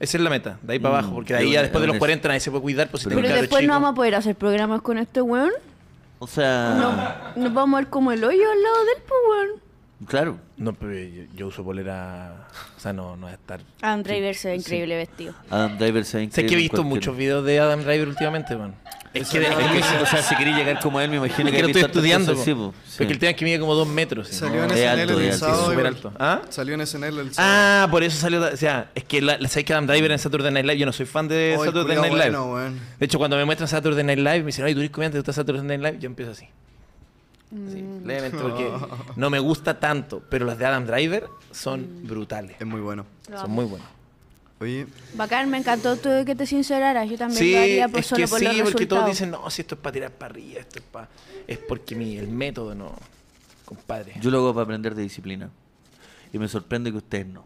E: Esa es la meta, de ahí para abajo, porque de ahí
H: Yo-
E: ya después de los
H: es-
E: 40 nadie se puede cuidar, pues si
H: Pero
E: tiene
D: Pero
E: un cabro
D: después
E: chico.
D: no vamos a poder hacer programas con este weón.
H: O sea.
E: Ah.
D: No, nos vamos a ver como el hoyo al lado del po, weón.
H: Claro.
E: No, pero yo, yo uso polera. O sea, no, no va a estar.
D: Adam Driver se ve increíble vestido.
H: Adam Driver se
E: Sé que he visto muchos videos de Adam Driver últimamente, man. Es que, es que,
H: videos. o sea, si quería llegar como él, me imagino
E: es que
H: hay
E: lo estoy
H: visto hartas
E: estudiando.
H: cosas
E: po.
H: así, po. Sí.
E: Porque el tema es que mide como dos metros. ¿sí?
F: Salió en
H: es
F: SNL
H: alto,
F: el
H: es alto, es
F: sábado.
E: súper
F: igual.
E: alto. ¿Ah?
F: Salió en SNL el sábado.
E: Ah, por eso salió. O sea, es que la, sé que Adam Driver en Saturday Night Live. Yo no soy fan de
F: Oh, el
E: Saturday
F: culiao
E: Night Live.
F: bueno, weón.
E: De hecho, cuando me muestran Saturday Night Live, me dicen, ay, tú eres comediante, ¿te gusta Saturday Night Live? Yo empiezo así. Así,
I: Mm.
E: levemente, porque no me gusta tanto. Pero las de Adam Driver son brutales.
F: Es muy bueno.
E: Son muy buenas.
F: Oye,
D: Bacán, me encantó tú que te sinceraras. Yo también
E: Sí,
D: lo haría por
E: es
D: solo
E: que
D: por
E: sí,
D: los
E: porque
D: resultados.
E: todos dicen, no, si esto es para tirar para arriba, esto es para... Es porque mi, el método no, compadre.
H: Yo lo hago para aprender de disciplina. Y me sorprende que ustedes no.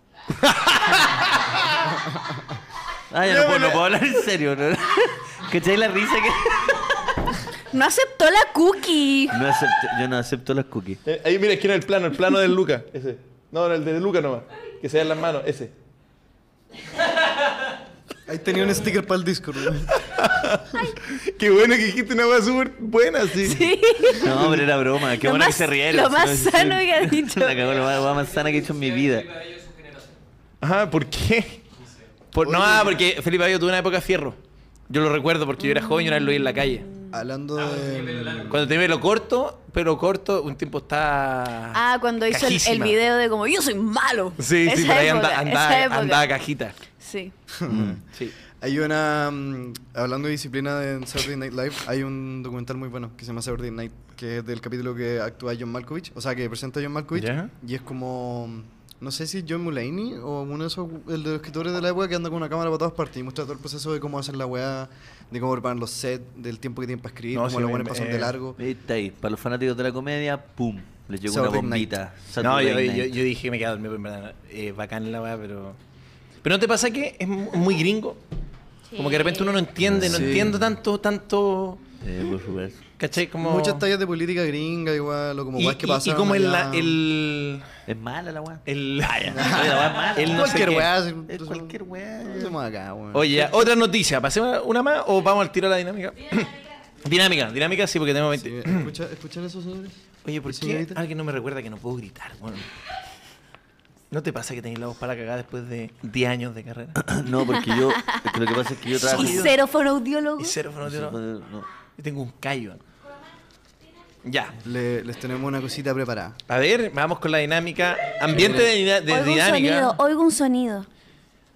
H: ah, ya no puedo, no puedo hablar en serio. ¿no? ¿Cachai la risa que.?
D: No aceptó la cookie.
H: No acepto- yo no acepto las cookies.
I: Eh, ahí mira, aquí en el plano, el plano del Luca, ese. No, no, el de Luca nomás. Que se vean las manos, ese.
F: ahí tenía un sticker para el Discord. weón.
I: Qué bueno que dijiste una hueá súper buena, sí.
D: Sí.
H: No, pero era broma. Qué
D: Lo
H: bueno que
D: más-
H: se rieron.
D: lo
H: si
D: más
H: no, sí.
D: sano que ha dicho.
H: La cagó, lo más, lo más sana que he hecho en mi vida.
I: Ajá, ¿por qué?
E: Por- no, ah, porque Felipe Abello tuvo una época fierro. Yo lo recuerdo porque yo era joven y una vez lo vi en la calle.
F: Hablando de.
E: Cuando tenía pelo corto, pelo corto, un tiempo está...
D: Ah, cuando hizo el, el
E: cajísima.
D: video de como yo soy malo.
E: Sí, sí,
D: Esa
E: por ahí
D: época,
E: anda- andaba,
D: esa época.
E: andaba cajita.
D: Sí.
E: Sí.
F: Hay una. mm, hablando de disciplina de Saturday Night Live, hay un documental muy bueno que se llama Saturday Night, que es del capítulo que actúa John Malkovich, o sea, que presenta John Malkovich.
E: Ya.
F: Y es como. No sé si John Mulaney o uno de esos el de los escritores de la época que anda con una cámara para todas partes y muestra todo el proceso de cómo hacer la weá, de cómo preparan los sets, del tiempo que tienen para escribir,
E: No,
F: cómo
E: sí,
F: los
E: me-
F: buenos pasan
E: eh,
F: de largo.
H: Está ahí. Para los fanáticos de la comedia, ¡pum! Les llegó una
F: Saturday
H: bombita.
E: No,
H: Saturday
E: yo, yo-
H: night.
E: yo dije que me quedaba dormido, pero en verdad, eh, bacán la weá, pero... Pero ¿no te pasa que es mu- muy gringo? Como que de repente uno no entiende, no
F: Sí.
E: entiendo tanto, tanto...
H: Eh, por supuesto.
E: ¿Cachai? Como...
F: Muchas tallas de política gringa igual, o como
E: Y,
F: weas que
E: y-
F: pasan.
E: y como el,
F: allá.
E: el,
H: Es mala Ah, la weá.
E: el-
H: El
E: no sé
F: cualquier
E: qué.
F: weá.
H: Es cualquier weá.
F: No estamos acá, weón.
E: Oye, ya, otra noticia. ¿Pasemos una- una más o vamos al tiro a la dinámica? dinámica, dinámica sí, porque tenemos 20.
F: Sí, escucha- ¿Escuchan eso, señores?
E: Oye, ¿por
F: ¿Y
E: qué
F: señorita?
E: alguien no me recuerda que no puedo gritar? Bueno, ¿no te pasa que tenéis la voz para cagar después de 10 años de carrera?
H: No, porque yo. es que Lo que pasa es que yo trabajo.
D: Y cero fonoaudiólogo.
E: Y cero fonotero.
H: No.
E: Yo tengo un callo. Ya.
F: Le- les tenemos una cosita preparada.
E: A ver, vamos con la dinámica. Ambiente de, dina- de
D: oigo
E: dinámica.
D: un sonido, oigo un sonido.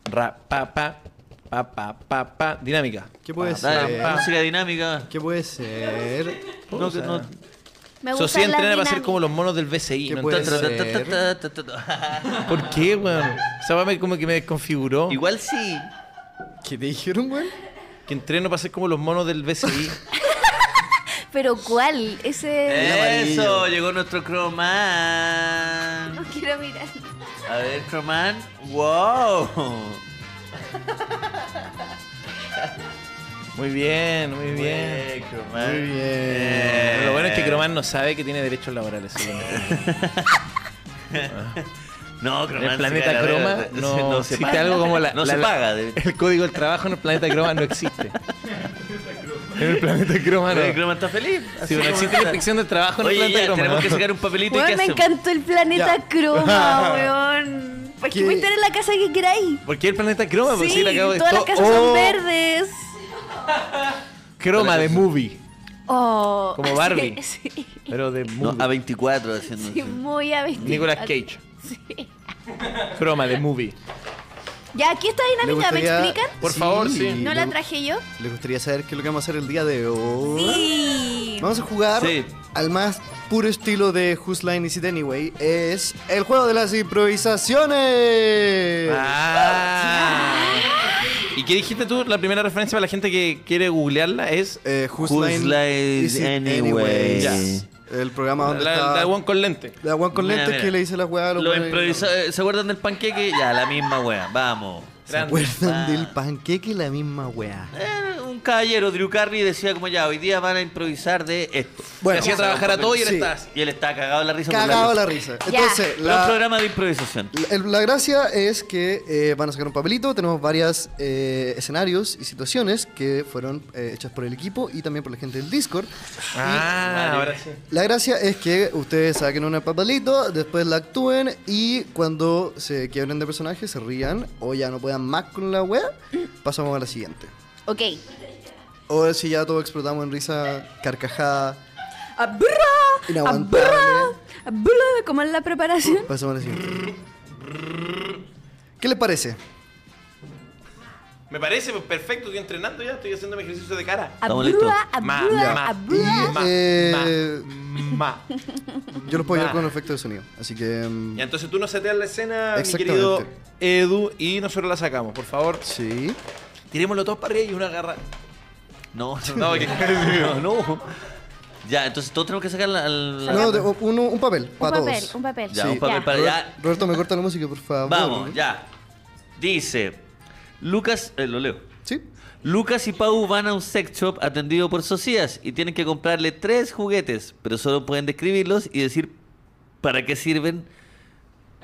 E: Ra, pa, pa, pa, pa, pa, pa. Dinámica.
F: ¿Qué puede
H: Dale,
F: ser?
H: música dinámica.
F: ¿Qué puede ser?
H: No, que no.
D: Me gusta
E: Socia entrena para ser como los monos del BCI.
F: ¿Qué
E: ¿no?
F: puede
H: Ta, ta,
F: ser?
H: ta, ta, ta, ta, ta, ta.
E: ¿Por qué, weón? Esa weá me- como que me desconfiguró.
H: Ah. Igual sí.
F: ¿Qué te dijeron, weón?
E: Que entreno para ser como los monos del BCI.
D: Pero ¿cuál? Ese...
E: Eh.
F: amarillo.
H: Eso, llegó nuestro Croman.
D: No quiero mirar.
H: A ver, Croman. Wow.
E: Muy bien, muy bien.
H: Bien, Croman.
F: Muy bien.
H: Eh.
E: Lo bueno es que Croman no sabe que tiene derechos laborales. seguramente.
H: No,
E: En
H: Croman.
E: el
H: se
E: planeta
H: cae la
E: Croma
H: verga.
E: no,
H: se
E: existe
H: paga.
E: algo como la...
H: No
E: la-
H: se
E: la-
H: paga. de-
E: El código del trabajo en el planeta Croma no existe. en el planeta Croma
H: Pero el
E: no.
H: Croman está feliz.
E: Si
H: así
E: no
H: como
E: existe la
H: está.
E: inspección del trabajo en el
H: Oye,
E: planeta
H: ya,
E: Croma.
H: tenemos
E: ¿no?
H: que sacar un papelito y
D: Weón,
H: qué
D: me
H: hacemos.
D: encantó el planeta
F: Ya.
D: croma, weón. Pues que
F: ¿Qué?
D: voy a estar en la casa que queráis.
E: ¿Por qué el planeta Croma? Pues
D: sí,
E: la acabo de-
D: todas las
E: Oh,
D: casas son verdes.
E: Croma de movie.
D: Oh,
E: Como Barbie.
D: Sí, sí,
E: Pero de
H: No,
E: movie.
H: a 24 haciendo.
D: sí, muy aventado.
E: Nicolas Cage.
D: Sí.
E: Croma de movie.
D: Ya, aquí está
F: ¿Le
D: dinámica, ¿me
F: gustaría-
D: explican?
E: Por favor, sí.
D: ¿No la
F: le-
D: traje yo?
F: ¿Le gustaría saber qué es lo que vamos a hacer el día de hoy?
D: Sí.
F: Vamos a jugar
H: Sí.
F: al más puro estilo de Whose Line Is It Anyway. Es el juego de las improvisaciones.
E: Ah. ¿Y qué dijiste tú? La primera referencia para la gente que quiere googlearla es
F: Eh, Whose,
H: Whose
F: Line,
H: Line
F: Is It
H: Anyway.
F: Anyway.
E: Ya.
F: El programa
E: la,
F: donde
E: la
F: está...
E: de Juan con lente.
F: La weón con
H: Mira,
F: lentes
H: mira.
F: que le dice la weá a los
H: Lo
F: weones.
H: improvisado, eh, ¿Se acuerdan del panqueque? Ya, la misma wea. Vamos.
F: ¿Se
E: Grande.
F: acuerdan
H: Ah.
F: del panqueque? La misma weá.
H: Eh, un un caballero, Drew Carey, decía como ya, hoy día van a improvisar de esto.
F: Bueno,
H: Le hacía
F: vamos a
H: trabajar a
F: romper.
H: todo y él
F: Sí.
H: está así. Y él está cagado en la risa. por
F: Cagado
H: la
F: la
H: luz.
F: risa.
D: Ya.
F: Entonces,
H: Un
F: la,
H: programa de improvisación.
F: la- el- la gracia es que eh, van a sacar un papelito, tenemos varios escenarios y situaciones que fueron eh, hechas por el equipo y también por la gente del Discord.
E: Ah, ahora sí.
F: La gracia es que ustedes saquen un papelito, después la actúen y cuando se quiebren de personaje, se rían o ya no puedan más con la web, pasamos a la siguiente.
D: Ok.
F: O si ya todos explotamos en risa, carcajada,
D: ¡Aburra!
F: Inaguantable.
D: ¡Aburra! ¡Aburra! ¿Cómo es la preparación?
F: pasamos a la siguiente. ¿Qué les parece?
E: Me parece perfecto, estoy entrenando ya, estoy haciendo mi ejercicio de cara.
H: Estamos listos.
D: ¡Aburra!
E: Ma,
D: ¡Aburra!
E: ma,
F: Y,
D: ¡Aburra!
E: Ma,
F: eh,
E: Ma.
F: yo los puedo ayudar
E: ma.
F: con efectos de sonido, así que... mm,
E: Ya, entonces tú nos seteas la escena, mi
F: Exactamente.
E: querido Edu, y nosotros la sacamos, por favor.
F: Sí.
E: Tirémoslo todos para arriba y una garra.
H: No,
E: No,
H: no,
E: que-
H: no, no. Ya, entonces todos tenemos que sacar la. la-
F: No, de- uno- un papel,
D: Un
F: para
D: papel,
F: todos.
D: un papel.
H: Ya,
F: Sí.
H: un papel para allá.
F: Roberto, me corta la música, por favor.
H: Vamos, ya. Dice Lucas, eh, lo leo.
F: ¿Sí?
H: Lucas y Pau van a un sex shop atendido por Socias y tienen que comprarle tres juguetes, pero solo pueden describirlos y decir para qué sirven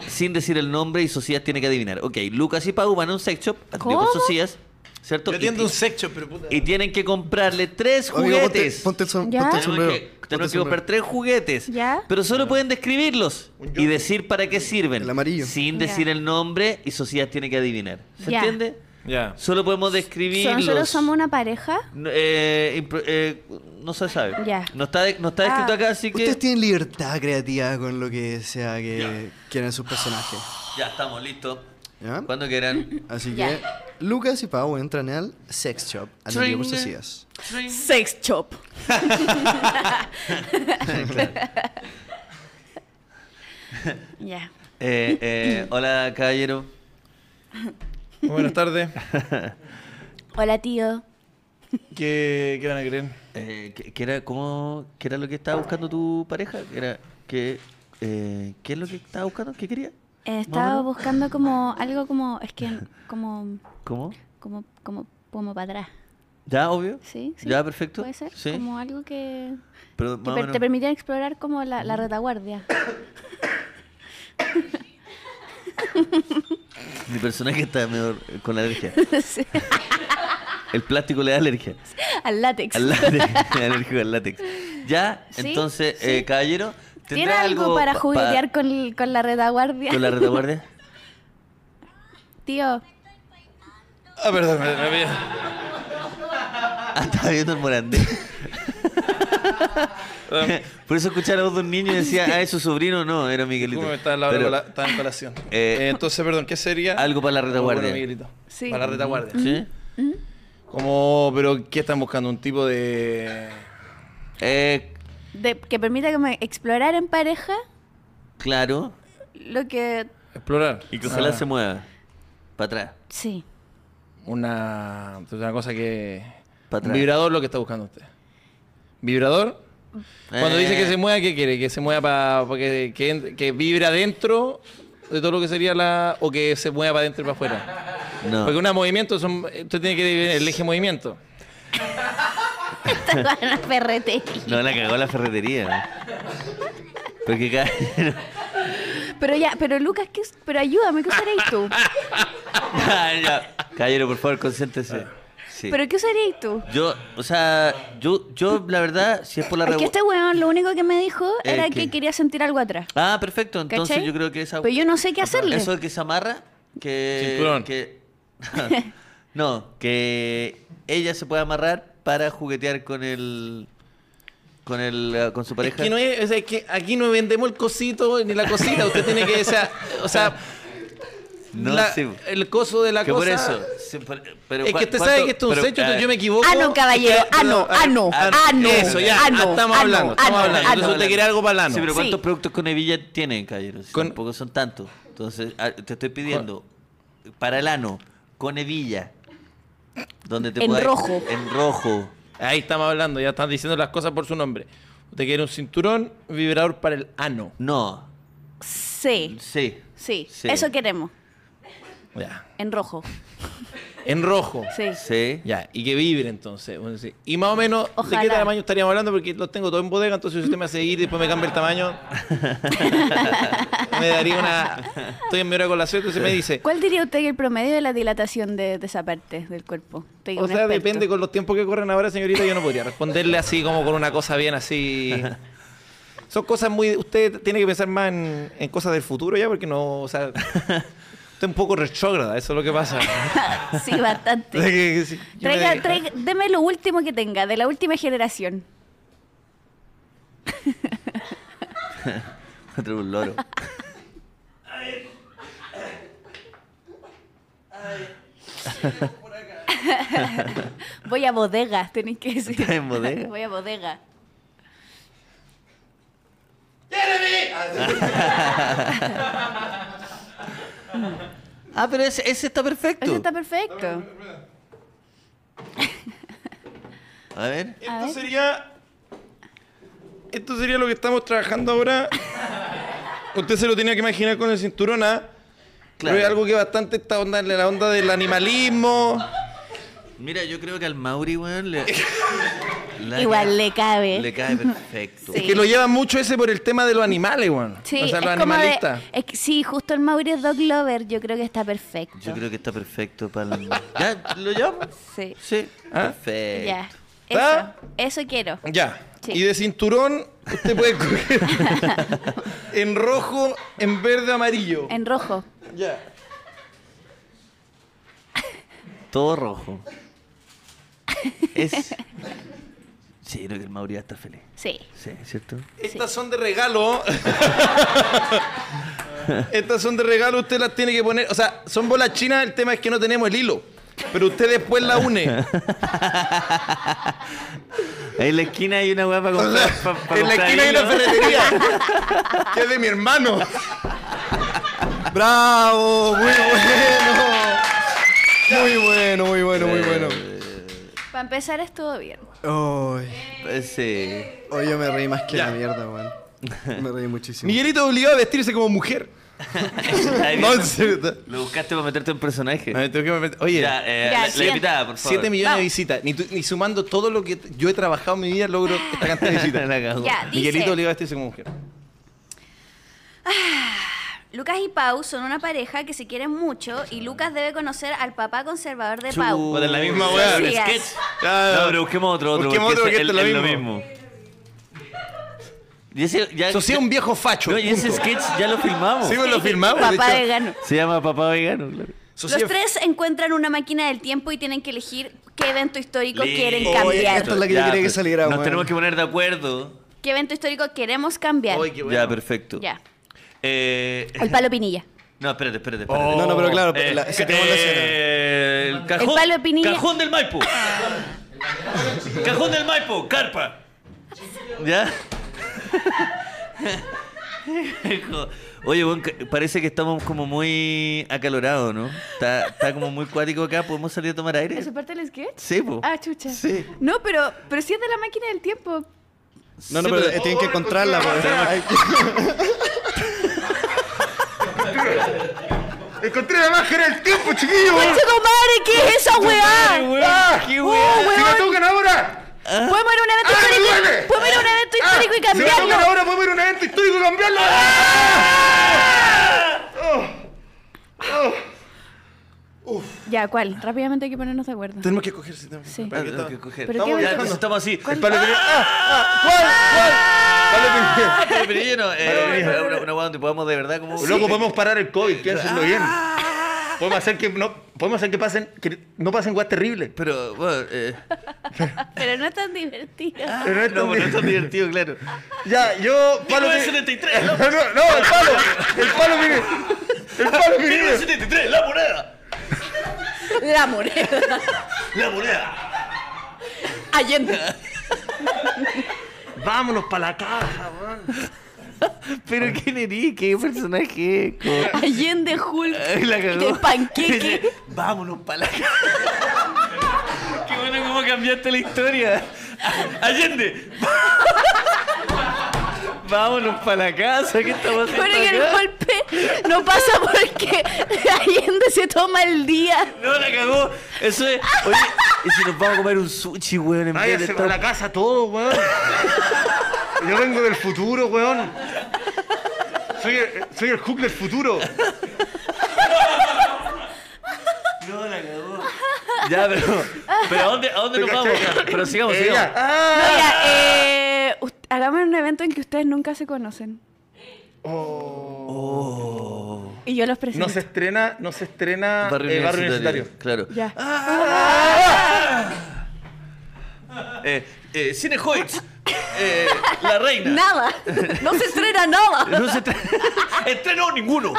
H: sin decir el nombre y Socias tiene que adivinar. Ok, Lucas y Pau van a un sex shop atendido por
D: ¿Cómo?
H: Socias, ¿cierto?
E: Yo
H: Y-
E: atiendo
H: y-
E: un sexo, pero puta.
H: y tienen que comprarle tres
F: Amigo, ponte,
H: juguetes.
F: ponte el, som-
D: ¿Ya?
F: ponte el
H: Tenemos
F: sombrero.
H: que,
F: ponte
H: tenemos
F: el
H: que comprar
F: sombrero. Ah.
H: tres juguetes.
D: ¿Ya?
H: Pero solo pueden describirlos y decir para qué sirven.
F: El amarillo.
H: Sin
D: Ya.
H: decir el nombre y Sociedad tiene que adivinar. ¿Se
D: Ya.
H: entiende?
E: Ya.
H: Solo podemos describirlos.
D: ¿Nosotros somos una pareja?
H: No, eh, impro- eh, no se sabe.
D: Ya.
H: No está, de- no está descrito
D: Ah.
H: acá, así que.
F: Ustedes tienen libertad creativa con lo que sea que quieran sus personajes.
H: Ya estamos listos.
F: ¿Ya?
H: Cuando quieran.
F: Así
D: Ya.
F: que Lucas y Pau entran al sex shop. Al
H: Tring.
F: por Socias.
J: Sex chop.
D: Ya.
H: Eh, eh, hola, caballero.
E: Muy Buenas tardes.
D: Hola, tío.
E: ¿Qué, qué van a querer?
H: Eh, ¿qué, qué era, cómo, qué era lo que estaba buscando tu pareja? ¿Qué, era, qué, eh, ¿qué es lo que estaba buscando? ¿Qué quería?
D: Eh,
H: Más
D: Estaba
H: o menos.
D: buscando como algo como... Es que como...
H: ¿Cómo?
D: Como... Como... Como para atrás.
H: ¿Ya, obvio?
D: ¿Sí? sí.
H: ¿Ya, perfecto?
D: Puede ser.
H: Sí.
D: Como algo que...
H: Pero,
D: Te,
H: más
D: per-
H: o menos.
D: te permitían explorar como la, la retaguardia.
H: Mi personaje está medio con la alergia.
D: Sí,
H: El plástico le da alergia.
D: Al látex.
H: Al látex. alérgico al látex. Ya,
D: Sí,
H: entonces,
D: sí.
H: eh, caballero,
D: ¿Tiene
H: ¿tendrá
D: algo para
H: pa- pa-
D: juguetear con, el- con la retaguardia?
H: con la retaguardia?
D: Tío,
E: Ah, perdón, me, me veía.
H: Ah, estaba viendo el morandé. Por eso escuchar a voz de un niño y decía, ah, es su sobrino. No, era Miguelito.
E: ¿Cómo me estaba, la,
H: Pero,
E: la- estaba en colación?
H: Eh,
E: Eh, entonces, perdón, ¿qué sería?
H: Algo para la retaguardia.
E: Bueno, Miguelito.
D: Sí.
E: Para la retaguardia.
D: Mm.
H: ¿Sí?
E: Como, pero ¿qué están buscando? ¿Un tipo de...?
H: Eh,
D: de- que permita que me explorar en pareja
H: claro.
D: lo que...
E: Explorar.
H: Y que ojalá
E: Ah,
H: se mueva. Para atrás.
D: Sí.
E: Una, entonces, una cosa que...
H: Pa'
E: Un
H: atrás.
E: vibrador lo que está buscando usted. ¿Vibrador? Cuando
H: Eh.
E: dice que se mueva, ¿qué quiere? ¿Que se mueva para... que, que, ent- que vibre adentro de todo lo que sería la... o que se mueva para adentro y para afuera?
H: No.
E: Porque un movimiento son... Usted tiene que dividir el eje movimiento.
D: Esta es una ferretería.
H: No, la cagó la ferretería. Porque cada...
D: Pero ya, pero Lucas, ¿qué, es- pero ayúdame, ¿qué usaréis tú?
H: Ay, Ah, ya. Caballero, por favor, consiéntese. Sí.
D: ¿Pero qué usaríais tú?
H: Yo, o sea, yo, yo, la verdad, si es por la
D: Es
H: revo-
D: que este weón lo único que me dijo
H: Eh,
D: era
H: ¿qué?
D: que quería sentir algo atrás.
H: Ah, perfecto. Entonces
D: ¿Cachai?
H: yo creo que esa... Ah,
D: Pero yo no sé qué hacerle.
H: Eso que se amarra, que...
E: Cinturón.
H: que- no, que ella se puede amarrar para juguetear con el... Con el... eh, Con su
E: Es
H: pareja.
E: que no es, o sea, es que aquí no vendemos el cosito ni la cosita. Usted tiene que, o sea, o sea,
H: No,
E: la-
H: sí.
E: el coso de la
H: que
E: cosa.
H: por eso. sí, por- pero
E: Es
H: ¿cuá-
E: que usted
H: cuánto-
E: sabe que esto es un
H: pero, eh,
E: secho,
H: a
E: entonces
H: ver,
E: yo me equivoco.
J: Ah, no, caballero. Ah, no, ah, no, ah, no.
E: eh, Eso, ya,
J: Ah, no,
E: estamos
J: ah,
E: hablando,
J: no, ah,
E: estamos
J: no,
E: hablando.
J: ah,
E: Entonces
J: no.
E: usted quiere algo para el ano.
H: Sí, pero
J: Sí.
H: ¿cuántos productos con hebilla tienen, Caballero? Si
E: Con-
H: Tampoco son tantos. Entonces, ah, te estoy pidiendo para el ano, con hebilla. Donde te
J: En
H: puedas-
J: rojo.
H: En rojo.
E: Ahí estamos hablando, ya están diciendo las cosas por su nombre. Usted quiere un cinturón vibrador para el ano.
H: No,
J: Sí,
H: sí.
J: sí,
H: Sí.
J: Eso queremos.
E: Ya.
J: En rojo.
E: En rojo.
D: Sí.
H: Sí.
E: Ya, y que vibre entonces. bueno, sí. Y más o menos,
D: Ojalá.
E: ¿de qué tamaño estaríamos hablando? Porque los tengo todos en bodega, entonces si usted me hace ir y después me cambia el tamaño, me daría una... Estoy en mi hora de colación, entonces me dice...
D: ¿Cuál diría usted que el promedio de la dilatación de, de esa parte del cuerpo? Usted que es
E: O
D: un
E: sea,
D: experto.
E: depende con los tiempos que corren ahora, señorita, yo no podría responderle así como con una cosa bien así. Son cosas muy... Usted tiene que pensar más en, en cosas del futuro ya, porque no... O sea, usted es un poco retrógrada, eso es lo que pasa.
D: sí, bastante.
E: Sí, yo me
D: Traiga,
E: dedico-
D: traiga- deme lo último que tenga, de la última generación.
H: Otro un loro.
D: Voy a bodega, tenéis que decir.
H: ¿Estás en bodega?
D: Voy a bodega.
H: Ah, pero ese, ese está perfecto.
D: Eso está perfecto.
H: A ver.
D: A ver.
E: Esto sería. Esto sería lo que estamos trabajando ahora. Usted se lo tenía que imaginar con el cinturón, ¿ah? Pero
H: Claro.
E: es algo que bastante está onda, la onda del animalismo.
H: Mira, yo creo que al Mauri, weón, le. le
D: Igual
H: cae-
D: le cabe.
H: Le cae perfecto.
D: Sí.
E: Que lo lleva mucho ese por el tema de los animales, weón.
D: Sí,
E: o sea, los
D: es como de,
E: animalistas.
D: es que- sí, justo el Mauricio Dog Lover, yo creo que está perfecto.
H: Yo creo que está perfecto para el. ¿Ya? ¿Lo llamo?
D: Sí,
H: Sí.
E: ¿Ah?
H: Perfecto.
D: ya. Eso,
H: ¿Ah?
E: ¿Está?
D: eso quiero.
E: Ya.
D: Sí.
E: Y de cinturón, usted puede coger en rojo, en verde, amarillo.
D: En rojo.
E: Ya.
H: Todo rojo. Es. Sí, creo que el Mauri va a estar feliz.
D: Sí.
H: Sí, ¿cierto?
E: Estas son de regalo. Estas son de regalo, usted las tiene que poner. O sea, son bolas chinas, el tema es que no tenemos el hilo. Pero usted después la une.
H: Ahí en la esquina hay una weá para comprar. pa- pa
E: en la
H: comprar
E: esquina hay
H: hilo.
E: una ferretería. que es de mi hermano.
H: Ah.
F: ¡Bravo! ¡Muy bueno! Muy bueno, muy bueno, muy bueno.
D: Para empezar estuvo bien.
F: Hoy
H: Eh, Sí.
F: yo me reí más que
E: Ya.
F: la mierda, weón. Me reí muchísimo.
E: Miguelito obligó a vestirse como mujer.
H: Está bien.
E: No, en serio, está-
H: Lo buscaste para meterte en personaje.
E: A ver, tengo que meter- Oye,
H: Ya,
D: Ya,
H: eh, la- la,
D: siguiente.
H: invitada, por favor.
E: 7 millones de
D: Vamos.
E: visitas. Ni, tu- ni sumando todo lo que yo he trabajado en mi vida, logro esta cantidad de visitas.
H: La cagó.
D: Ya, dice-
E: Miguelito obligó a vestirse como mujer.
D: Lucas y Pau son una pareja que se quieren mucho y Lucas debe conocer al papá conservador de Pau.
E: Puta, es la misma
D: weá.
H: Sí,
D: Sigas.
H: sketch. No, pero busquemos otro, otro.
E: Busquemos otro,
H: porque
E: que
H: ese-
E: este es
H: el-
E: lo
H: el
E: mismo.
H: Y ese, ya,
E: Eso sí es un viejo facho.
H: No, y ese
E: punto.
H: sketch ya lo filmamos.
E: Sí, pues lo filmamos. de
D: Papá
E: hecho.
D: vegano.
H: Se llama Papá Vegano, claro.
E: Socia-
D: Los tres encuentran una máquina del tiempo y tienen que elegir qué evento histórico
H: Listo.
D: quieren
F: Oye,
D: cambiar.
F: esta es la que yo quería que
H: pues,
F: saliera,
H: Nos
F: weón.
H: tenemos que poner de acuerdo.
D: ¿Qué evento histórico queremos cambiar?
E: Oye, qué bueno.
H: Ya, perfecto.
D: Ya.
H: Eh,
D: El palo pinilla.
H: no, espérate, espérate. espérate.
F: No, no, pero Oh, claro,
H: Eh,
F: la- si tenemos la escena.
H: eh, el cajón,
D: El palo de Pinilla.
H: Cajón del Maipo. cajón del Maipo, carpa. ¿Ya? Hijo. Oye, weón, ca- parece que estamos como muy acalorados, ¿no? Está, está como muy cuático acá, ¿podemos salir a tomar aire?
K: ¿Eso parte del sketch?
H: Sí, po.
K: Ah, chucha.
H: Sí.
K: No, pero, pero si es de la máquina del tiempo.
F: No, no,
H: Sí,
F: pero
H: pero-
F: eh, tienen que encontrarla, weón.
H: Ah,
F: Ay,
A: Encontré la máquina del tiempo, chiquillo.
D: ¡Concha tu madre! ¿Qué es esa weá?
A: ¡Ah!
H: ¡Qué
D: ¡Oh,
H: weón!
A: ¡Si
D: weón!
A: la tocan ahora!
D: Podemos ir a un evento
A: ¡Ah, me
D: histórico.
A: duele!
D: Podemos ir a un evento
A: ¡Ah!
D: histórico y
A: ¡Si la
D: cambiarlo.
A: tocan ahora podemos ir a un evento histórico y cambiarlo!
H: Ah.
D: Ya, ¿cuál? Rápidamente hay que ponernos de acuerdo.
E: Tenemos que coger si tenemos
D: Sí.
H: Ah, tengo que coger.
D: ¿Pero qué
H: Estamos, ya,
D: evento?
H: entonces estamos así.
D: ¿Cuál?
H: El
E: Palo de- ¡Ah! ¡Ah! ¿Cuál? ¿Cuál? Palo de-
H: Ah, pero yo no, eh, una- una hueá donde podamos de verdad como...
A: Loco, Pues podemos parar el COVID, piénsenlo bien. Podemos hacer que no, podemos hacer que pasen, que no pasen guas terribles.
H: Pero, bueno, eh,
D: Ah, Pero no es tan divertido.
A: Pero no es
H: no,
A: tan
H: pero no es tan divertido, claro.
A: Ya, yo. Palo de-
H: 1973,
A: no, no, no, el palo. El palo viene. El palo viene.
H: 1973, la moneda.
K: La moneda.
H: La moneda.
K: Allende.
A: Vámonos para la caja,
H: Pero quién eres, qué personaje es.
K: Allende Hulk.
H: Ay, La
D: Este
H: cagó.
K: De panqueque.
H: Vámonos para la casa. Qué bueno cómo cambiaste la historia. Allende. Vámonos para la casa, ¿qué estamos
D: Pero que
H: haciendo
D: el
H: acá?
D: golpe no pasa porque Allende se toma el día.
H: No, la cagó. Eso es. Oye, y si nos vamos a comer un sushi, weón, en vez de
L: Váyanse para
H: estar.
L: la casa todo, weón. Yo vengo del futuro, weón. Soy el, soy el Hulk del futuro.
H: No, la cagó. Ya, pero. ¿Pero a dónde, a dónde nos vamos? Pero sigamos,
L: Eh,
H: sigamos.
L: ya. Ah,
D: No, mira, eh, us- hagamos un evento en que ustedes nunca se conocen.
H: Oh.
D: Y yo los
A: Ah,
D: presento.
L: Oh. no se estrena, no se
A: eh,
L: estrena el Eh, barrio universitario.
H: Claro.
D: Ya.
L: Ah,
H: Eh, eh, Cine Hoyts. Eh, la reina.
D: Nada. No se estrena nada.
H: No se tra- estrenó ninguno.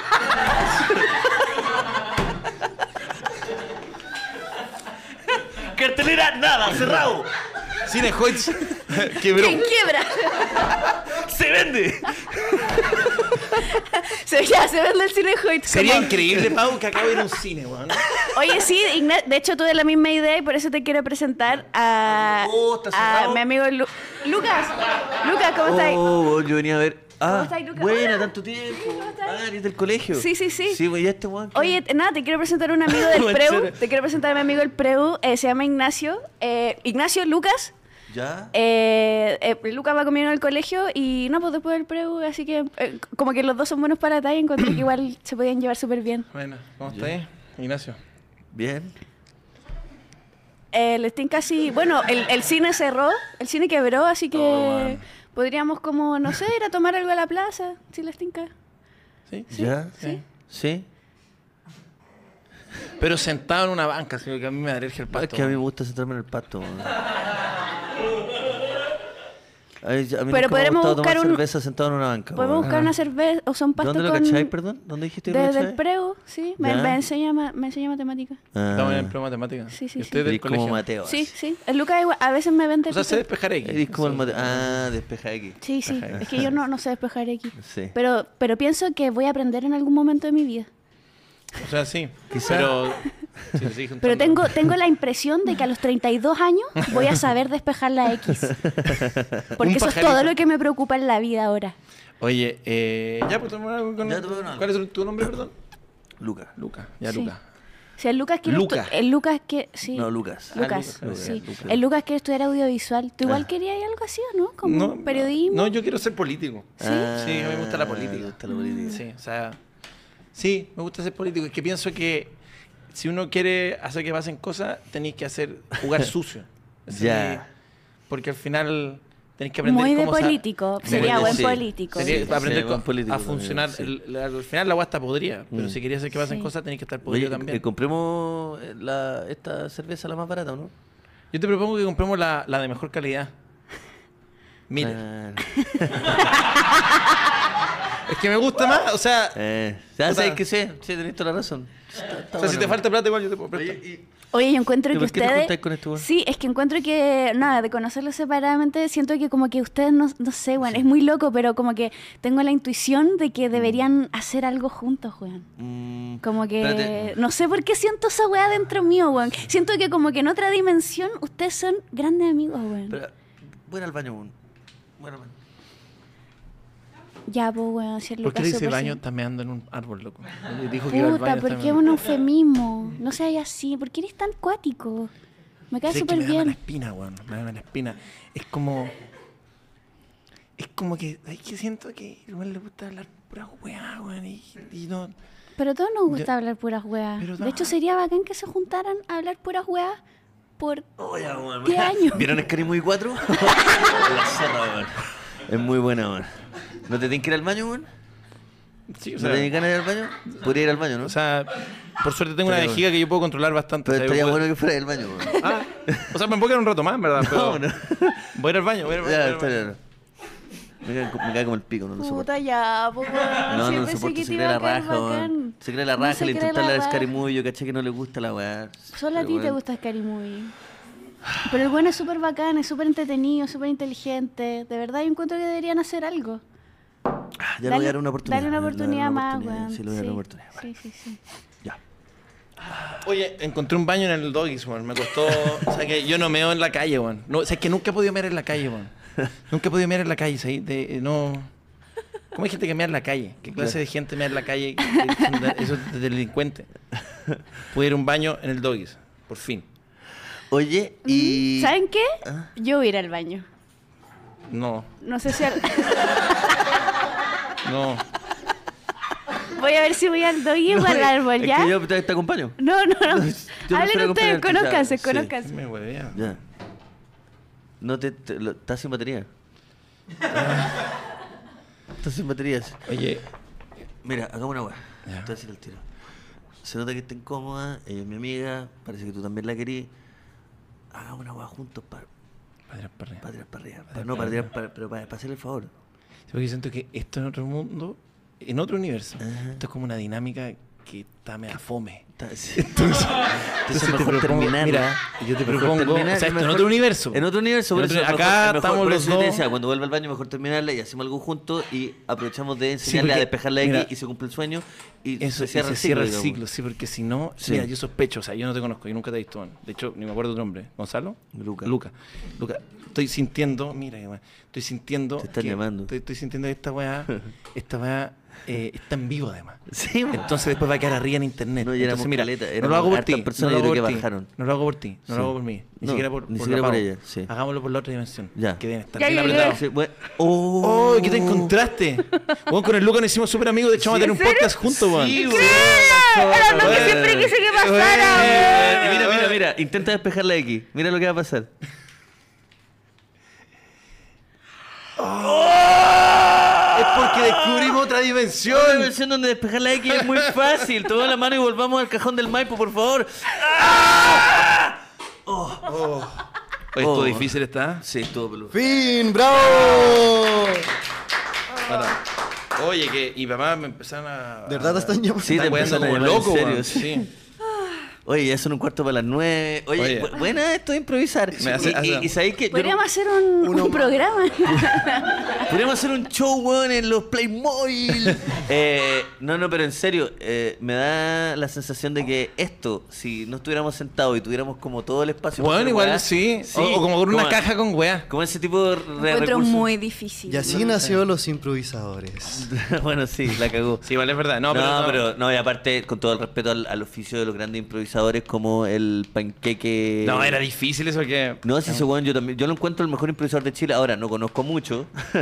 H: Cartelera, nada, cerrado.
E: Cine Hoyts quebró.
D: En quiebra.
H: Se vende.
D: Se, ya se vende el cine Hoyt.
E: Sería
D: Como-
E: increíble, Pau, que acabe en un cine, weón.
D: Oye, sí, Igna- de hecho tuve la misma idea y por eso te quiero presentar a,
H: Oh, está
D: a
H: cerrado.
D: mi amigo Lu- Lucas. Lucas, ¿cómo estás?
H: Oh, yo venía a ver.
D: ¿Cómo
H: Ah,
D: estáis, Lucas?
H: buena,
D: Hola.
H: tanto tiempo.
D: ¿Cómo estáis?
H: Ah, eres del colegio.
D: Sí, sí, sí.
H: Sí, güey, ya este weón.
D: Oye, t- nada, te quiero presentar a un amigo del Preu. Te quiero presentar a mi amigo del Preu. eh, se llama Ignacio. Eh, Ignacio Lucas.
H: ¿Ya?
D: Eh, eh, Lucas va conmigo al colegio y no, pues después del Preu. Así que eh, como que los dos son buenos para talla. Encontré que igual se podían llevar súper bien.
E: Bueno, ¿cómo estáis? Ignacio.
H: Bien.
D: El Steam casi. Bueno, el, el cine cerró, el cine quebró, así que
H: Oh, man.
D: podríamos, como, no sé, ir a tomar algo a la plaza, si les tinca.
H: ¿Ya?
D: sí.
H: Sí.
E: Pero sentado en una banca, sino que a mí me da alergia el
H: Es
E: pasto.
H: que a mí me gusta sentarme en el pasto. weón. Ay, ya- a mí
D: Pero
H: nunca me ha
D: podremos
H: gustado
D: buscar
H: tomar
D: un-
H: cerveza sentado en una banca.
D: Podemos
H: weón.
D: buscar una cerveza o son pastos
H: ¿Dónde lo
D: con.
H: cacháis, perdón? ¿Dónde dijiste que lo
D: Desde el
H: cacháis?
D: preu, sí. Me,
H: Ya.
D: me enseña, ma- me enseña matemática.
H: Ah,
E: Estamos en el pro matemática.
D: Sí, sí,
E: Y
D: sí.
E: usted del
H: eres como
E: colegio.
H: Mateo.
D: Sí,
H: así.
D: sí. El Lucas igual- a veces me vende.
E: O sea, se
D: cosas.
E: despejar
H: Eres
E: X.
H: como el Mateo. Ah, despeja X.
D: Sí, sí. Es que yo no, no sé despejar aquí.
H: Sí.
D: Pero, pero pienso que voy a aprender en algún momento de mi vida.
E: O sea, sí.
H: Quizá.
E: Pero, sí, sí, juntando.
D: Pero tengo, tengo la impresión de que a los 32 años voy a saber despejar la X. Porque
E: Un
D: eso es
E: pajarito.
D: todo lo que me preocupa en la vida ahora.
E: Oye, eh, ya, pues tomemos algo con.
H: Ya, tomemos algo.
E: ¿Cuál es tu- tu nombre, perdón?
H: Luca.
E: Luca. Ya,
D: Sí.
E: Luca.
D: O sea, el Lucas quiere
H: Luca.
D: estu- El Lucas que. Sí.
H: No, Lucas.
D: Lucas,
E: Ah, Lucas,
D: sí.
H: Lucas.
D: El Lucas quiere estudiar audiovisual. ¿Tú igual
H: Ah.
D: querías algo así o no? Como periodismo.
E: No, yo quiero ser político.
D: ¿Sí? Mm.
H: Ah,
E: Sí, a mí me gusta la
H: Me
E: política.
H: gusta la política.
E: Sí, o sea, sí, me gusta ser político. Es que pienso que si uno quiere hacer que pasen cosas, tenéis que hacer jugar sucio. Esa es
H: Ya.
E: mi- Porque al final tenéis que aprender
D: Muy de
E: cómo sa-
D: político.
E: Muy
D: Sería
E: de-
D: buen
H: sí.
D: político.
E: Sería
H: Sí,
E: para aprender
H: sería buen
E: co-
H: político
E: a
H: también,
E: funcionar.
H: sí.
E: El- la- al final la agua está podrida, pero
H: Mm.
E: si quería hacer que pasen
D: Sí.
E: cosas, tenéis que estar
H: Oye,
E: podrido Ah, también.
H: eh, compremos eh, la, esta cerveza la más barata, ¿o no?
E: Yo te propongo que compremos la, la de mejor calidad. Mira,
H: Mira. Ah.
E: es que me gusta más, o sea,
H: Eh, ya
E: Puta.
H: sabes que sí, sí, tenés toda la razón. Está-
E: o sea,
H: está
E: si
H: bueno.
E: te falta plata igual yo te puedo prestar.
D: Oye, yo encuentro
H: ¿Y
D: que
H: por qué te
D: ustedes.
H: juntáis con este weón?
D: sí, es que encuentro que. Nada, de conocerlos separadamente, siento que como que ustedes no, no sé, bueno, es muy loco, pero como que tengo la intuición de que deberían hacer algo juntos, weón.
H: Mm,
D: Como que
H: espérate.
D: no sé por qué siento esa weá dentro mío, weón. Siento que como que en otra dimensión ustedes son grandes amigos, weón.
H: Espera, voy a ir al baño, weón. Voy a ir al baño.
D: ya, pues weón, si el
E: ¿Por qué
D: Lucas
E: le dice
D: súper
E: baño?
D: sen-
E: Está meando en un árbol, loco. Dijo que iba al
D: Puta,
E: baño,
D: ¿por
E: está
D: qué
E: meando.
D: un eufemismo? No seas así, ¿por qué eres tan cuático? Me cae
E: Sí, es que
D: súper
E: Me da mala
D: bien.
E: espina, weón. Me da mala espina. Es como. Es como que. Ay, que siento que igual le gusta hablar pura weá, weón. Y, y no.
D: Pero a todos nos gusta
E: Ya.
D: hablar puras weas.
E: Pero
D: De
E: da-
D: hecho, sería bacán que se juntaran a hablar puras weas por...
H: Oye, weón.
D: ¿Qué año?
H: ¿Vieron Scary Movie 4? la zorra, weón. Es muy buena, weón. ¿No te tienes que ir al baño, weón?
E: Sí, o
H: ¿No
E: sea.
H: tenés ganas de ir al baño? Podría ir al baño, ¿no?
E: o sea, por suerte tengo una
H: Estaría
E: vejiga que yo puedo controlar bastante.
H: Pero
E: o, sea,
H: estaría
E: yo
H: bueno
E: puedo-
H: que fuera del baño, weón.
E: Ah, o sea, me puedo quedar un rato más, en ¿verdad?
H: No,
E: Ah, Pero
H: no.
E: Voy a ir al baño, voy a ir al baño. voy a ir
H: Ya,
E: al baño.
H: espera, espera. Me cae, co- me cae como el pico, no lo soporto.
D: Puta ya, pues weón.
H: No,
D: si
H: no lo
D: pensé
H: soporto.
D: que
H: Se
D: te
H: cree
D: iba
H: la
D: a caer
H: raja, weón.
D: bacán.
H: Se cree la
D: No
H: raja,
D: se
H: le
D: cree
H: intenta
D: la
H: la de
D: raja.
H: Scary Movie. Yo caché que no le gusta la weá.
D: Solo a
H: Pero,
D: ti te
H: weón,
D: gusta Scary Movie. Pero el bueno es súper bacán, es súper entretenido, súper inteligente. De verdad, yo encuentro que deberían hacer algo.
H: ah, Ya le voy a dar una oportunidad.
D: Dale una
H: le voy a dar
D: oportunidad
H: una
D: más,
H: oportunidad,
D: weón.
H: Sí, le voy a dar una oportunidad.
D: Sí, sí, sí.
H: Ya.
E: Oye, encontré un baño en el doggies, weón. Me costó. o sea, que yo no meo en la calle, weón. No, o sea, que nunca he podido mear en la calle, weón. Nunca he podido mear en la calle, ¿sí? De, eh, no. ¿Cómo hay gente que mea en la calle? ¿Qué clase de gente mea en la calle? que es un- Eso es de delincuente. Pude ir a un baño en el doggies, por fin.
H: Oye, y. ¿Ah?
D: ¿Saben qué? Yo voy a ir al baño.
E: No,
D: No sé si al-
E: no.
D: voy a ver si voy al doggy o al árbol,
H: es
D: ¿ya?
H: que yo te, te acompaño.
D: No, no, no.
H: prefiero
D: Hablen ustedes,
H: acompañarte,
D: conózcanse,
H: ya, sí.
D: conózcanse.
E: Me huevea.
H: Ya. No te. te- lo- estás sin batería. estás sin baterías.
E: Oye,
H: Mira, hagamos una weá.
E: Ya.
H: Te voy a decir el tiro. Se nota que está incómoda, ella es mi amiga, parece que tú también la querís. Hagamos una weá juntos para,
E: padre, padre.
H: para tirar para arriba.
E: Para
H: pa- no, para
E: tirar
H: tirar, para, pero para, para hacerle el favor.
E: Porque yo siento que esto en otro mundo, en otro universo,
H: Ajá.
E: esto es como una dinámica que está mega fome.
H: Ta- sí. Entonces,
E: te
H: mejor
E: propongo-
H: terminarla.
E: mira, yo te
H: Mejor
E: propongo-
H: terminarla,
E: o sea, esto en
H: mejor-
E: otro universo.
H: En otro universo, por
E: En otro-
H: eso,
E: acá
H: mejor- mejor-
E: estamos
H: por
E: los
H: eso yo te
E: dos.
H: decía, cuando vuelva al baño, mejor terminarla y hacemos algo juntos y aprovechamos de enseñarle
E: porque,
H: a despejarla de
E: mira,
H: aquí y se cumple el sueño y
E: Eso
H: se cierra
E: y
H: el
E: se cierra
H: ciclo.
E: el
H: digamos.
E: ciclo, sí, porque si no,
H: Sí.
E: mira, yo sospecho, o sea, yo no te conozco, yo nunca te he visto, man. de hecho, ni me acuerdo tu nombre, Gonzalo.
H: Luca.
E: Luca, Luca, estoy sintiendo, mira, weá, estoy sintiendo...
H: Te están
E: que-
H: llamando.
E: Estoy, estoy sintiendo que esta weá, esta weá eh, está en vivo además.
H: Sí, bueno.
E: Entonces después va a quedar arriba en internet.
H: No, y éramos
E: Entonces, mira,
H: caleta,
E: no lo
H: éramos
E: hago por
H: hartas
E: ti.
H: personas,
E: no
H: yo
E: lo hago
H: creo
E: por
H: que
E: ti,
H: bajaron.
E: no lo hago por ti, no
H: Sí.
E: lo hago por mí. Ni
H: No,
E: siquiera por,
H: ni
E: por
H: siquiera
E: la
H: por
E: Pau.
H: ella, sí.
E: Hagámoslo por la otra dimensión.
H: Ya.
E: Que deben estar
M: Ya
E: bien
M: llegué.
E: apretados.
H: Sí, bueno. ¡Oh!
E: ¡Oh! ¿Qué te encontraste? Bueno, con el Luca nos hicimos súper amigos. De hecho, vamos a tener un podcast juntos, weón.
H: Sí,
M: ¡Increíble! Era lo que siempre quise que pasara.
H: Eh, Mira, mira, mira. Intenta despejarla de aquí. Mira lo que va a pasar.
E: Es porque descubrimos otra dimensión.
H: Una versión donde despejar la X es muy fácil. Toma la mano y volvamos al cajón del Maipo, por favor.
E: Oye, estuvo
H: Oh.
E: difícil está.
H: Sí, estuvo peludo.
F: ¡Fin! ¡Bravo!
H: ¿eh?
E: Oye, que. Y mamá me empezaron a.
F: ¿De verdad te están llamando?
H: Sí, te
E: Están weando
H: empezaron a
E: como
H: llamar en
E: loco,
H: serio,
E: weón.
H: sí.
E: Sí.
H: Oye, ya son un cuarto para las nueve. Oye,
E: Oye.
H: bu- buena esto de improvisar.
E: Me hace-
H: y, y-
E: hace-
H: y sabéis que yo no-
D: Podríamos hacer un, un programa.
H: podríamos hacer un show, weón, en los Playmobil. Eh, no, no, pero en serio, eh, me da la sensación de que esto, si no estuviéramos sentados y tuviéramos como todo el espacio.
E: Bueno,
H: para hacer
E: igual
H: weá,
E: sí. O, o como con una
H: como-
E: caja con weá.
H: Como ese tipo de re-
D: Encuentro
H: recursos.
D: muy difícil.
F: Y así nació Los Improvisadores.
H: bueno, sí, la cagó.
E: Sí, igual es verdad. No,
H: No,
E: pero.
H: pero no, y aparte, con todo el respeto al, al oficio de los grandes improvisadores como el panqueque.
E: No, era difícil eso que.
H: No, si ese weón yo también. Yo lo encuentro el mejor improvisador de Chile. Ahora, no conozco mucho.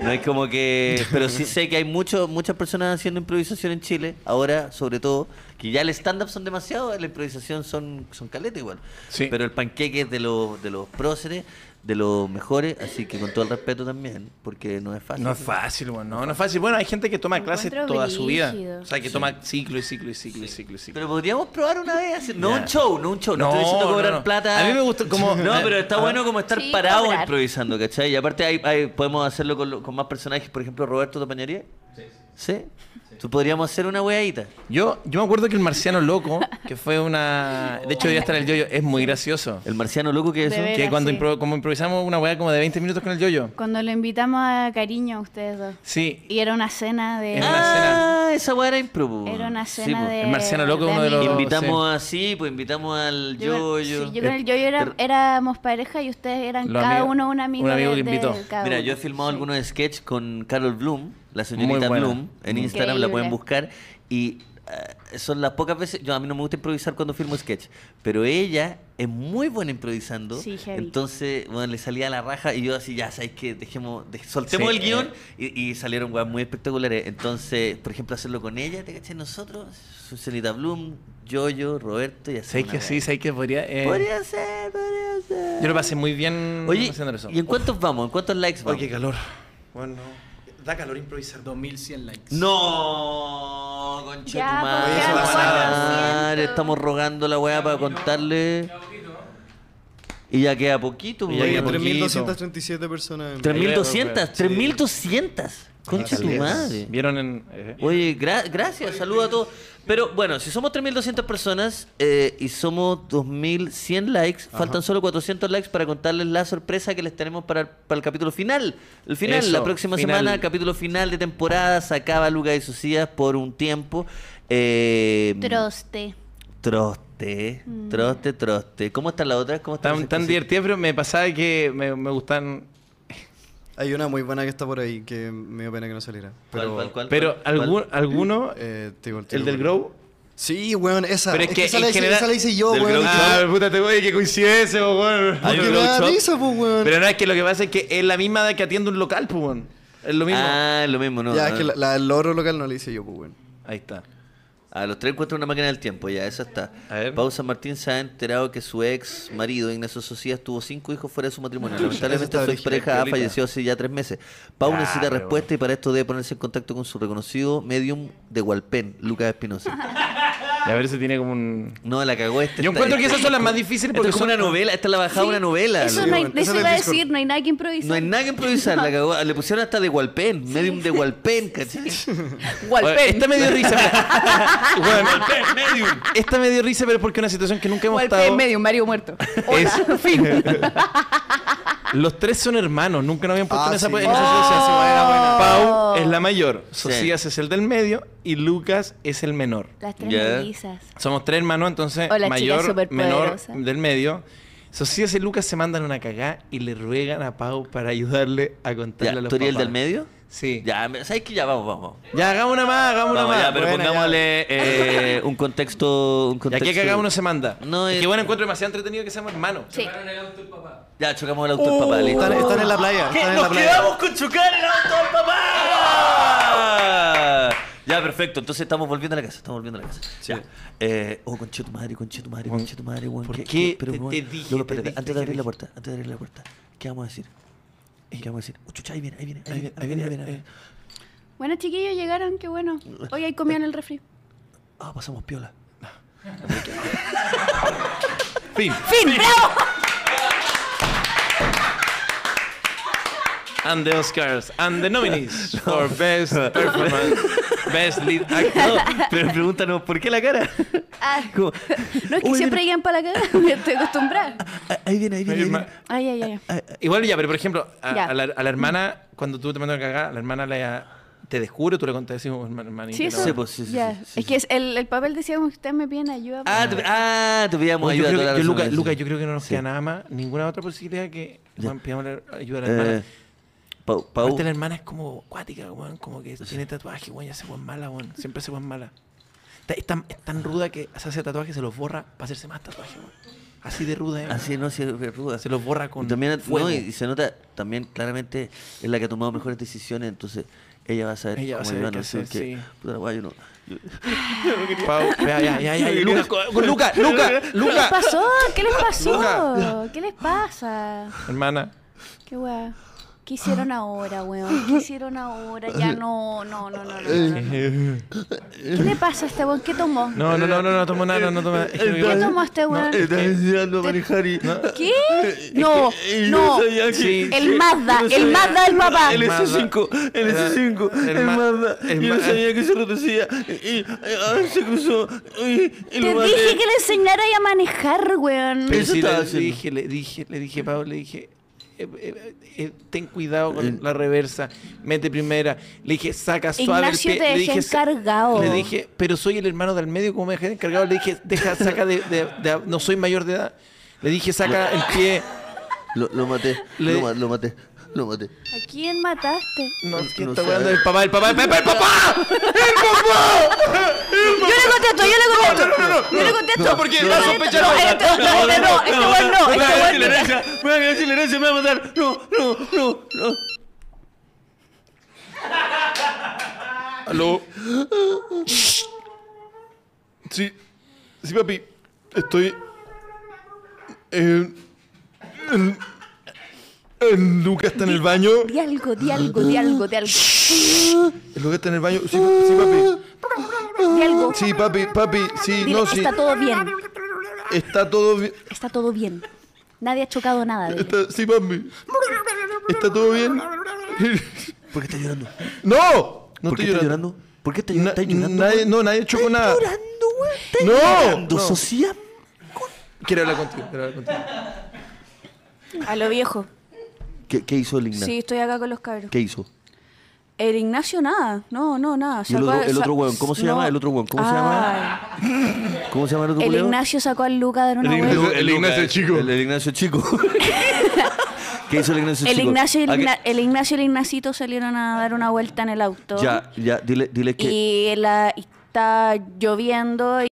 H: no es como que. Pero sí sé que hay mucho, muchas personas haciendo improvisación en Chile. Ahora, sobre todo, que ya el stand-up son demasiado, la improvisación son, son caleta igual.
E: Sí.
H: Pero el panqueque es de los, de los próceres, de los mejores. Así que con todo el respeto también, porque no es fácil.
E: No es fácil, weón. No, no es fácil. Bueno, hay gente que toma
D: Me
E: clases
D: encuentro
E: toda su vida.
D: brígido.
E: O sea, que toma ciclo y ciclo y ciclo y ciclo y ciclo.
H: Pero podríamos probar una vez, así- no
E: Ya.
H: un show, no un show, no,
E: No,
H: estoy diciendo cobrar
E: no, no.
H: plata.
E: A mí me gustó como-
H: No, pero está
E: Ah.
H: bueno como estar
D: Sí,
H: parado
D: cobrar.
H: improvisando, ¿cachai? Y aparte hay, hay- podemos hacerlo con, lo- con más personajes, por ejemplo, Roberto Topañaría. Sí. ¿Sí? Tú podríamos hacer una weadita.
E: Yo, yo me acuerdo que el marciano loco, que fue una. De hecho, debía estar en el yoyo, es muy gracioso.
H: El marciano loco que es
D: De
H: eso.
D: ver-
E: Que
D: Era
E: cuando
D: así.
E: impro- como improvisamos una weá como de 20 minutos con el yoyo.
D: Cuando lo invitamos a cariño a ustedes dos.
E: Sí.
D: Y era una cena de.
E: Era una pues,
H: Ah, esa weá era impro. po.
D: Era una
H: Sí,
D: cena
H: po.
D: de.
E: El marciano loco es uno de
D: amigos.
E: los-
H: Invitamos así, pues invitamos al
D: Yo,
H: Yoyo.
D: sí, yo con el yoyo era- éramos pareja y ustedes eran
E: Eh, Los
D: cada
E: amigos-
D: uno un amigo.
E: un amigo
D: de-
E: que
D: de
E: invitó.
D: cada
H: Mira,
D: uno.
H: yo he filmado
D: Ah, Sí.
H: algunos sketch con Carol Bloom, la señorita
E: buena.
H: Bloom, en Instagram la
D: Increíble.
H: pueden buscar y eh, son las pocas veces, yo a mí no me gusta improvisar cuando firmo sketch, pero ella es muy buena improvisando,
D: Sí, heavy.
H: entonces bueno, le salía la raja y yo así ya sabéis que dejemos, dej- soltemos
E: Sí.
H: el guión y, y salieron weas muy espectaculares, entonces por ejemplo hacerlo con ella, te caché nosotros, su señorita Bloom, Yoyo, Roberto y así.
E: Sabéis que sí, sabéis que podría. eh,
H: Podría ser, podría ser.
E: Yo lo pasé muy bien
H: Oye,
E: haciendo eso.
H: ¿y en cuántos vamos? ¿En cuántos likes vamos?
E: Oye, qué calor. Bueno, da calor improvisar.
N: 2100 likes.
H: No, concha
D: Ya,
H: tu
D: pues,
H: madre.
D: ya,
H: Concha tu
D: cuatrocientos.
H: madre, Estamos rogando la weá para contarle. Y ya queda poquito,
E: Y ya
H: weón.
E: queda poquito.
F: 3.237 personas. en-
H: 3.200,
E: Sí.
H: 3.200. Concha tu madre.
E: ¿Vieron en.? eh,
H: Oye, gra- gracias, saludos a todos. Pero bueno, si somos 3.200 personas eh, y somos 2.100 likes, faltan solo 400 likes para contarles la sorpresa que les tenemos para, el- para el capítulo final. El final,
E: Eso,
H: la próxima
E: final.
H: semana, capítulo final de temporada, sacaba Lucas y Socias por un tiempo. Eh,
D: Troste.
H: Troste, troste, troste. ¿Cómo están las otras? ¿Cómo están
E: Tan,
H: esas
E: tan
H: cositas?
E: divertidas, pero me pasaba que me, me gustan.
F: Hay una muy buena que está por ahí que me dio pena que no saliera. Pero,
H: ¿Cuál, cuál, cuál,
E: Pero
H: cuál, cuál?
E: algún- alguno,
F: Eh, te digo el tiro,
E: el del
F: weón.
E: Grow.
F: Sí, weón, esa.
E: Pero es
F: es
E: que
F: que esa,
E: en
F: la hice,
E: general-
F: esa la hice yo,
H: del
F: weón.
H: Grow
F: Ah,
E: Ah, puta, te voy, que coincidencia, po, weón.
H: Hay
F: Porque
H: un
F: me
H: Grow
F: da
H: Shop.
F: risa, pues, weón.
E: Pero no, es que lo que pasa es que es la misma de que atiende un local, pues, weón. Es lo mismo.
H: Ah, lo mismo, no.
F: ya, es
H: no.
F: que la, la del loro local no la hice yo, pues, weón.
E: Ahí está.
H: A los tres encuentran una máquina del tiempo, ya, esa está.
E: A ver.
H: Pausa Martín se ha enterado que su ex marido, Ignacio Socias, tuvo cinco hijos fuera de su matrimonio. Lamentablemente
F: Eso
H: su
F: está
H: ex pareja
E: original,
H: ha
E: piolita.
H: fallecido hace ya tres meses. Pau
E: Ya,
H: necesita
E: pero
H: respuesta y para esto debe ponerse en contacto con su reconocido medium de Hualpén, Lucas Espinosa.
E: Y a ver si tiene como un.
H: No, la cagó este.
E: Yo
H: está-
E: encuentro que
H: este-
E: esas son las más difíciles
H: Esto
E: porque
H: es como
E: son-
H: una novela, esta es la bajada de una novela.
D: Eso,
H: loco.
D: no hay,
F: Bueno,
D: eso
F: esa es
D: iba a
F: del Discord.
D: decir, no hay nada que improvisar.
H: No hay nada que improvisar, la cagó. Le pusieron hasta de Hualpén, medium de Hualpén, ¿cachai?
E: Oye, este
O: Walpen.
E: Esta me dio risa. mira. Weón, Esta me dio risa, pero es porque es una situación que nunca hemos estado.
O: Walpen medio, Mario muerto. Hola,
E: Es-
O: fin.
E: Los tres son hermanos, nunca nos habían puesto
F: Ah,
E: en esa,
F: sí.
E: en esa
F: Oh.
E: situación.
F: Sí, buena, buena.
E: Pau es la mayor,
H: Sí.
E: Socias es el del medio y Lucas es el menor.
D: Las tres
H: Ya.
D: mellizas.
E: Somos tres hermanos, entonces
D: Hola, chica
E: mayor, menor
D: superpoderosa.
E: del medio. Socias y Lucas se mandan una cagá y le ruegan a Pau para ayudarle a contarle a
H: Ya,
E: los
H: ¿Tú eres el
E: papás.
H: del medio?
E: Sí. Ya,
H: Ya, me- ¿sabes qué? Ya vamos, vamos.
E: hagamos una más, hagamos una
H: Vamos,
E: más.
H: ya, pero
F: Buena,
H: pongámosle eh, un contexto. Un
E: Ya
H: contexto.
E: que cagá uno se manda.
H: No,
E: es
H: es-
E: que bueno, encuentro demasiado entretenido que seamos hermanos.
D: Sí.
P: Pararon el auto el papá.
H: Ya, chocamos el auto al papá, listo.
F: Están, están en la playa.
H: ¿Qué?
F: Están en
H: ¡Nos
F: la playa.
H: quedamos con chocar el auto al papá! Ya, perfecto. Entonces estamos volviendo a la casa. Estamos volviendo a la casa.
F: Sí.
H: Ya. Eh, oh, conche tu madre, conche tu madre,
E: Juan,
H: conche tu madre, Juan.
E: ¿por qué te-
H: Juan,
E: te dije,
H: Lolo,
E: te
H: espérate,
E: dije,
H: antes de
E: te
H: abrir la
E: dije?
H: puerta, antes de abrir la puerta, ¿qué vamos a decir? ¿Qué vamos a decir? Oh, chucha, ahí viene, ahí viene, ahí viene, ahí viene, ahí viene. ahí viene.
D: Bueno, chiquillos, llegaron, qué bueno. Hoy hay comida en el refri.
H: Ah, pasamos piola.
E: Fin.
D: ¡Fin! ¡Bravo!
E: And the Oscars and the nominees for best performance, best lead actor.
H: Pero pregúntanos, ¿por qué la cara?
D: Ah,
H: Como,
D: no es que
H: "Uy,
D: siempre
H: mira,
D: llegan para la casa, estoy acostumbrada.
H: ah, Ahí viene, ahí viene. ahí viene.
D: Ay, ay, ay.
E: Igual ya, pero por ejemplo, a,
D: Ya.
E: a la, a la hermana, cuando tú te mandas a cagar, la hermana le, te descubre, tú le contas, decís, "Oh, hermana, hermanita,
D: Sí,
E: la
D: eso.
H: Sí,
E: verdad".
H: pues, sí, sí,
D: ya.
H: sí, sí,
D: es que es- el, el papel decía como ustedes me piden ayuda.
H: Ah, te, ah, te pedíamos
E: Bueno, oh, yo creo que-
H: ayuda. toda la
E: yo,
H: razón,
E: Lucas,
H: sí.
E: Lucas, yo creo que no nos
H: Sí.
E: queda nada más, ninguna otra posibilidad que Juan, pidamos la- ayuda a la hermana.
H: Eh, Pau, Pau.
E: Aparte, la hermana es como cuática, weón, como que tiene tatuaje, weón, ya se weón mala, weón, siempre se weón mala. Ta- Es tan, es tan ruda que se hace tatuaje, se los borra para hacerse más tatuaje, weón. Así de ruda, eh.
H: Así no, si es ruda.
E: Se los borra con
H: Y también, no,
E: fuego.
H: y, y se nota, también claramente es la que ha tomado mejores decisiones, entonces ella va a saber
E: Ella va a saber qué hacer, sí.
H: puta la guay, yo no- yo-
E: Pau, ya, ya, ya, ya, Lucas, con Lucas, Lucas,
D: ¿Qué les
E: Lucas.
D: pasó? ¿Qué les pasó? ¿Qué les pasa?
E: Hermana,
D: Qué weá. ¿Qué hicieron ahora, weón? ¿Qué hicieron ahora? Ya no, no, no, no, no. no,
H: Eh.
D: no. ¿Qué le pasa a este weón? ¿Qué tomó?
E: no, no, no, no, no tomo nada, no tomo nada. Es que
D: ¿Qué
E: igual-
D: tomó este weón?
H: Estaba enseñando a manejar y...
D: ¿Qué?
H: Eh,
D: No, no.
E: Sí. eh,
D: El Mazda,
H: Yo no
D: el
H: sabía-
D: Mazda del papá.
H: El
E: Mazda.
H: S5, el
E: Era-
H: S5,
E: el
H: el,
E: Ma-
H: Mazda.
E: el
H: yo
E: Ma-
H: no sabía que se retorcía. Y, y- ah, se cruzó. Y, y
D: Te
H: lo maté.
D: dije que le enseñara a manejar, weón.
E: Pero
H: Eso
E: sí,
H: estaba
E: le
H: haciendo.
E: dije, le dije, le dije, Pablo, le dije, eh, eh, eh, ten cuidado con la reversa, mete primera. Le dije, saca suave el
D: Ignacio,
E: pie.
D: te
E: le
D: dejé
E: dije, sa-
D: encargado.
E: Le dije, pero soy el hermano del medio, como me dejé encargado. Le dije, deja, saca de, de- de- no soy mayor de edad. Le dije, saca el pie.
H: Lo, lo maté,
E: Le-
H: lo, ma- lo maté, lo maté.
D: ¿A quién mataste?
E: No, es que
H: No
E: está
H: sé.
E: hablando del papá, el papá, el papá, el papá.
D: Yo le contesto, yo le contesto. yo le contesto.
E: no, porque
D: Yo
E: va a
D: le
E: sospechar
D: contesto.
E: ahora.
D: No, este- no, este no, este weón no, este weón no.
H: me va a quedar sin la herencia, me va a matar. No, no, no, no.
E: Aló. Sí, sí, papi, estoy.
Q: Lucas está en el baño.
D: Di algo, di algo, di algo, di algo.
Q: Lucas está en el baño. Sí, sí, papi.
D: Di algo.
Q: Sí, papi, papi. Sí,
D: Dile,
Q: no, sí.
D: Está todo bien,
Q: Está todo bien.
D: está todo bien. Nadie ha chocado nada. dile.
Q: Está- sí, papi. ¿Está todo bien?
H: ¿Por qué estás llorando?
Q: ¡No! No
H: ¿Por qué
Q: estoy
H: estás
Q: llorando.
H: llorando? ¿Por qué estás
Q: Na-
H: llorando? ¿Estás llorando?
Q: nadie, no, nadie chocó nada.
H: llorando, güey? ¿Estás
Q: No,
H: llorando,
Q: no.
H: Socia?
E: Quiero hablar contigo, quiero hablar contigo.
D: A lo viejo.
H: ¿Qué, qué hizo el Ignacio?
D: Sí, estoy acá con los cabros.
H: ¿Qué hizo?
D: El Ignacio nada, no, no, nada.
H: ¿Y el otro,
D: Sacó-
H: el otro
D: sa-
H: weón? ¿Cómo se llama?
D: no.
H: ¿El otro weón? ¿Cómo se llama? ¿Cómo se llama el otro
D: El
H: culiao?
D: Ignacio sacó al Luca de una
H: Ignacio-
D: weón.
Q: El Ignacio
H: Lucas,
Q: chico.
H: El, el Ignacio chico. ¿Qué hizo el Ignacio?
D: El
H: chico? Ah,
D: Ignacio, y
H: ¿A
D: el,
H: qué-
D: Igna- el Ignacio y el Ignacito salieron a dar una vuelta en el auto.
H: Ya, ya, dile, dile que...
D: Y, la, y está lloviendo